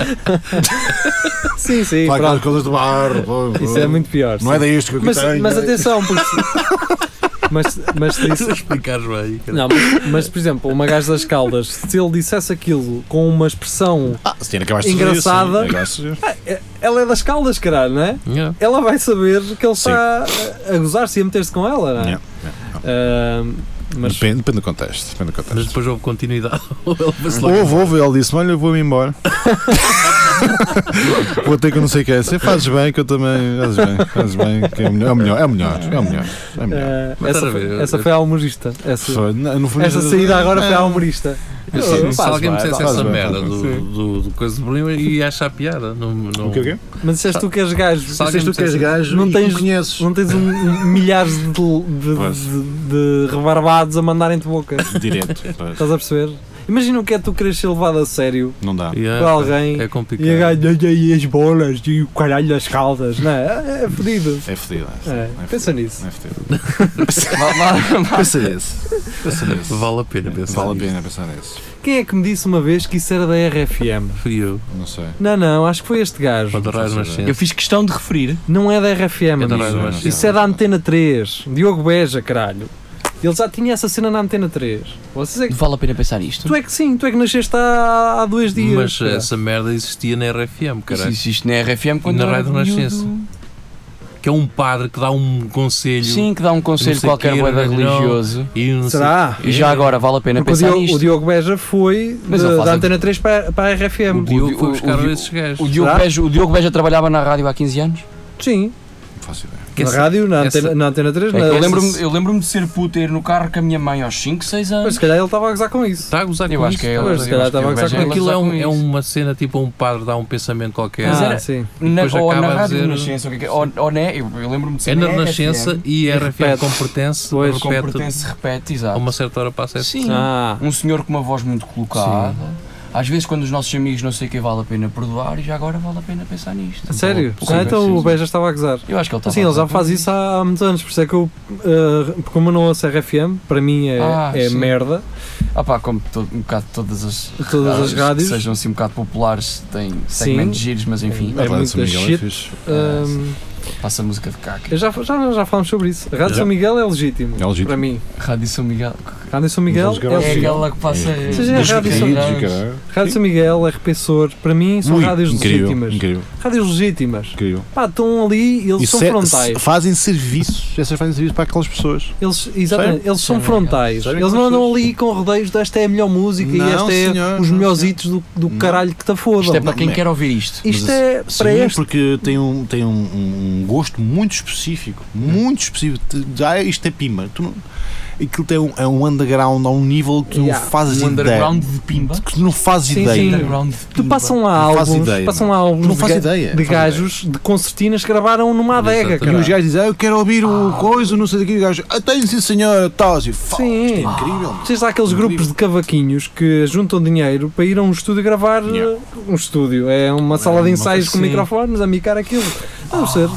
Speaker 2: Sim, sim,
Speaker 3: Fala
Speaker 2: pronto.
Speaker 3: aquelas coisas do barro. pô, pô.
Speaker 2: Isso é muito pior.
Speaker 3: Não
Speaker 2: sim.
Speaker 3: é disto que eu
Speaker 2: mas,
Speaker 3: tenho.
Speaker 2: mas atenção, porque. se- [LAUGHS] mas, mas, se
Speaker 4: Se
Speaker 2: disse-
Speaker 4: explicares bem. cara.
Speaker 2: não, mas, mas, por exemplo, uma gajo das caldas, se ele dissesse aquilo com uma expressão.
Speaker 3: Ah, senhora, acabaste de
Speaker 2: Engraçada.
Speaker 3: dizer isso, sim, acabaste de dizer.
Speaker 2: Ela é das caldas, caralho, não é?
Speaker 4: Yeah.
Speaker 2: Ela vai saber que ele
Speaker 3: Sim.
Speaker 2: está a- a gozar-se e a meter-se com ela, não é?
Speaker 3: Yeah,
Speaker 2: Ahm, mas eh,
Speaker 3: Depende, depende do contexto. Depende do
Speaker 4: Mas
Speaker 3: contexto.
Speaker 4: depois houve continuidade. [LAUGHS] Ou ele foi-se logo-
Speaker 3: Houve, houve, ele disse-me: Olha, vou-me embora. [LAUGHS] vou ter que eu não sei o que é. Você fazes bem, que eu também. Fazes bem, fazes bem. Que é o melhor, é o melhor, é o melhor. É o melhor. É o melhor.
Speaker 2: ah,
Speaker 4: Mas estás
Speaker 2: essa,
Speaker 4: a ver,
Speaker 2: foi,
Speaker 4: eu-
Speaker 2: essa
Speaker 4: eu-
Speaker 2: foi a humorista. Essa,
Speaker 3: Foi- não, não foi-
Speaker 2: essa saída agora
Speaker 3: é
Speaker 2: foi a
Speaker 3: um-
Speaker 2: humorista.
Speaker 4: Eu
Speaker 2: Oh,
Speaker 4: sei, se
Speaker 2: faz
Speaker 4: alguém me
Speaker 2: bem,
Speaker 4: dissesse
Speaker 3: faz
Speaker 4: essa
Speaker 3: bem,
Speaker 4: merda
Speaker 3: faz
Speaker 4: do, do, do coisa de Berlim e achar piada. Não, não...
Speaker 3: O quê, o quê?
Speaker 2: Mas disseste tu que és gajo.
Speaker 4: Se alguém me dissesse-
Speaker 3: gajo
Speaker 2: Não tens-
Speaker 3: conheces.
Speaker 2: Não tens um-
Speaker 3: [LAUGHS]
Speaker 2: um milhares de, de,
Speaker 3: Pois.
Speaker 2: de- de rebarbados a mandarem-te boca.
Speaker 3: Direto.
Speaker 2: Tá Estás a perceber? Imagina o que é tu queres ser levado a sério
Speaker 3: Não dá.
Speaker 4: Yeah,
Speaker 2: por alguém.
Speaker 4: É
Speaker 2: E a
Speaker 4: complicado.
Speaker 2: gaja, "Ai, ai, as bolas e o caralho das caldas, não é? É, é fodido.
Speaker 3: É fedido.
Speaker 2: É, pensa nisso.
Speaker 3: É fedido.
Speaker 5: Vá- vá- vá.
Speaker 3: Pensa nisso. Pensa nisso.
Speaker 4: Vale a pena pensar.
Speaker 3: Vale a
Speaker 4: nisto.
Speaker 3: pena pensar nisso.
Speaker 2: Quem é que me disse uma vez que isso era da RFM?
Speaker 4: Fui eu.
Speaker 3: Não sei.
Speaker 2: Não, não, acho que foi este gajo.
Speaker 4: Para adorar
Speaker 3: faço
Speaker 4: na
Speaker 3: ideia.
Speaker 5: Eu fiz questão de referir.
Speaker 2: Não é da RFM,
Speaker 4: Eu também
Speaker 2: amigo.
Speaker 4: não
Speaker 3: acho.
Speaker 2: Isso é da Antena 3. Diogo Beja, caralho. Ele já tinha essa cena na Antena 3. Vocês é que...
Speaker 5: Vale a pena pensar nisto?
Speaker 2: Tu é que sim, tu é que nasceste há, há dois dias.
Speaker 4: Mas
Speaker 5: eh,
Speaker 2: cara.
Speaker 4: essa merda existia na RFM,
Speaker 5: Isso
Speaker 4: caralho.
Speaker 5: existe na RFM quando
Speaker 4: Na
Speaker 5: eu era
Speaker 4: Rádio
Speaker 5: miúdo.
Speaker 4: Renascença. Que é um padre que dá um conselho
Speaker 5: Sim, que dá um conselho
Speaker 4: Não sei
Speaker 5: qualquer
Speaker 4: quê,
Speaker 5: boeda
Speaker 4: não.
Speaker 5: religioso.
Speaker 4: e não sei-
Speaker 2: Será?
Speaker 5: E já agora vale a pena
Speaker 2: Porque o
Speaker 5: pensar
Speaker 2: Diogo,
Speaker 5: nisto.
Speaker 2: o Diogo Beja foi
Speaker 5: Mas
Speaker 2: de-
Speaker 5: ele faz
Speaker 2: da
Speaker 5: a-
Speaker 2: Antena 3 para, para a RFM.
Speaker 4: O Diogo
Speaker 5: Diogo-
Speaker 4: foi buscar
Speaker 5: o Diogo-
Speaker 4: esses gajos.
Speaker 5: O Diogo,
Speaker 2: Será?
Speaker 5: Beja, o Diogo Beja trabalhava na rádio há 15 anos.
Speaker 2: Sim,
Speaker 3: Não faço ideia.
Speaker 4: Que
Speaker 2: na
Speaker 4: essa-
Speaker 2: rádio, na,
Speaker 4: essa-
Speaker 2: antena, na antena 3.
Speaker 5: É
Speaker 2: na,
Speaker 5: que eu lembro-me eu lembro-me de ser puto e ir no carro com a minha mãe aos 5, 6
Speaker 2: Mas
Speaker 5: anos.
Speaker 2: se calhar ele estava a gozar com isso.
Speaker 4: Está a gozar
Speaker 5: Eu
Speaker 4: com
Speaker 5: acho
Speaker 4: isso,
Speaker 5: que é
Speaker 4: está a
Speaker 5: ele.
Speaker 2: Mas
Speaker 4: gozar
Speaker 2: se calhar
Speaker 5: eu acho que
Speaker 2: estava a gozar
Speaker 5: Beja
Speaker 2: com
Speaker 5: é
Speaker 4: Aquilo é,
Speaker 5: gozar
Speaker 4: um-
Speaker 5: com
Speaker 4: é
Speaker 5: isso.
Speaker 4: uma cena tipo um padre dá um pensamento qualquer.
Speaker 5: Mas
Speaker 2: ah,
Speaker 5: era-
Speaker 2: sim.
Speaker 5: é um- Na,
Speaker 4: depois
Speaker 5: ou na
Speaker 4: acaba a
Speaker 5: Rádio
Speaker 4: dizer-
Speaker 5: Renascença, o que é que é? ou, ou né? Eu, eu lembro-me de ser
Speaker 4: É na
Speaker 5: RFM,
Speaker 4: Renascença e a RFM como pertence,
Speaker 2: Pois,
Speaker 5: como
Speaker 4: repete
Speaker 5: pertence, repete,
Speaker 4: a
Speaker 5: exato.
Speaker 4: uma certa hora passa essa.
Speaker 5: Sim.
Speaker 2: Ah,
Speaker 5: Um senhor com uma voz muito colocada. Às vezes, quando os nossos amigos não sei o que vale a pena perdoar, e já agora vale a pena pensar nisto.
Speaker 2: a sério?
Speaker 5: Sim,
Speaker 2: Ah, então o
Speaker 5: sim.
Speaker 2: Beja estava a gozar.
Speaker 5: Eu acho que ele tá está
Speaker 2: Então, Sim, ele já faz isso há, há muitos anos, por isso é que eu, eh, como eu não ouço RFM, para mim é,
Speaker 5: Ah,
Speaker 2: é
Speaker 5: sim.
Speaker 2: merda,
Speaker 5: Ah, pá, como todo, um bocado todas as.
Speaker 3: Ah,
Speaker 2: todas as
Speaker 5: que
Speaker 2: rádios.
Speaker 5: sejam assim um bocado populares, têm segmentos giros, mas enfim,
Speaker 2: É
Speaker 3: Atlético de São
Speaker 2: muita
Speaker 3: Miguel é
Speaker 2: shit.
Speaker 3: fixe.
Speaker 2: Ahm,
Speaker 5: passa música de caca.
Speaker 2: É. eu já, já, já falamos sobre isso. A Rádio
Speaker 3: Já.
Speaker 2: São Miguel é legítimo,
Speaker 3: É legítimo.
Speaker 2: para mim.
Speaker 5: Rádio São Miguel.
Speaker 2: Rádio São Miguel
Speaker 3: Mas eles
Speaker 2: é
Speaker 3: gravam
Speaker 5: É
Speaker 2: legítimo.
Speaker 5: aquela que passa.
Speaker 3: É.
Speaker 2: Seja
Speaker 5: dos
Speaker 2: rádio São-
Speaker 5: pequeninos.
Speaker 3: Caídos, caralho.
Speaker 2: Rádio São Miguel, RP Sor, para mim são
Speaker 3: Ui,
Speaker 2: rádios
Speaker 3: é? incrível,
Speaker 2: legítimas.
Speaker 3: Incrível,
Speaker 2: Rádios legítimas.
Speaker 3: incrível.
Speaker 2: Pá, estão ali, eles
Speaker 3: E
Speaker 2: são
Speaker 3: se-
Speaker 2: frontais.
Speaker 3: é- se- fazem serviços. Essas fazem serviço para aquelas pessoas.
Speaker 2: Eles, exatamente, eles são
Speaker 5: Sério?
Speaker 2: frontais.
Speaker 3: Sério?
Speaker 2: Eles não
Speaker 3: Como
Speaker 2: andam ali com rodeios desta é a melhor música e
Speaker 3: Não,
Speaker 2: esta é
Speaker 3: senhor,
Speaker 2: os
Speaker 3: não,
Speaker 2: melhores hitos do, do
Speaker 3: Não.
Speaker 2: caralho que te
Speaker 5: Isto é
Speaker 2: foda.
Speaker 5: para quem
Speaker 3: Não,
Speaker 5: quer ouvir isto.
Speaker 2: Isto
Speaker 3: Mas
Speaker 2: é para
Speaker 3: Sim,
Speaker 2: este.
Speaker 3: porque tem, um, tem um, um gosto muito específico, muito específico. Te- Já isto é pima. Tu não, aquilo tem um, é um underground a um nível que tu
Speaker 2: Yeah,
Speaker 3: não fazes ideia.
Speaker 5: Um underground de Pimba. Um
Speaker 3: Que tu não fazes
Speaker 2: Sim,
Speaker 3: ideia.
Speaker 2: sim.
Speaker 5: Underground de
Speaker 2: Tu um
Speaker 5: Pimba.
Speaker 2: passam lá
Speaker 3: Não faço
Speaker 2: álbuns,
Speaker 3: ideia,
Speaker 2: passam
Speaker 3: não.
Speaker 2: lá
Speaker 3: Tu
Speaker 2: álbuns
Speaker 3: não
Speaker 2: de
Speaker 3: fazes
Speaker 2: ga-
Speaker 3: ideia.
Speaker 2: de
Speaker 3: não fazes
Speaker 2: gajos de concertinas que gravaram numa adega,
Speaker 4: Exatamente.
Speaker 3: ideia. E
Speaker 2: cara.
Speaker 3: os gajos dizem, ah, eu quero ouvir o coisa, não sei daqui. E o gajo, ah, tem sim senhor, tal. E, fala,
Speaker 2: Sim.
Speaker 3: Isto é incrível.
Speaker 2: Tens lá aqueles
Speaker 3: Incrível.
Speaker 2: grupos de cavaquinhos que juntam dinheiro para ir a um estúdio gravar
Speaker 3: Yeah.
Speaker 2: eh, um estúdio. É uma sala de
Speaker 3: uma assim. Ah.
Speaker 2: ensaios com
Speaker 4: coisa-
Speaker 2: microfones a micar aquilo. Não ser.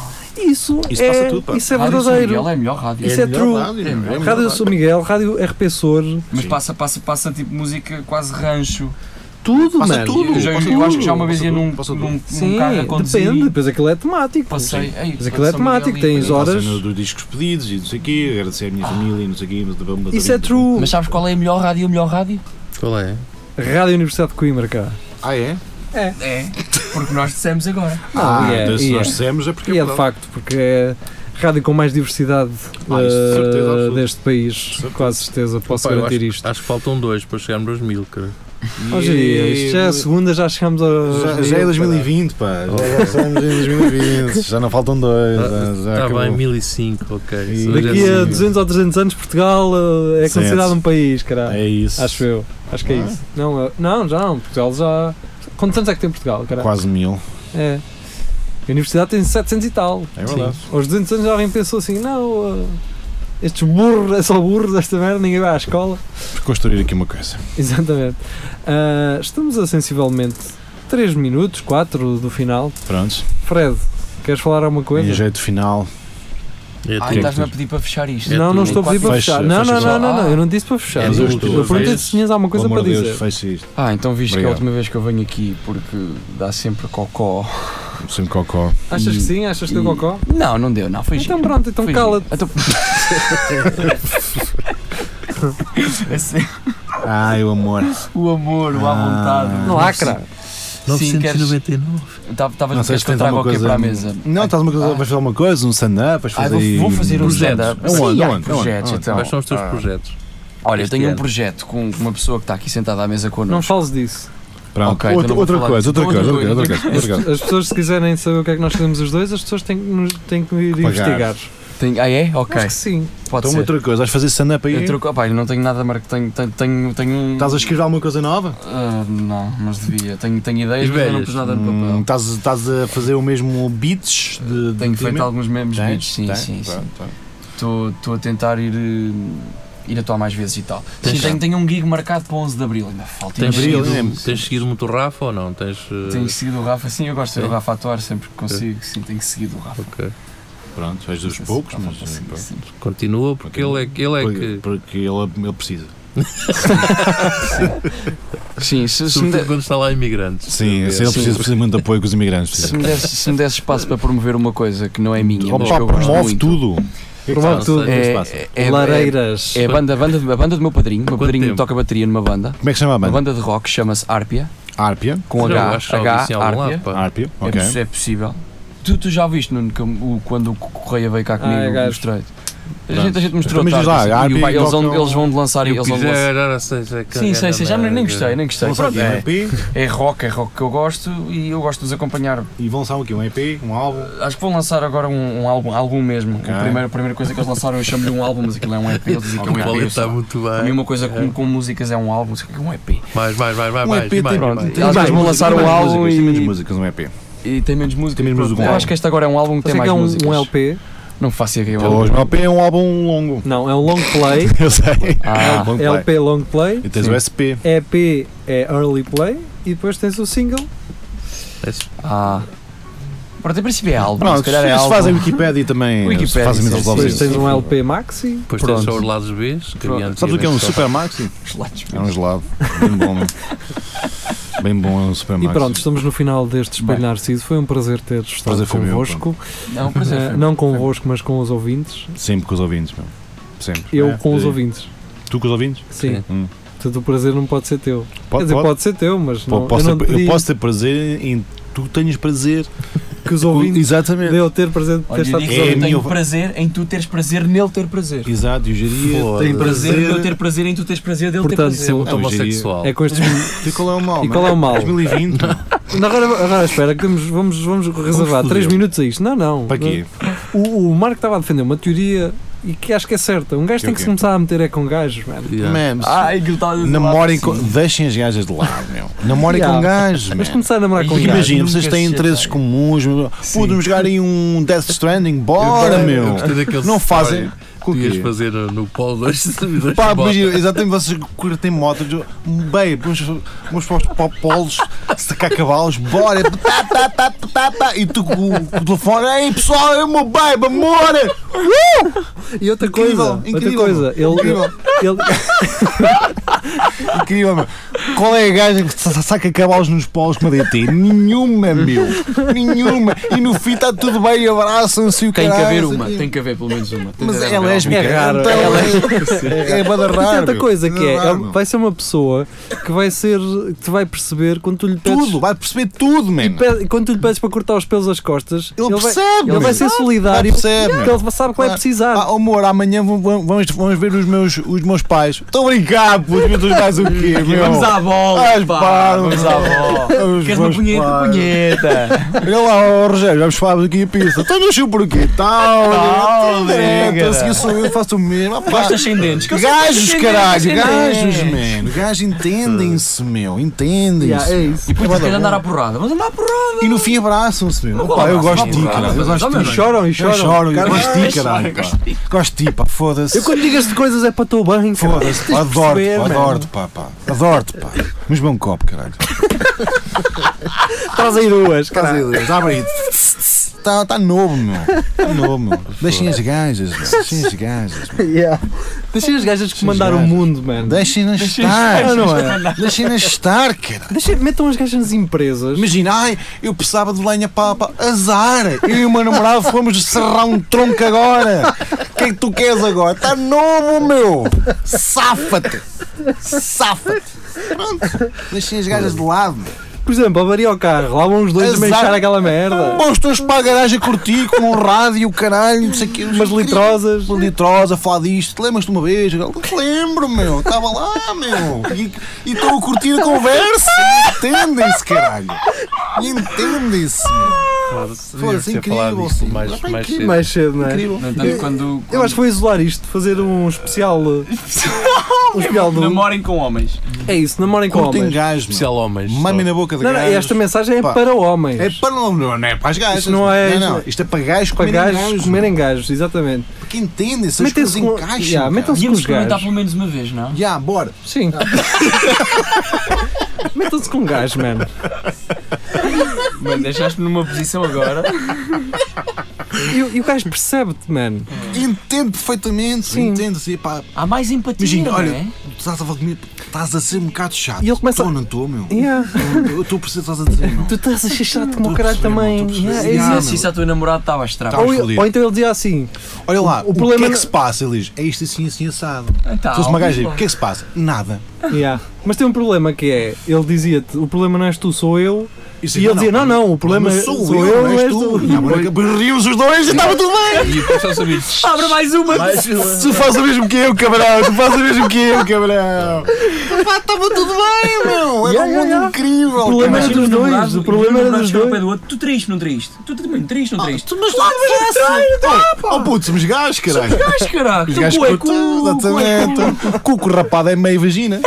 Speaker 2: Isso,
Speaker 3: Isso
Speaker 2: é,
Speaker 3: passa tudo, pá.
Speaker 2: isso é
Speaker 5: Rádio São
Speaker 2: verdadeiro.
Speaker 5: Miguel é a melhor rádio.
Speaker 2: Isso é
Speaker 3: melhor
Speaker 2: true.
Speaker 3: rádio, é melhor
Speaker 2: Rádio
Speaker 3: rádio.
Speaker 2: São Miguel, Rádio RP Sor,
Speaker 5: Mas
Speaker 3: Sim.
Speaker 5: passa, passa, passa tipo música quase rancho.
Speaker 2: tudo,
Speaker 3: Passa
Speaker 2: mano.
Speaker 3: tudo.
Speaker 5: eu, já-
Speaker 3: passa
Speaker 5: eu acho que já uma
Speaker 3: tudo,
Speaker 5: vez ia
Speaker 3: passa
Speaker 5: num,
Speaker 3: tudo, passa
Speaker 5: num, num
Speaker 2: Sim,
Speaker 5: carro a conduzir.
Speaker 2: depende, depois aquilo é temático.
Speaker 5: Passei. Ei,
Speaker 2: Mas aquilo é
Speaker 5: São Miguel
Speaker 2: temático,
Speaker 5: e-
Speaker 2: tens horas.
Speaker 3: A cena dos discos pedidos e não sei o quê, agradecer a minha família e não sei o quê. blá, blá, blá,
Speaker 2: Isso
Speaker 3: blá,
Speaker 2: é
Speaker 3: blá.
Speaker 2: true.
Speaker 5: Mas sabes qual é a melhor rádio? A melhor rádio?
Speaker 4: Qual é?
Speaker 2: Rádio Universidade de Coimbra, cara.
Speaker 3: Ah, é?
Speaker 5: É, porque nós dissemos agora.
Speaker 3: Ah,
Speaker 2: e é,
Speaker 3: então se
Speaker 2: e
Speaker 3: nós
Speaker 2: é.
Speaker 3: dissemos é porque
Speaker 2: E é de
Speaker 3: verdade.
Speaker 2: facto, porque é rádio com mais diversidade
Speaker 3: Ah, isso de
Speaker 2: eh,
Speaker 3: certeza absoluta.
Speaker 2: deste país.
Speaker 3: certeza.
Speaker 2: Com a certeza, posso
Speaker 4: Pá, eu
Speaker 2: garantir
Speaker 4: acho,
Speaker 2: isto.
Speaker 4: Acho que faltam dois para chegarmos aos mil, cara.
Speaker 2: Hoje em dia, isto já é a segunda, já chegamos a.
Speaker 3: tá Já, já é 2020,
Speaker 2: [LAUGHS]
Speaker 3: pá. Já, já é estamos em 2020. Já não faltam dois.
Speaker 2: Ah,
Speaker 3: Já, já
Speaker 2: tá
Speaker 4: Está
Speaker 3: acabou.
Speaker 4: Tá bem, mil e cinco, ok.
Speaker 3: E-
Speaker 4: Hoje é
Speaker 2: Daqui a
Speaker 4: assim.
Speaker 2: 200 ou 300 anos, Portugal eh, é
Speaker 3: Certo.
Speaker 2: considerado um país, caralho.
Speaker 3: É isso.
Speaker 2: Acho eu. Acho que é
Speaker 3: Ah.
Speaker 2: isso. Não, eh, não, já não. Portugal já. Quantos anos é que tem Portugal, caralho?
Speaker 3: Quase mil.
Speaker 2: É. A universidade tem 700 e tal.
Speaker 3: É verdade.
Speaker 2: Sim. Aos 200 anos alguém pensou assim: não, uh, estes burros, é só burros, esta merda, ninguém vai à escola.
Speaker 3: Por construir aqui uma coisa.
Speaker 2: [LAUGHS] Exatamente. Ah, estamos a sensivelmente 3 minutos, 4 do final.
Speaker 3: Pronto.
Speaker 2: Fred, queres falar alguma
Speaker 3: E
Speaker 2: coisa?
Speaker 3: jeito final.
Speaker 4: É
Speaker 5: Ah,
Speaker 4: tudo.
Speaker 5: estás-me a pedir para fechar isto.
Speaker 4: É
Speaker 2: não, não
Speaker 4: tudo.
Speaker 2: estou a pedir para
Speaker 3: Fecha-
Speaker 2: fechar. Não,
Speaker 3: fecha
Speaker 2: não,
Speaker 3: só.
Speaker 2: não, não, não,
Speaker 5: Ah.
Speaker 2: eu não disse para fechar.
Speaker 4: É
Speaker 2: eu
Speaker 4: justo,
Speaker 2: eu perguntei
Speaker 4: fez.
Speaker 2: se tinhas alguma coisa
Speaker 3: Pelo
Speaker 2: para
Speaker 3: amor de
Speaker 2: dizer.
Speaker 3: Deus, fecha isto.
Speaker 5: Ah, então viste que é a
Speaker 3: Obrigado.
Speaker 5: última vez que eu venho aqui porque dá sempre cocó.
Speaker 3: Sem cocó.
Speaker 2: Achas que sim? Achas que deu
Speaker 5: E-
Speaker 2: cocó?
Speaker 5: Não, não deu, não, foi
Speaker 2: Então
Speaker 5: giro.
Speaker 2: pronto, então
Speaker 5: Foi
Speaker 2: cala-te.
Speaker 5: giro. Então-
Speaker 2: [LAUGHS]
Speaker 5: Assim,
Speaker 3: Ai, o amor.
Speaker 5: o amor, o à
Speaker 3: Ah.
Speaker 5: vontade.
Speaker 2: Não lacra.
Speaker 5: Sim, queres.
Speaker 4: 999.
Speaker 5: Estavas
Speaker 3: Não
Speaker 5: a
Speaker 3: sei
Speaker 5: queres
Speaker 3: se
Speaker 5: que eu
Speaker 3: tens
Speaker 5: traga
Speaker 3: alguma
Speaker 5: o quê
Speaker 3: coisa.
Speaker 5: para a mesa?
Speaker 3: Não, tá-
Speaker 5: Ah,
Speaker 3: estás uma coisa,
Speaker 5: ah.
Speaker 3: vais fazer alguma coisa? Um stand-up? Vais
Speaker 5: Ah,
Speaker 3: fazer. É
Speaker 5: vou, vou fazer um
Speaker 4: projetos.
Speaker 5: stand-up.
Speaker 3: Aonde,
Speaker 5: Sim,
Speaker 3: aonde,
Speaker 5: há
Speaker 3: aonde,
Speaker 5: projetos,
Speaker 3: aonde?
Speaker 5: então.
Speaker 4: Quais são os teus
Speaker 5: Ah.
Speaker 4: projetos?
Speaker 5: Olha, eu
Speaker 4: este
Speaker 5: tenho um
Speaker 4: ano?
Speaker 5: projeto com com uma pessoa que está aqui sentada à mesa
Speaker 2: Não
Speaker 5: connosco.
Speaker 2: fales disso.
Speaker 3: Pronto.
Speaker 5: Ok,
Speaker 3: outra,
Speaker 5: então não vou
Speaker 3: outra
Speaker 5: falar.
Speaker 3: coisa, outra
Speaker 5: Então
Speaker 3: coisa,
Speaker 5: outra
Speaker 3: outra coisa, outra coisa. outra coisa.
Speaker 2: As pessoas, se quiserem saber o que é que nós fazemos os dois, as pessoas têm que, nos, têm que ir
Speaker 3: Pagar.
Speaker 2: investigar.
Speaker 5: Tem- ah, é? Ok,
Speaker 2: Acho que sim.
Speaker 5: pode
Speaker 3: Então,
Speaker 5: ser.
Speaker 3: outra coisa, vais fazer stand-up aí?
Speaker 5: Eu troco, opá, eu não tenho nada marcado. Tenho, tenho, tenho, tenho um.
Speaker 3: Estás a escrever alguma coisa nova?
Speaker 5: Ah, não, mas devia. Tenho, tenho
Speaker 4: E
Speaker 5: ideias, mas eu não
Speaker 4: velhas?
Speaker 5: pus nada no papel.
Speaker 3: Hum, Estás estás a fazer o mesmo beats de. de
Speaker 5: Tenho feito
Speaker 3: antigamente?
Speaker 5: alguns mesmos
Speaker 3: Tens?
Speaker 5: vídeos, sim,
Speaker 3: Tens?
Speaker 5: sim, sim.
Speaker 3: Pronto, pronto.
Speaker 5: Estou estou a tentar ir, eh, ir atuar mais vezes e tal.
Speaker 4: Tens-
Speaker 5: Sim, tenho, tenho um gig marcado para 11 de Abril, ainda falta
Speaker 4: Tens,
Speaker 5: imenso.
Speaker 3: Abril,
Speaker 4: seguido,
Speaker 3: lembro-me.
Speaker 4: tens seguido muito o Rafa ou não? Tens. eh,
Speaker 5: Tenho seguido o Rafa, sim, eu gosto de ver o
Speaker 4: Sim.
Speaker 5: Rafa atuar sempre que consigo, sim, tenho seguido o Rafa.
Speaker 4: ok.
Speaker 3: Pronto, és dos
Speaker 5: Sim,
Speaker 3: poucos,
Speaker 5: Rafa
Speaker 3: mas.
Speaker 5: consigo,
Speaker 3: pronto.
Speaker 5: sim.
Speaker 4: Continua porque ele é, que- ele é
Speaker 3: Porque,
Speaker 4: que.
Speaker 3: porque ele, ele precisa.
Speaker 7: Sim, se, se me
Speaker 4: Sobretudo
Speaker 7: de-
Speaker 4: quando está lá imigrantes.
Speaker 3: Sim,
Speaker 4: Meu
Speaker 3: se ele
Speaker 4: Deus.
Speaker 3: precisa, precisa muito de apoio que os imigrantes
Speaker 7: se
Speaker 3: precisam.
Speaker 7: me desse, se me desse espaço para promover uma coisa que não é minha, mas
Speaker 3: Opa,
Speaker 7: que eu gosto
Speaker 3: promove
Speaker 7: muito.
Speaker 3: tudo.
Speaker 4: Não
Speaker 2: Promove
Speaker 4: sei.
Speaker 2: tudo.
Speaker 7: É,
Speaker 3: que se passa?
Speaker 7: é, é,
Speaker 2: Lareiras.
Speaker 7: é a, banda, a banda, a banda do meu padrinho. O meu
Speaker 4: Quanto
Speaker 7: padrinho
Speaker 4: tempo?
Speaker 7: toca bateria numa banda.
Speaker 3: Como é que chama a
Speaker 7: Uma
Speaker 3: banda?
Speaker 7: banda de rock chama-se Arpia.
Speaker 3: Árpia.
Speaker 7: Com
Speaker 4: Eu
Speaker 7: H,
Speaker 4: acho que já ouvi
Speaker 7: H,
Speaker 4: isso em algum
Speaker 7: Arpia.
Speaker 4: lado, pá.
Speaker 3: Árpia, ok.
Speaker 7: É, poss- é possível. Tu, tu já viste, Nuno, que o- quando o Correia veio cá comigo,
Speaker 2: Ah, é
Speaker 7: eu
Speaker 2: gajo.
Speaker 7: mostrei a
Speaker 3: Pronto.
Speaker 7: gente, a gente mostrou
Speaker 3: Mas diz lá,
Speaker 7: tarde,
Speaker 3: a
Speaker 7: e o-
Speaker 3: Arpia
Speaker 7: eles, vão,
Speaker 3: toca
Speaker 7: eles vão de lançar.
Speaker 4: Eu
Speaker 7: Eles vão de
Speaker 4: quiser,
Speaker 7: lançar.
Speaker 4: agora sei, sei que é
Speaker 5: Sim, sei,
Speaker 4: aquela
Speaker 5: sei, já nem, nem gostei, nem gostei.
Speaker 3: Vão lançar
Speaker 5: Pronto,
Speaker 3: aqui um
Speaker 5: é,
Speaker 3: EP
Speaker 5: é rock, é rock que eu gosto e eu gosto de os acompanhar.
Speaker 3: e vão lançar aqui um EP, um álbum.
Speaker 5: Acho que vou lançar agora um, um álbum, álbum mesmo.
Speaker 3: Ok.
Speaker 5: A, primeira, a primeira coisa que eles lançaram eu chamo-lhe um álbum, mas aquilo é um EP. Eles dizem que é um
Speaker 4: O Paulo
Speaker 5: EP.
Speaker 4: está
Speaker 5: só.
Speaker 4: muito
Speaker 5: A mim
Speaker 4: bem.
Speaker 5: uma coisa com, com músicas é um álbum, sei que é um EP.
Speaker 4: Mais, mais, mais, mais,
Speaker 3: Um
Speaker 4: mais.
Speaker 3: EP tem-
Speaker 4: mais,
Speaker 7: Pronto,
Speaker 4: mais.
Speaker 7: eles vão lançar um álbum
Speaker 3: músicas, Tem menos
Speaker 7: e,
Speaker 3: músicas, um EP.
Speaker 7: e tem menos música.
Speaker 3: Tem menos música, um
Speaker 7: Eu acho que este agora é um álbum que
Speaker 2: Você
Speaker 7: tem
Speaker 2: que
Speaker 7: mais
Speaker 2: é um,
Speaker 7: músicas.
Speaker 2: um LP?
Speaker 7: Não faço ideia.
Speaker 3: Então, hoje um EP é um álbum longo.
Speaker 2: Não, é um long play.
Speaker 3: Eu sei.
Speaker 7: Ah,
Speaker 3: Long play.
Speaker 2: LP long play.
Speaker 3: E tens
Speaker 7: Sim.
Speaker 3: o SP.
Speaker 2: EP é early play. E depois tens o single.
Speaker 4: É,
Speaker 7: ah. Pronto, em princípio é álbum.
Speaker 3: Não,
Speaker 7: se calhar é
Speaker 3: se
Speaker 7: álbum.
Speaker 5: [LAUGHS]
Speaker 3: fazem Wikipedia também.
Speaker 7: Wikipedia,
Speaker 3: Wikipedia, fazem
Speaker 7: sim,
Speaker 3: eles
Speaker 7: sim,
Speaker 3: resolvem
Speaker 2: Depois
Speaker 7: sim.
Speaker 3: isso.
Speaker 2: tens um LP maxi.
Speaker 4: Depois tens só
Speaker 7: Pronto.
Speaker 4: os lados B. que
Speaker 7: Pronto.
Speaker 4: antes
Speaker 3: Sabes o que é um
Speaker 4: eram só-
Speaker 3: Super Maxi?
Speaker 5: Gelados.
Speaker 3: É um gelado. Bem bom, mesmo. Bem bom é um Super
Speaker 2: E
Speaker 3: Maxi.
Speaker 2: pronto, estamos no final deste Espelho Narciso. Foi um prazer ter estado
Speaker 3: Prazer foi meu,
Speaker 2: convosco.
Speaker 5: Não,
Speaker 3: [LAUGHS]
Speaker 5: pois
Speaker 2: Eh,
Speaker 5: é.
Speaker 2: não convosco, mas com os ouvintes.
Speaker 3: Sempre com os ouvintes, meu. Sempre.
Speaker 2: Eu
Speaker 3: É,
Speaker 2: com os
Speaker 3: é.
Speaker 2: ouvintes.
Speaker 3: Tu com os ouvintes?
Speaker 2: Sim.
Speaker 4: Sim.
Speaker 3: Hum.
Speaker 2: Portanto, o prazer não pode ser teu. Quer
Speaker 3: Pode,
Speaker 2: dizer,
Speaker 3: pode.
Speaker 2: pode, ser teu, mas
Speaker 3: Po-
Speaker 2: não,
Speaker 3: posso
Speaker 2: eu não
Speaker 3: ter-
Speaker 2: te
Speaker 3: eu
Speaker 2: digo
Speaker 3: posso ter prazer em tu tenhas prazer.
Speaker 2: que os
Speaker 3: com-
Speaker 2: ouvintes
Speaker 3: Exatamente.
Speaker 2: deu ter presente ter
Speaker 5: Olha, eu
Speaker 2: estado
Speaker 5: digo
Speaker 2: com
Speaker 5: que
Speaker 2: os
Speaker 3: é a
Speaker 5: eu tenho
Speaker 2: ouvintes.
Speaker 3: minha-
Speaker 5: prazer em tu teres prazer nele ter prazer.
Speaker 3: Exato, e o Jaria
Speaker 4: Foda-se.
Speaker 3: tem
Speaker 5: Prazer
Speaker 3: prazer.
Speaker 5: de eu ter prazer em tu teres prazer dele ter
Speaker 2: Portanto,
Speaker 5: prazer.
Speaker 2: se eu-
Speaker 4: É homossexual.
Speaker 2: É com estes.
Speaker 3: E qual é o mal?
Speaker 2: E qual é o mal?
Speaker 3: 2020.
Speaker 2: agora, agora espera, que temos- vamos, vamos reservar
Speaker 3: foder.
Speaker 2: 3 minutos a isto. Não, não.
Speaker 3: Para quê?
Speaker 2: O, o Marco estava a defender uma teoria e que acho que é certa. Um gajo
Speaker 3: Que
Speaker 2: tem
Speaker 3: o
Speaker 2: que se
Speaker 3: quê?
Speaker 2: começar a meter é com gajos, mano.
Speaker 4: Yeah. Ah, é
Speaker 3: Man,
Speaker 5: Ai, que tal
Speaker 3: namorem com. Deixem as gajas de lado, meu. Namorem
Speaker 2: Yeah.
Speaker 3: com gajos,
Speaker 2: Mas
Speaker 3: man.
Speaker 2: começar a namorar com
Speaker 5: E
Speaker 2: gajos.
Speaker 3: Imagina, vocês
Speaker 5: nunca
Speaker 3: têm
Speaker 5: se
Speaker 3: interesses
Speaker 5: chateia.
Speaker 3: comuns. meu. Pô, vamos jogar aí um Death Stranding? Bora,
Speaker 4: Eu- eu
Speaker 3: meu.
Speaker 4: gostei daquele
Speaker 3: Não
Speaker 4: story
Speaker 3: fazem. Com
Speaker 4: que
Speaker 3: o
Speaker 4: tu ias
Speaker 3: quê?
Speaker 4: fazer no- no Polo 2 servidores.
Speaker 3: Pá,
Speaker 4: de bota.
Speaker 3: imagina, exatamente vocês curtem moto, de- babe, vamos, vamos para os pop polos, sacar cavalos, bora, tá, tá, tá, tá, tá, e tu com o com o telefone, ei pessoal, é o meu babe, amor!
Speaker 2: E outra
Speaker 3: Incrível,
Speaker 2: coisa, outra
Speaker 3: incrível,
Speaker 2: coisa, ele,
Speaker 3: incrível.
Speaker 2: ele,
Speaker 3: Incrível, meu. Qual é a gaja que sa- sa- saca cavalos nos polos com a DT? Nenhuma, meu, nenhuma, e no fim está tudo bem, abraçam-se e o
Speaker 5: Tem que
Speaker 3: caralho,
Speaker 5: haver
Speaker 3: não sei
Speaker 5: uma,
Speaker 3: quê.
Speaker 5: tem que haver pelo menos uma. Tem
Speaker 3: Mas
Speaker 5: de haver
Speaker 3: é
Speaker 5: uma.
Speaker 3: lésbica,
Speaker 2: É raro,
Speaker 3: então,
Speaker 2: é
Speaker 3: é, é bada
Speaker 2: Mas
Speaker 3: [LAUGHS] raro,
Speaker 2: tem outra
Speaker 3: meu.
Speaker 2: coisa que é,
Speaker 3: Raro,
Speaker 2: ele
Speaker 3: meu.
Speaker 2: vai ser uma pessoa que vai ser, que te vai perceber quando tu lhe pedes,
Speaker 3: Tudo, vai perceber tudo, man.
Speaker 2: pe- quando tu lhe pedes para cortar os pelos das costas,
Speaker 3: Ele
Speaker 2: vai,
Speaker 3: percebe,
Speaker 2: ele vai
Speaker 3: meu.
Speaker 2: ser solidário,
Speaker 3: percebe,
Speaker 2: porque ele sabe que vai
Speaker 3: Claro.
Speaker 2: precisar.
Speaker 3: Ah, amor, amanhã vamos, vamos, vamos ver os meus, os meus pais. Estou a brincar, pô, os meus pais o
Speaker 2: [LAUGHS]
Speaker 3: quê, meu?
Speaker 5: Vamos à bola,
Speaker 3: Ai,
Speaker 5: pá,
Speaker 3: pá,
Speaker 5: vamos à
Speaker 3: meu.
Speaker 5: bola.
Speaker 3: Os
Speaker 5: Queres uma
Speaker 3: meus
Speaker 5: punheta?
Speaker 3: pais.
Speaker 5: Punheta!
Speaker 3: Olha lá, ó, "Ah, oh, Rogério, vamos falar aqui a pista. Então não sei porquê. Tal,
Speaker 5: Tal,
Speaker 3: direto,
Speaker 5: diga.
Speaker 3: assim eu sou eu, faço o mesmo. Ah, pá.
Speaker 5: Gostas é sem dentes? que eu sei que gostas
Speaker 3: Gajos,
Speaker 5: sem
Speaker 3: caralho,
Speaker 5: dentes, sem
Speaker 3: gajos,
Speaker 5: dentes.
Speaker 3: mano. Gajos entendem-se, meu. Entendem-se.
Speaker 2: Yeah, é isso.
Speaker 5: E depois tens de andar à porrada. Vamos andar à porrada!
Speaker 3: E no fim abraçam-se, meu. Opa, eu gosto de ti, caralho. Eu gosto de
Speaker 2: E
Speaker 3: ti.
Speaker 2: choram, e
Speaker 3: Eu
Speaker 2: choram.
Speaker 3: choro, eu
Speaker 2: Caralho.
Speaker 3: gosto de ti, caralho. pá. Gosto de ti, pá, foda-se.
Speaker 2: Eu quando digo estas coisas é para o teu bem, caralho.
Speaker 3: Foda-se,
Speaker 2: Tens de
Speaker 3: pá, adoro-te,
Speaker 2: perceber,
Speaker 3: pá,
Speaker 2: mano.
Speaker 3: adoro-te, pá, pá, adoro-te, pá. Mas bom copo, caralho.
Speaker 2: Traz aí duas,
Speaker 3: Estás aí,
Speaker 2: caralho.
Speaker 3: Deus, abre aí. Está tá novo, meu. Tá novo, meu. Deixem as gajas, meu. Deixem as gajas. meu.
Speaker 2: Yeah. Deixem as gajas comandar o
Speaker 3: gajas.
Speaker 2: mundo, mano.
Speaker 3: Deixem-nas estar, não é? Deixem-nas estar, caralho.
Speaker 2: Deixem, metam as gajas nas empresas.
Speaker 3: Imagina, ai, eu precisava de lenha para, para azar. Eu e o meu namorado fomos serrar um tronco agora. O que é que tu queres agora? Está novo, meu. Safa-te. Safa-te. Pronto. Deixem as gajas de lado, meu.
Speaker 2: Por exemplo, avaria o carro, lá vão os dois
Speaker 3: Exato.
Speaker 2: manchar aquela merda.
Speaker 3: [LAUGHS] Bom, estou para a garagem a curtir com um rádio, o caralho, não sei o quê.
Speaker 2: Umas litrosas.
Speaker 3: Uma litrosa, a falar disto. Lembras-te uma vez? Eu Lembro, meu. Estava
Speaker 2: [LAUGHS]
Speaker 3: lá, meu. E e estou a curtir a conversa. Entendem-se, caralho. Entende-se. Foda-se,
Speaker 4: Foda-se, devíamos ter falado
Speaker 3: incrível,
Speaker 4: disso
Speaker 3: sim.
Speaker 4: mais,
Speaker 3: Mas
Speaker 4: mais,
Speaker 3: foi
Speaker 2: E
Speaker 4: cedo.
Speaker 2: mais cedo, não é?
Speaker 3: Incrível.
Speaker 5: No entanto, quando,
Speaker 2: Eu acho que
Speaker 5: quando
Speaker 2: foi isolar isto, fazer um
Speaker 3: [LAUGHS]
Speaker 2: especial. uh, um especial do.
Speaker 5: namorem com homens.
Speaker 2: É isso, namorem com
Speaker 3: Curtem
Speaker 2: homens.
Speaker 3: gajos. meu.
Speaker 4: Especial homens.
Speaker 3: Mamem na boca de
Speaker 2: Não, não,
Speaker 3: gajos.
Speaker 2: esta mensagem é
Speaker 3: Pá.
Speaker 2: para homens.
Speaker 3: É para não, não é para as gajas.
Speaker 2: Isto não é-
Speaker 3: Não, não, Isto é para gajos
Speaker 2: para
Speaker 3: comerem
Speaker 2: gajos
Speaker 3: gajos.
Speaker 2: comerem gajos, exatamente.
Speaker 3: Porque entendem-se, as coisas
Speaker 2: Metem-se com-
Speaker 3: encaixam.
Speaker 2: Yeah,
Speaker 3: cara.
Speaker 2: metam-se-
Speaker 7: Devíamos
Speaker 2: Os gajos.
Speaker 7: experimentar pelo menos uma vez, não?
Speaker 3: Yeah, bora.
Speaker 2: Sim. [LAUGHS] Metam-se com um gajos, mano.
Speaker 7: Mano, deixaste-me numa posição agora.
Speaker 2: E, e o gajo percebe-te, mano.
Speaker 3: Entende perfeitamente.
Speaker 2: Sim.
Speaker 3: Entende-se. E pá,
Speaker 7: Há mais empatia,
Speaker 3: Imagina,
Speaker 7: não
Speaker 3: olha,
Speaker 7: é?
Speaker 3: tu estás a falar comigo, estás a ser um bocado chato.
Speaker 2: E ele começa a-
Speaker 3: Estou, não estou, meu.
Speaker 2: Yeah.
Speaker 3: Eu estou a perceber o que estás
Speaker 2: [LAUGHS]
Speaker 3: a dizer, meu.
Speaker 2: Tu estás a chatear-te como
Speaker 3: Estou a
Speaker 2: o caralho
Speaker 3: perceber,
Speaker 2: também.
Speaker 3: irmão, estou a perceber.
Speaker 2: Yeah, é
Speaker 3: Yeah,
Speaker 2: isso.
Speaker 3: mano.
Speaker 5: Se isso a tua namorada estava estranho.
Speaker 3: Tá.
Speaker 2: Ou,
Speaker 3: fodido.
Speaker 2: ou então ele dizia assim:
Speaker 3: Olha lá,
Speaker 2: O
Speaker 3: o, que
Speaker 2: problema
Speaker 3: é que
Speaker 2: não-
Speaker 3: se passa, Elis? É isto assim, assim, assado.
Speaker 5: Tá,
Speaker 3: Se fosse uma
Speaker 5: óbvio,
Speaker 3: gaja,
Speaker 5: pá.
Speaker 3: o que é que se passa? Nada.
Speaker 2: yeah. Mas tem um problema que é: ele dizia-te, o problema não és tu, sou eu.
Speaker 3: Isso
Speaker 2: E ele dizia: Não, não, o problema
Speaker 3: Mas
Speaker 2: sou, eu, não és tu.
Speaker 3: Rimos os dois e estava
Speaker 2: [LAUGHS]
Speaker 3: tudo bem.
Speaker 4: E depois só sabias.
Speaker 2: Abre mais uma!
Speaker 3: Tu fazes o mesmo que eu, cabrão. Tu fazes o mesmo que eu, cabrão. Estava tudo bem, meu.
Speaker 2: Yeah,
Speaker 3: Era um
Speaker 2: yeah,
Speaker 3: mundo
Speaker 2: yeah.
Speaker 3: incrível.
Speaker 2: O problema
Speaker 5: é
Speaker 2: é
Speaker 3: cara.
Speaker 2: era dos dois.
Speaker 5: um
Speaker 2: O problema era dos dois.
Speaker 5: outro. Tu triste, não triste? Tu também triste, não triste?
Speaker 3: Tu- Mas lá
Speaker 2: tá,
Speaker 3: foda-se! Oh puto, somos gajos, caralho!
Speaker 5: Mas [LAUGHS] caraca,
Speaker 3: Os gajos
Speaker 5: tu é
Speaker 3: curtem, exatamente! Cuco rapado é meio vagina!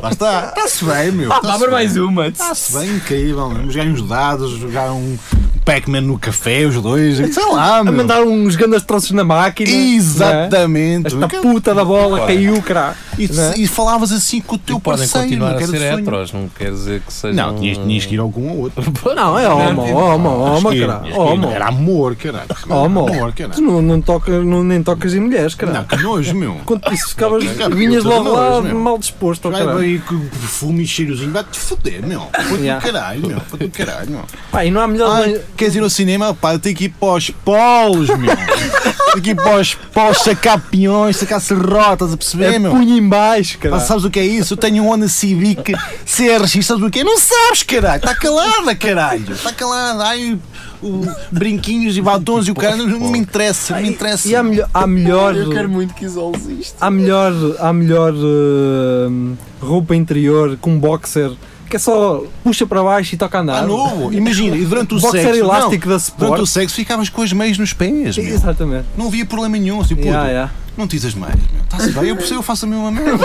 Speaker 3: Lá está! Está-se bem, meu! Está-se
Speaker 5: Abra mais uma.
Speaker 3: Está-se bem, incrível! meu. Jogaram uns dados, jogaram um Pac-Man no café, os dois, sei lá,
Speaker 2: A
Speaker 3: meu!
Speaker 2: mandar uns grandes troços na máquina. não é?
Speaker 3: Exatamente!
Speaker 2: Esta puta da bola caiu, caralho.
Speaker 3: E,
Speaker 2: não é?
Speaker 3: e falavas assim com o teu
Speaker 4: E podem
Speaker 3: parceiro,
Speaker 4: continuar
Speaker 3: não
Speaker 4: a
Speaker 3: quero
Speaker 4: ser
Speaker 3: sonho.
Speaker 4: heteros, não quer dizer que sejam.
Speaker 3: Não, tinhas, tinhas que ir algum ao outro.
Speaker 2: Não, é homo, homo, homo, caralho. Homo,
Speaker 3: Era amor, caralho.
Speaker 2: homo.
Speaker 3: Amor,
Speaker 2: Tu
Speaker 3: caralho.
Speaker 2: não, não toca, não, nem tocas em mulheres,
Speaker 3: Não,
Speaker 2: caralho.
Speaker 3: que nojo, meu.
Speaker 2: Quando isso ficavas,
Speaker 3: Não,
Speaker 2: vinhas
Speaker 3: eu tô
Speaker 2: logo lá
Speaker 3: nojo, meu.
Speaker 2: mal disposto, ó,
Speaker 3: Vai
Speaker 2: caralho.
Speaker 3: aí com perfume e cheirozinho, vai-te foder, meu. Foi
Speaker 2: Yeah.
Speaker 3: do caralho, meu. Foi do caralho, meu.
Speaker 2: Pá, e não há melhor.
Speaker 3: Ai, queres ir ao cinema? Pá, eu tenho que ir para os polos, meu.
Speaker 2: [LAUGHS]
Speaker 3: tenho que ir para os polos, sacar peões, sacar serrotas, a perceber,
Speaker 2: é
Speaker 3: meu?
Speaker 2: punho em baixo,
Speaker 3: Pá,
Speaker 2: caralho.
Speaker 3: sabes o que é isso? Eu tenho um Honda Civic CRX, sabes o que é? Não sabes, caralho! Está calada, caralho! Está calada! Ai, o, o brinquinhos e batons e o cara não me interessa, não me interessa.
Speaker 2: E há melhor. Há melhor,
Speaker 7: muito que isoles isto.
Speaker 2: há melhor, há melhor eh, roupa interior com boxer que é só puxa para baixo e toca a andar.
Speaker 3: Ah, novo! Imagina, e durante o
Speaker 2: boxer
Speaker 3: sexo.
Speaker 2: elástico da
Speaker 3: não, durante o
Speaker 2: Sport.
Speaker 3: sexo ficavas com as meias nos pés, meu.
Speaker 2: Exatamente.
Speaker 3: Não havia problema nenhum, assim, puto,
Speaker 2: Yeah, yeah.
Speaker 3: não tizas mais, meu. Está-se bem, eu percebo, eu faço a mesma merda.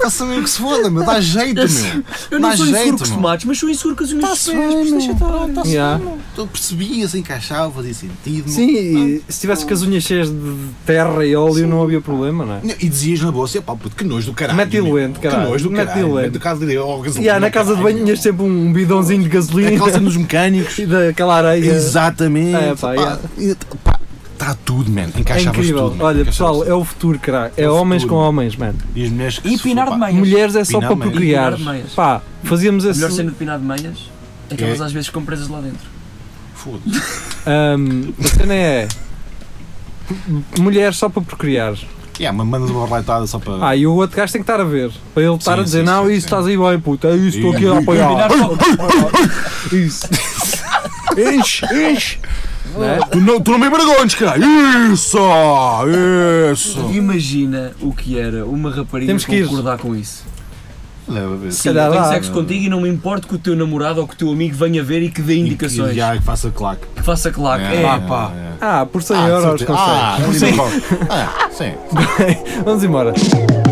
Speaker 3: Faço a mesma que se foda, meu. Dá jeito, meu.
Speaker 5: Eu
Speaker 3: Dá
Speaker 5: não sou
Speaker 3: jeito,
Speaker 5: inseguro com os
Speaker 3: meu.
Speaker 5: tomates, mas sou inseguro com os meus
Speaker 3: Está-se
Speaker 5: pés.
Speaker 3: bem, meu. Está-se
Speaker 2: Yeah.
Speaker 3: bem, meu. Tu percebias, encaixava, fazia sentido, meu.
Speaker 2: Sim, e se tivesse com as unhas cheias de terra e óleo não havia problema, não é?
Speaker 3: E dizias na bolsa, pá, puto, que nojo do caralho.
Speaker 2: Mete
Speaker 3: meu.
Speaker 2: diluente,
Speaker 3: Que
Speaker 2: caralho.
Speaker 3: nojo do
Speaker 2: Mete
Speaker 3: caralho.
Speaker 2: diluente.
Speaker 3: do caso de oh, gasolina,
Speaker 2: E há na casa de
Speaker 3: caralho,
Speaker 2: banho tinhas sempre um bidãozinho de
Speaker 3: meu.
Speaker 2: gasolina [LAUGHS]
Speaker 3: Aquela cena dos mecânicos.
Speaker 2: e daquela areia.
Speaker 3: Exatamente.
Speaker 2: É, pá, yeah.
Speaker 3: Está tá tudo, man.
Speaker 2: É
Speaker 3: Encaixavas
Speaker 2: incrível.
Speaker 3: tudo. man.
Speaker 2: Olha,
Speaker 3: Encaixavas
Speaker 2: pessoal, é o futuro, crack. É,
Speaker 3: É o
Speaker 2: homens
Speaker 3: futuro.
Speaker 2: com homens, mano.
Speaker 3: tudo. E as mulheres que
Speaker 5: E
Speaker 3: se
Speaker 5: pinar de
Speaker 3: fopam.
Speaker 5: meias.
Speaker 2: Mulheres é só
Speaker 3: Pinar
Speaker 2: para
Speaker 3: meias.
Speaker 2: procriar.
Speaker 5: Pinar meias.
Speaker 2: Pá, fazíamos
Speaker 5: A
Speaker 2: esse.
Speaker 5: melhor cena de pinar de meias é aquelas às vezes com presas lá dentro.
Speaker 3: Foda-se.
Speaker 2: Ahm, a cena é. Mulheres só para procriar.
Speaker 3: Yeah, mas mandas uma borletada só para.
Speaker 2: Ah, e o outro gajo tem que estar a ver. Para ele estar
Speaker 3: Sim,
Speaker 2: a dizer:
Speaker 3: sim,
Speaker 2: Não,
Speaker 3: sim,
Speaker 2: isso
Speaker 3: sim.
Speaker 2: estás aí bem, puta. É isso, estou aqui a
Speaker 3: E-
Speaker 2: apoiar.
Speaker 5: Combinar
Speaker 2: [LAUGHS]
Speaker 5: só-
Speaker 2: Isso.
Speaker 3: Enche, enche!
Speaker 2: não é?
Speaker 3: Tu não, tu não me envergonhes, caralho! Isso! [LAUGHS] Isso!
Speaker 5: Imagina o que era uma rapariga
Speaker 2: Temos que ir.
Speaker 5: concordar com isso.
Speaker 3: Leva a ver.
Speaker 5: Sim,
Speaker 2: calhar
Speaker 5: eu tenho
Speaker 2: dá.
Speaker 5: sexo contigo e não me importo que o teu namorado ou que o teu amigo venha ver e que dê indicações.
Speaker 3: E, e, e, faça claque.
Speaker 5: Que faça claque. É, pá, pá.
Speaker 2: Ah, por 100
Speaker 3: Ah,
Speaker 2: euros
Speaker 3: certeza.
Speaker 2: consegue.
Speaker 3: Ah, sim. Ah, sim.
Speaker 2: [LAUGHS] Vamos embora.
Speaker 6: Sim.